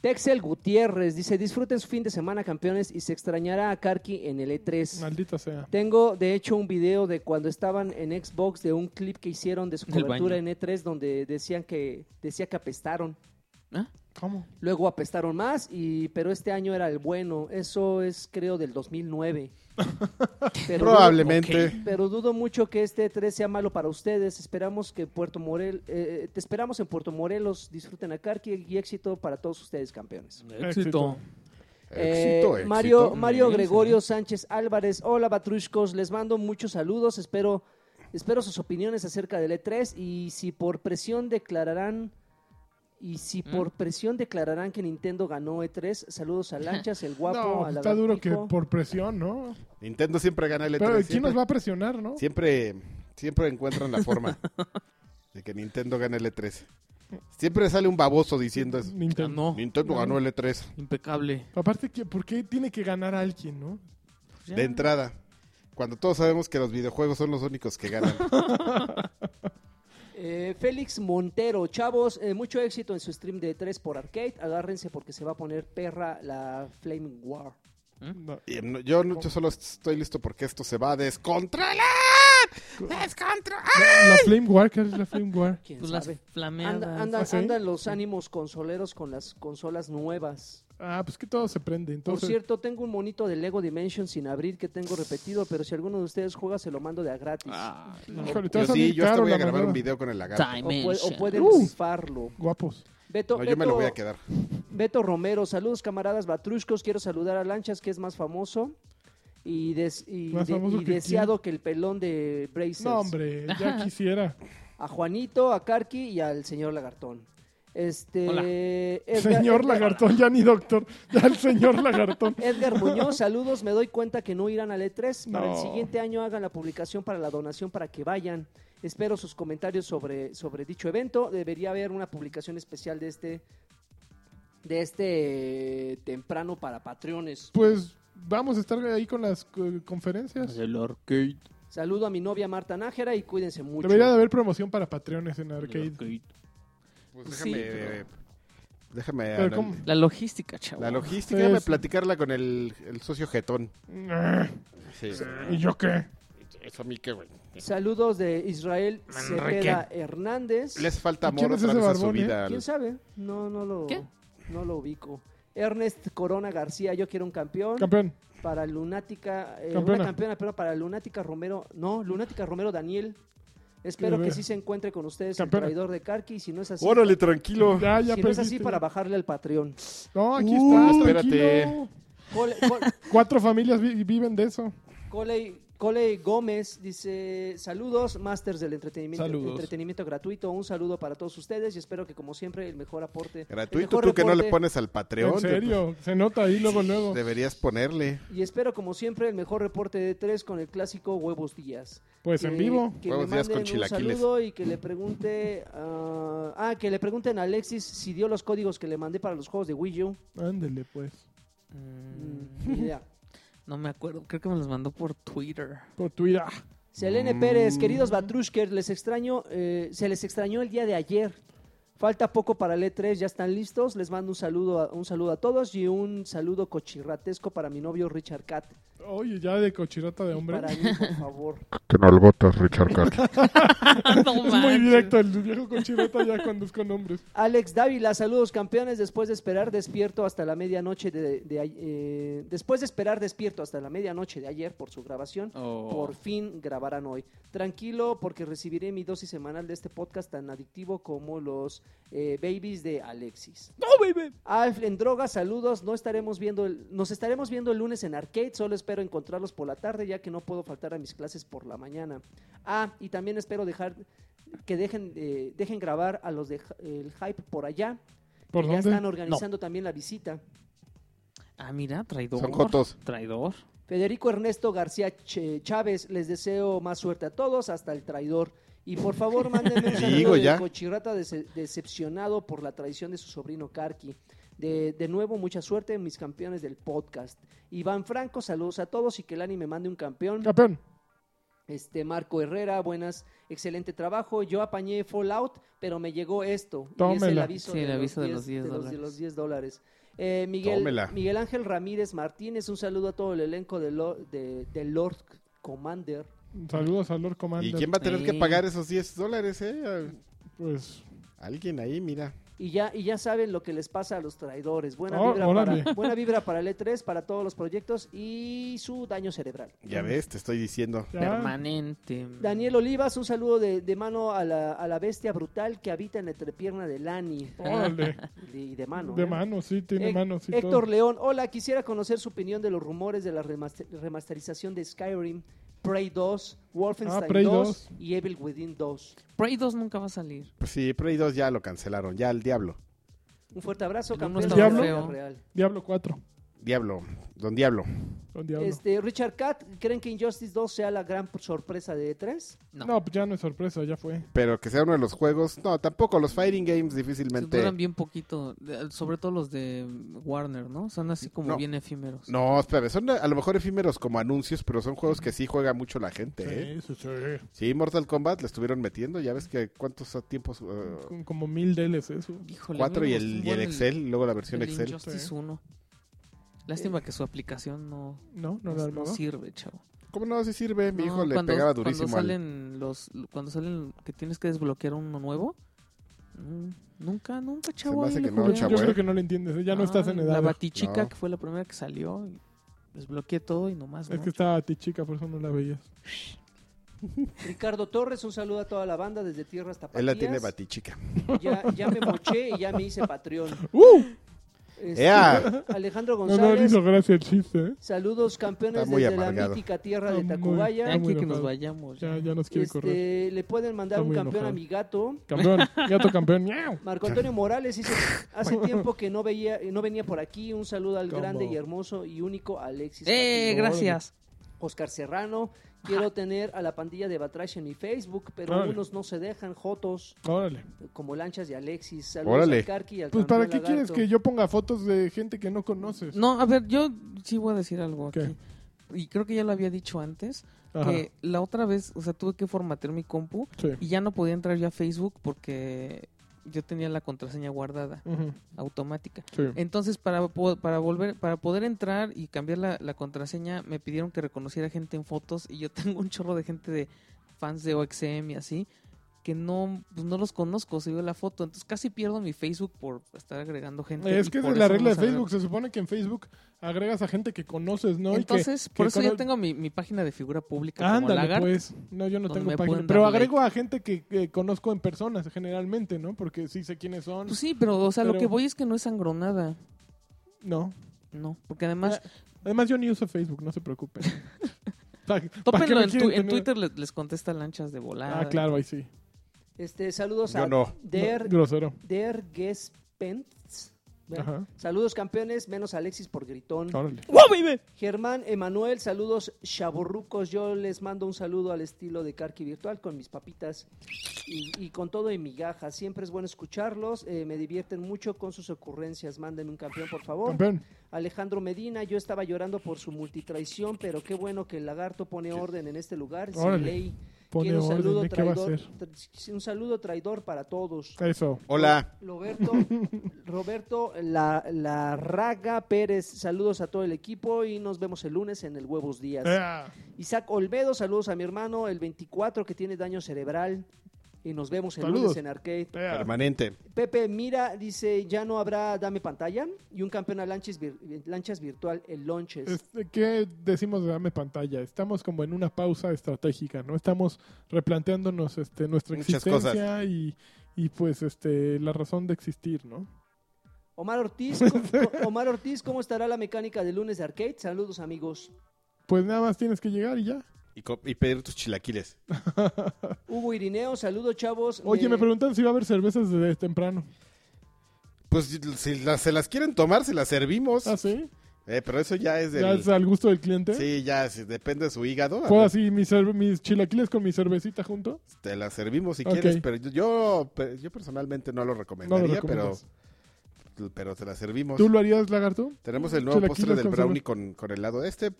D: Texel Gutiérrez dice: Disfruten su fin de semana, campeones, y se extrañará a Karki en el E3.
B: Maldita sea.
D: Tengo, de hecho, un video de cuando estaban en Xbox de un clip que hicieron de su
C: En el
D: cobertura en
C: baño.
D: E3 donde decían que decía que apestaron.
C: ¿Ah?
B: ¿Cómo?
D: Luego apestaron más, y, pero este año era el bueno. Eso es, creo, del 2009. Pero-
A: Probablemente.
D: pero dudo mucho que este 3 sea malo para ustedes. Esperamos que Puerto Morel, eh, te esperamos en Puerto Morelos. Disfruten a Karki y éxito para todos ustedes, campeones.
B: Éxito.
C: Éxito.
D: Eh,
A: Éxito, éxito.
D: Mario, Mario
C: Sí,
D: Gregorio Sánchez Álvarez. Hola, Batrushkos. Les mando muchos saludos. Espero, espero sus opiniones acerca del E3 y si por presión declararán y si
B: ¿Mm?
D: por presión declararán que Nintendo ganó E3, saludos a Lanchas, el guapo,
B: No, pues,
D: a
B: está duro que
D: Lagartijo.
B: por presión, ¿no?
A: Nintendo siempre gana el E3.
B: Pero ¿quién
A: siempre,
B: nos va a presionar, no?
A: siempre, siempre encuentran la forma de que Nintendo gane el E3. Siempre sale un baboso diciendo eso.
B: Nintendo.
C: Ganó.
A: Nintendo ganó el E E3
C: Impecable.
B: Aparte, que- ¿por qué tiene que ganar alguien, no?
C: Ya.
A: de entrada. Cuando todos sabemos que los videojuegos son los únicos que ganan.
D: Eh, Félix Montero, chavos, eh, mucho éxito en su stream de E3 por arcade. Agárrense porque se va a poner perra la Flaming War.
B: No.
A: Y no- yo, no- yo solo estoy listo porque esto se va a descontrolar. ¡Descontrolar!
B: La Flame War, ¿qué es la Flame War?
D: ¿Quién
C: Pues las
D: sabe?
C: flameadas.
D: Anda- andan,
B: ¿Ah, sí?
D: andan los ánimos consoleros con las consolas nuevas.
B: Ah, pues que todo se prende.
D: Por
B: Entonces,
D: cierto, tengo un monito de Lego Dimension sin abrir que tengo repetido, pero si alguno de ustedes juega, se lo mando de a gratis.
C: Ah,
B: híjole, te
A: Yo
B: vas a
A: sí,
B: salir
A: yo hasta
B: caro
A: voy a
B: la
A: grabar un
B: mamada.
A: video con el lagarto.
D: O, pue- o
C: Dimension.
D: pueden
B: Uh.
D: rifarlo.
B: Guapos.
D: Beto,
A: No, yo me lo
D: Beto-
A: voy a quedar.
D: Beto Romero, saludos camaradas batruscos, quiero saludar a Lanchas que es más famoso y, des- y
B: Más
D: de-
B: famoso
D: y
B: que
D: deseado que el pelón de Brazers.
B: No, hombre, ya quisiera.
D: A Juanito, a Karki y al señor Lagartón. Este
C: Hola.
D: Edgar-
B: Señor
D: Edgar-
B: Lagartón, ya ni doctor. Ya el señor Lagartón.
D: Edgar Muñoz, saludos, me doy cuenta que no irán al E3. Para
B: No.
D: el siguiente año hagan la publicación para la donación para que vayan. Espero sus comentarios sobre, sobre dicho evento. Debería haber una publicación especial de este de este eh, temprano para patrones.
B: Pues vamos a estar ahí con las eh, conferencias.
C: El arcade.
D: Saludo a mi novia Marta Nájera y cuídense mucho.
B: Debería de haber promoción para Patreones en arcade.
A: Pues
C: Sí,
A: déjame.
C: pero-
A: Déjame.
B: Pero
A: anal-
B: ¿cómo?
C: La logística, chavo.
A: La logística,
B: Sí,
A: déjame
B: sí.
A: platicarla con el, el socio jetón.
B: Ah,
A: Sí.
B: ¿Y yo qué?
A: Eso a mí qué, güey.
D: Saludos de Israel
C: Manrique.
D: Cepeda Hernández.
A: Les falta amor
B: ¿Quién es
A: otra
B: ese
A: vez a su
B: barbón, eh?
A: vida.
D: ¿Quién sabe? No, no lo,
C: ¿Qué?
D: no lo ubico. Ernest Corona García, yo quiero un campeón.
B: Campeón.
D: para Lunática, eh,
B: Campeona.
D: una campeona, pero para Lunática Romero, no, Lunática Romero Daniel. Espero
B: Qué
D: que
B: ver-
D: sí se encuentre con ustedes
B: Campeona.
D: el traidor de Karki, y si no es así,
A: Órale, tranquilo.
B: Ya, ya
D: si no es así
B: perdiste.
D: para bajarle al Patreon.
B: No, aquí
A: Uh,
B: está.
A: espérate.
B: tranquilo.
D: Cole- Cole-
B: Cuatro familias vi- viven de eso.
D: Coley Cole Gómez dice, saludos, masters del entretenimiento,
E: Saludos.
D: entretenimiento gratuito, un saludo para todos ustedes y espero que como siempre el mejor aporte. el
A: Gratuito,
D: mejor
A: tú que no le
D: reporte-
A: pones al Patreon.
B: En serio, se nota ahí luego, luego.
A: pues, deberías ponerle.
D: Y espero como siempre el mejor reporte de tres con el clásico Huevos Díaz.
B: Pues en vivo.
D: Que
A: Huevos
D: le
A: Díaz con
D: manden un
A: chilaquiles.
D: saludo y que le pregunte, ah, ah, que le pregunten a Alexis si dio los códigos que le mandé para los juegos de Wii U.
B: Ándele, pues.
D: Mm, ni idea.
C: No me acuerdo, creo que me los mandó por Twitter.
B: Por Twitter.
D: Selene
A: Mm.
D: Pérez, queridos Batrushkers, les extraño, eh, se les extrañó el día de ayer. Falta poco para el E3, ya están listos. Les mando un saludo, a, un saludo a todos y un saludo cochirratesco para mi novio Richard Cat.
B: Oye, ya de cochirota de hombre.
D: Para mí, por favor.
F: Que no botas, Richard Cat.
C: No
B: Es muy
C: manches.
B: directo el viejo cochirota ya cuando es con hombres.
D: Alex Dávila, saludos campeones. Después de esperar despierto hasta la medianoche de, de ay- eh, después de esperar despierto hasta la medianoche de ayer por su grabación,
E: Oh.
D: por fin grabarán hoy. Tranquilo, porque recibiré mi dosis semanal de este podcast tan adictivo como los eh, babies de Alexis. No,
C: Oh,
D: baby. Alf en drogas, saludos. No estaremos viendo el- nos estaremos viendo el lunes en arcade. Solo espero encontrarlos por la tarde, ya que no puedo faltar a mis clases por la mañana. Ah, y también espero dejar que dejen eh, dejen grabar a los del hype por allá.
B: ¿Por
D: que ya están
B: dónde?
D: organizando también la visita.
C: Ah, mira, traidor.
A: Son jotos.
C: Traidor.
D: Federico Ernesto García Ch- Chávez, les deseo más suerte a todos, hasta el traidor. Y por favor, mándenme un saludo
A: Digo,
D: del
A: ya.
D: cochirrata dece- decepcionado por la traición de su sobrino Karki. De, de nuevo, mucha suerte, mis campeones del podcast. Iván Franco, saludos a todos y que el anime mande un campeón.
B: Campeón.
D: Este Marco Herrera, buenas, excelente trabajo. Yo apañé Fallout, pero me llegó esto. Y es el
B: Tómela.
D: aviso,
C: Sí, el aviso
D: de, los 10, de los- de los 10 dólares. Eh, Miguel,
A: Tómela.
D: Miguel Ángel Ramírez Martínez, un saludo a todo el elenco de, lo- de- de Lord Commander.
B: Saludos al Lord Commander.
A: ¿Y quién va a tener que
C: Sí.
A: pagar esos 10 dólares, eh?
B: Pues,
A: Alguien ahí, mira.
D: Y ya, y ya saben lo que les pasa a los traidores. Buena,
B: Oh,
D: vibra,
B: órale.
D: para, buena vibra para el E3, para todos los proyectos y su daño cerebral.
A: Ya ves, te estoy diciendo.
B: ya.
C: Permanente.
D: Daniel Olivas, un saludo de, de mano a la, a la bestia brutal que habita en la entrepierna de Lani.
B: Órale.
D: Y de mano.
B: De
D: ¿eh?
B: mano, sí, tiene
D: Hec-
B: mano. Sí,
D: Héctor
B: todo.
D: León, hola, quisiera conocer su opinión de los rumores de la remaster- remasterización de Skyrim, Prey 2, Wolfenstein
B: Ah, Prey
D: 2 y Evil Within 2.
C: Prey 2 nunca va a salir.
A: Pues sí, Prey 2 ya lo cancelaron, ya al diablo.
D: Un fuerte abrazo,
C: El uno
D: campeón de
B: estaba
D: la
C: feo.
D: vida real.
B: Diablo 4.
A: Diablo, don Diablo.
B: Con Diablo.
D: Este, Richard Cat, ¿creen que Injustice 2 sea la gran sorpresa de E E3?
C: no.
B: no. pues ya no es sorpresa, ya fue.
A: Pero que sea uno de los juegos. No, tampoco los Fighting Games
C: Se
A: difícilmente.
C: duran bien poquito, de- sobre todo los de Warner, ¿no? Son así como
A: No.
C: bien efímeros.
A: No, espérame, son a lo mejor efímeros como anuncios, pero son juegos que sí juega mucho la gente, ¿eh?
B: Sí, sí, sí.
A: Sí, Mortal Kombat le estuvieron metiendo, ya ves que cuántos tiempos... eh,
B: Con Como mil DLCs. eso.
C: Híjole,
A: cuatro
C: me
A: y
C: gustó un
A: el, y
C: buen
A: el Excel, y luego la versión
C: el
A: Excel.
C: Injustice
B: Sí.
C: 1. Lástima que su aplicación no,
B: No, no
C: no-
B: la
C: no
B: armaba.
C: sirve, chavo.
A: ¿Cómo no? Si sirve, mi
C: No,
A: hijo le
C: cuando-
A: pegaba durísimo
C: Cuando
A: al-
C: salen los, cuando salen que tienes que desbloquear uno nuevo, mm, nunca, nunca, chavo.
A: hace
C: ahí
A: que
C: le
A: no,
B: Yo-
C: jugué.
B: Yo
A: chavo,
B: creo
A: ¿eh?
B: que no lo entiendes, ¿eh? ya no
C: Ah,
B: estás en
C: La
B: edad.
C: batichica
A: No.
C: que fue la primera que salió, y desbloqueé todo y nomás.
B: Es
C: ¿no?
B: que estaba a ti chica, por eso no la veías.
D: Ricardo Torres, un saludo a toda la banda desde Tierra hasta
A: Él la tiene batichica.
D: Ya, ya me moché y ya me hice Patreon.
B: ¡Uh!
D: Este,
A: ¡Ea!
D: Alejandro
B: No, no le
D: González,
B: hizo gracia el chiste, ¿eh?
D: saludos campeones
A: Está muy
D: desde la
A: amargado.
D: mítica tierra de
B: Está muy-
D: Tacubaya.
C: Ya
B: Está muy
C: quiere que nos
B: enojado.
C: vayamos.
B: Ya, ya nos quiere
D: Este,
B: correr.
D: le pueden mandar
B: Está
D: un
B: muy
D: campeón a
B: enojado.
D: mi gato.
B: Campeón, gato campeón. ¡Miau!
D: Marco Antonio Morales dice, hace tiempo que no veía, no venía por aquí. Un saludo al
B: ¿Cómo?
D: grande y hermoso y único Alexis.
C: ¡Eh,
D: Patiño.
C: gracias!
D: Oscar Serrano, quiero tener a la pandilla de Batrash en mi Facebook, pero
B: Órale.
D: unos no se dejan, Jotos,
B: Órale.
D: como lanchas de Alexis. Saludos
A: Órale.
D: al Karki y al
B: Pues
D: campeón
B: para qué quieres
D: lagarto.
B: que yo ponga fotos de gente que no conoces.
C: No, a ver, yo sí voy a decir algo
B: ¿Qué?
C: aquí. Y creo que ya lo había dicho antes,
B: Ajá,
C: que la otra vez, o sea, tuve que formatear mi compu
B: sí.
C: y ya no podía entrar yo a Facebook porque yo tenía la contraseña guardada,
B: Ujú,
C: automática.
B: sí.
C: Entonces, para, po- para volver, para poder entrar y cambiar la, la contraseña, me pidieron que reconociera gente en fotos y yo tengo un chorro de gente de fans de OXM y así que no, pues, no los conozco, se vio la foto, entonces casi pierdo mi Facebook por estar agregando gente.
B: Es
C: y
B: que esa
C: por
B: es la
C: eso no
B: regla de
C: los agrego.
B: Facebook. Se supone que en Facebook agregas a gente que conoces, ¿no? Y que-
C: Entonces, por
B: que
C: eso yo
B: cono-
C: tengo mi, mi página de figura pública como
B: Ándale,
C: Lagarto.
B: pues. No, yo no
C: donde
B: tengo
C: me
B: página.
C: pueden dar
B: Pero
C: like.
B: agrego a gente que, que conozco en personas, generalmente, ¿no? Porque sí sé quiénes son.
C: Pues sí, pero o sea, lo
B: Pero-
C: que voy es que no es sangronada.
B: No.
C: No, porque además
B: Ah, Además, yo ni uso Facebook, no se preocupen. Pa- ¿para qué
C: Tópenlo
B: me
C: en, tu-
B: quieren
C: en
B: tener?
C: Twitter, les, les contesta lanchas de volada.
B: Ah, claro, ahí sí.
D: Este, saludos
A: Yo
D: a
A: no.
D: Der,
B: No, grosero.
D: Der Gespentz. Bueno,
B: Ajá. Ah,
D: Saludos campeones, menos Alexis por gritón.
B: Órale.
D: Germán Emanuel, saludos chaborrucos. Yo les mando un saludo al estilo de Carqui Virtual con mis papitas y, y con todo en migaja. Siempre es bueno escucharlos. eh, me divierten mucho con sus ocurrencias. Mándenme un campeón, por favor.
B: Campeón.
D: Alejandro Medina, yo estaba llorando por su multitraición, pero qué bueno que el lagarto pone orden en este lugar. sin
B: Órale.
D: ley.
B: Pone
D: Quiero un
B: orden.
D: saludo
B: ¿de ¿Qué va a
D: traidor.
B: hacer?
D: tra- Un saludo traidor para todos.
B: Eso.
A: Hola.
D: Roberto, Roberto la, la Raga Pérez, saludos a todo el equipo y nos vemos el lunes en el Huevos Días.
B: Ah,
D: Isaac Olmedo, saludos a mi hermano, el 24 que tiene daño cerebral y nos vemos el
B: Saludos.
D: lunes en Arcade.
B: ah.
A: Permanente.
D: Pepe Mira dice, ya no habrá Dame Pantalla y un campeón a lanchas, vir- lanchas virtual, el Lonches.
B: Este, ¿Qué decimos de dame pantalla? Estamos como en una pausa estratégica, ¿no? Estamos replanteándonos este, nuestra
A: Muchas
B: existencia Y, y pues este la razón de existir, ¿no?
D: Omar Ortiz, co- Omar Ortiz, ¿cómo estará la mecánica del lunes de Arcade? Saludos amigos.
B: Pues nada más tienes que llegar y ya.
A: Y, co- y pedir tus chilaquiles.
D: Hugo Irineo, saludos chavos.
B: Oye,
D: Me-
B: me preguntan si va a haber cervezas desde temprano.
A: Pues si las, se las quieren tomar, se las servimos.
B: ¿Ah, sí?
A: Eh, pero eso ya es del...
B: ¿Ya es Pues. al gusto del cliente?
A: Sí, ya si depende de su hígado. a
B: ¿Puedo
A: ver,
B: así mis, cerve- mis chilaquiles con mi cervecita junto?
A: Te las servimos si
B: Ok.
A: quieres, pero yo- yo, pe- yo personalmente no lo recomendaría, Pues pero, pues,
B: recomiendas.
A: pero te las servimos.
B: ¿Tú lo harías, lagarto?
A: Tenemos el nuevo
B: Chilaquiles
A: postre del
B: con
A: brownie
B: cerve-
A: con, con helado. Este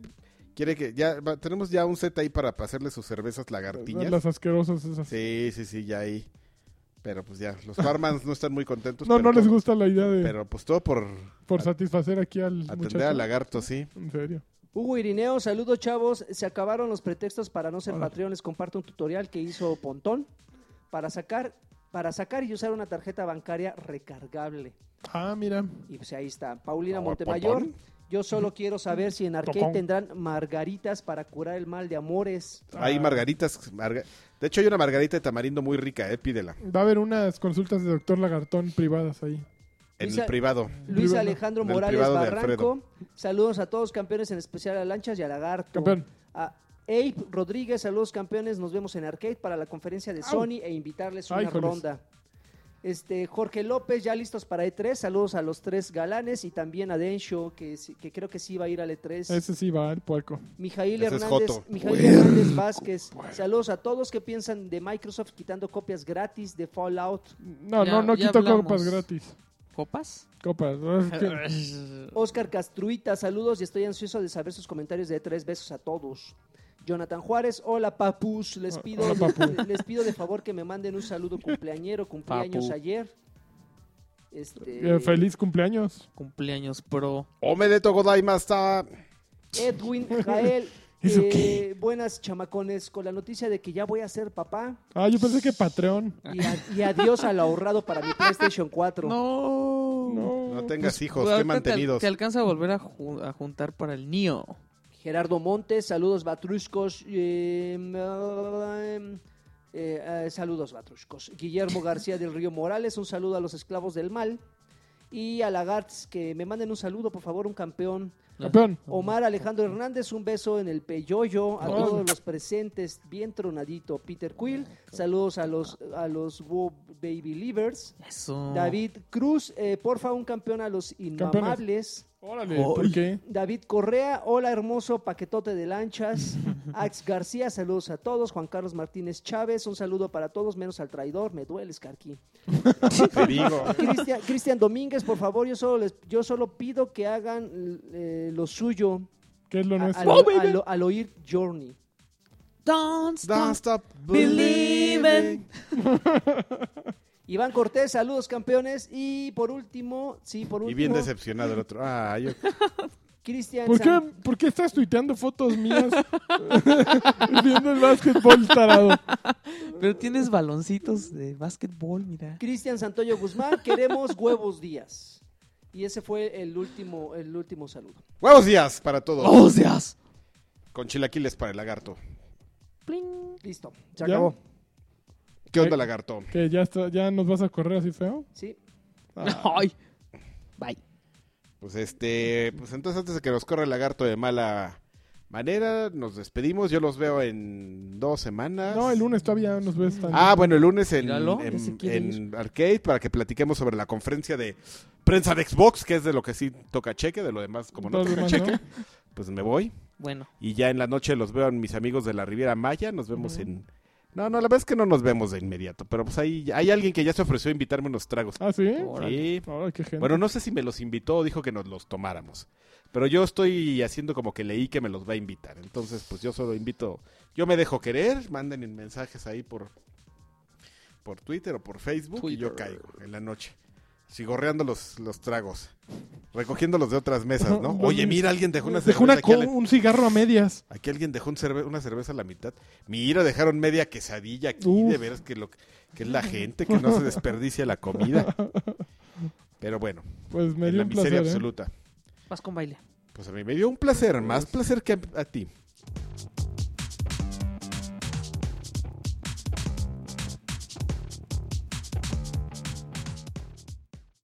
A: quiere que ya va- tenemos ya un set ahí para hacerle sus cervezas lagartiñas.
B: Las asquerosas esas.
A: Sí, sí, sí, ya ahí. Pero pues ya, los barmans no están muy contentos.
B: no,
A: pero
B: no les
A: todo-
B: gusta la idea de
A: Pero pues todo por
B: por
A: a-
B: satisfacer aquí al muchacho.
A: atender al lagarto, sí.
B: En serio.
D: Hugo Irineo, saludos chavos. Se acabaron los pretextos para no ser
B: Hola.
D: Patreon. Les comparto un tutorial que hizo Pontón para sacar, para sacar y usar una tarjeta bancaria recargable.
B: Ah, mira.
D: Y pues ahí está. Paulina
A: Ah,
D: Montemayor,
A: Pontón.
D: yo solo quiero saber si en Arcade
B: Tocón.
D: tendrán margaritas para curar el mal de amores.
A: Hay
B: Ah.
A: margaritas. marga- De hecho, hay una margarita de tamarindo muy rica, eh, pídela.
B: Va a haber unas consultas de doctor Lagartón privadas ahí.
A: En
D: Luisa-
A: el privado.
D: Luis
B: Privado.
D: Alejandro
A: En el
D: Morales
A: privado de
D: Barranco, saludos a todos campeones, en especial a Lanchas y a Lagarto.
B: Campeón.
D: A Abe Rodríguez, saludos campeones, nos vemos en Arcade para la conferencia de
B: Au.
D: Sony e invitarles una
B: Ay, híjoles.
D: ronda. Este, Jorge López, ya listos para E3, saludos a los tres galanes y también a Densho, que, sí- que creo que sí va a ir al E3.
B: Ese sí va al puerco.
D: Mijail
A: Ese es
D: Hernández,
A: Joto.
D: Mijail Hernández Vázquez, saludos a todos que piensan de Microsoft quitando copias gratis de Fallout.
B: No,
C: Ya-
B: no, no
C: ya
B: quito
C: hablamos.
B: copas gratis.
C: ¿Copas?
B: Copas. ¿no? Es que-
D: Oscar Castruita, saludos y estoy ansioso de saber sus comentarios de tres besos a todos. Jonathan Juárez, hola papus, les
B: Ah, Hola,
D: pido,
B: papu.
D: les pido de favor que me manden un saludo cumpleañero, cumpleaños
C: Papu.
D: ayer. Este,
B: eh, feliz cumpleaños.
C: Cumpleaños pro.
A: Ome de Togodaimasta.
D: Edwin Jael,
B: ¿Eso
D: eh,
B: qué?
D: buenas chamacones, con la noticia de que ya voy a ser papá
B: Ah, yo pensé que Patreon.
D: y, a- y adiós al ahorrado para mi PlayStation 4.
C: No.
B: No.
A: No tengas hijos,
C: Pues, Ahorita
A: qué
C: te-
A: mantenidos.
C: Te, alcanza a volver a, ju- a juntar para el NIO.
D: Gerardo Montes, saludos batruscos. eh, eh, eh, saludos batruscos. Guillermo García del Río Morales, un saludo a los esclavos del mal. Y a Lagartz, que me manden un saludo, por favor, un campeón.
B: Campeón.
D: Omar Alejandro Hernández, un beso en el peyoyo a
B: Órale.
D: todos los presentes, bien tronadito. Peter Quill, saludos a los, a los Woo Baby Leavers.
C: Eso.
D: David Cruz, eh, porfa, un campeón a los inmamables.
B: Órale, ¿por
C: Ay.
B: qué?
D: David Correa, hola hermoso paquetote de lanchas. Ax García, saludos a todos. Juan Carlos Martínez Chávez, un saludo para todos, menos al traidor. Me dueles, Carqui.
A: Te digo.
D: Cristian- Cristian Domínguez, por favor, yo solo, les, yo solo pido que hagan eh, lo suyo
B: ¿Qué es lo
D: a-
B: nuestro? ¡Oh,
D: al, al- al oír Journey.
C: Don't
A: Don't
C: stop
A: stop
C: believing.
D: Iván Cortés, saludos campeones. Y por último, sí, por
A: Y bien
D: último,
A: decepcionado el otro. Ah, yo-
D: Cristian
B: ¿Por qué,
D: San-
B: por qué estás tuiteando fotos mías viendo el básquetbol tarado?
C: Pero tienes baloncitos de básquetbol, mira.
D: Cristian Santoyo Guzmán, queremos huevos días. Y ese fue el último, el último saludo.
A: Buenos días para todos.
C: ¡Oh, seas!
A: Con chilaquiles para el lagarto.
C: Pling.
D: Listo, se
B: ¿Ya?
D: acabó.
A: ¿Qué onda,
B: Eh.
A: lagarto?
B: Que ya, está, ya nos vas a correr así feo. Ah.
D: Sí.
C: Ay. Bye.
A: Pues este, pues entonces antes de que nos corra el lagarto de mala manera. Nos despedimos. Yo los veo en dos semanas.
B: No, el lunes todavía nos ves tan...
A: Ah, bueno, el lunes en,
C: Míralo.
A: en-
D: Ya se quiere
A: en Arcade para que platiquemos sobre la conferencia de prensa de Xbox, que es de lo que sí toca cheque, de lo demás, como no
B: Todo
A: toca
B: mal,
A: cheque,
B: ¿no?
A: pues me voy.
C: Bueno,
A: Y ya en la noche los veo a mis amigos de la Riviera Maya, nos vemos
B: Ujú.
A: en... No, no, la verdad es que no nos vemos de inmediato, pero pues ahí hay alguien que ya se ofreció a invitarme unos tragos.
B: Ah, ¿sí?
C: Órale.
A: Sí.
B: Ay, qué gente.
A: Bueno, no sé si me los invitó o dijo que nos los tomáramos, pero yo estoy haciendo como que leí que me los va a invitar, entonces pues yo solo invito, yo me dejo querer, manden mensajes ahí por, por Twitter o por Facebook y yo
C: Twitter.
A: caigo en la noche, sigorreando los, los tragos, recogiéndolos de otras mesas, ¿no? Oye, mira, alguien dejó una
B: Dejó una
A: cerveza aquí a
B: co-
A: la-
B: un cigarro a medias.
A: Aquí alguien dejó un cerve- una cerveza a la mitad. Mira, dejaron media quesadilla aquí.
B: Uf.
A: De veras que, lo, que es la gente, que no se desperdicia la comida. Pero bueno,
B: Pues me
A: en
B: dio
A: la
B: un
A: miseria
B: placer. ¿eh?
A: absoluta.
C: vas con baile.
A: Pues a mí me dio un placer, más placer que a, a ti.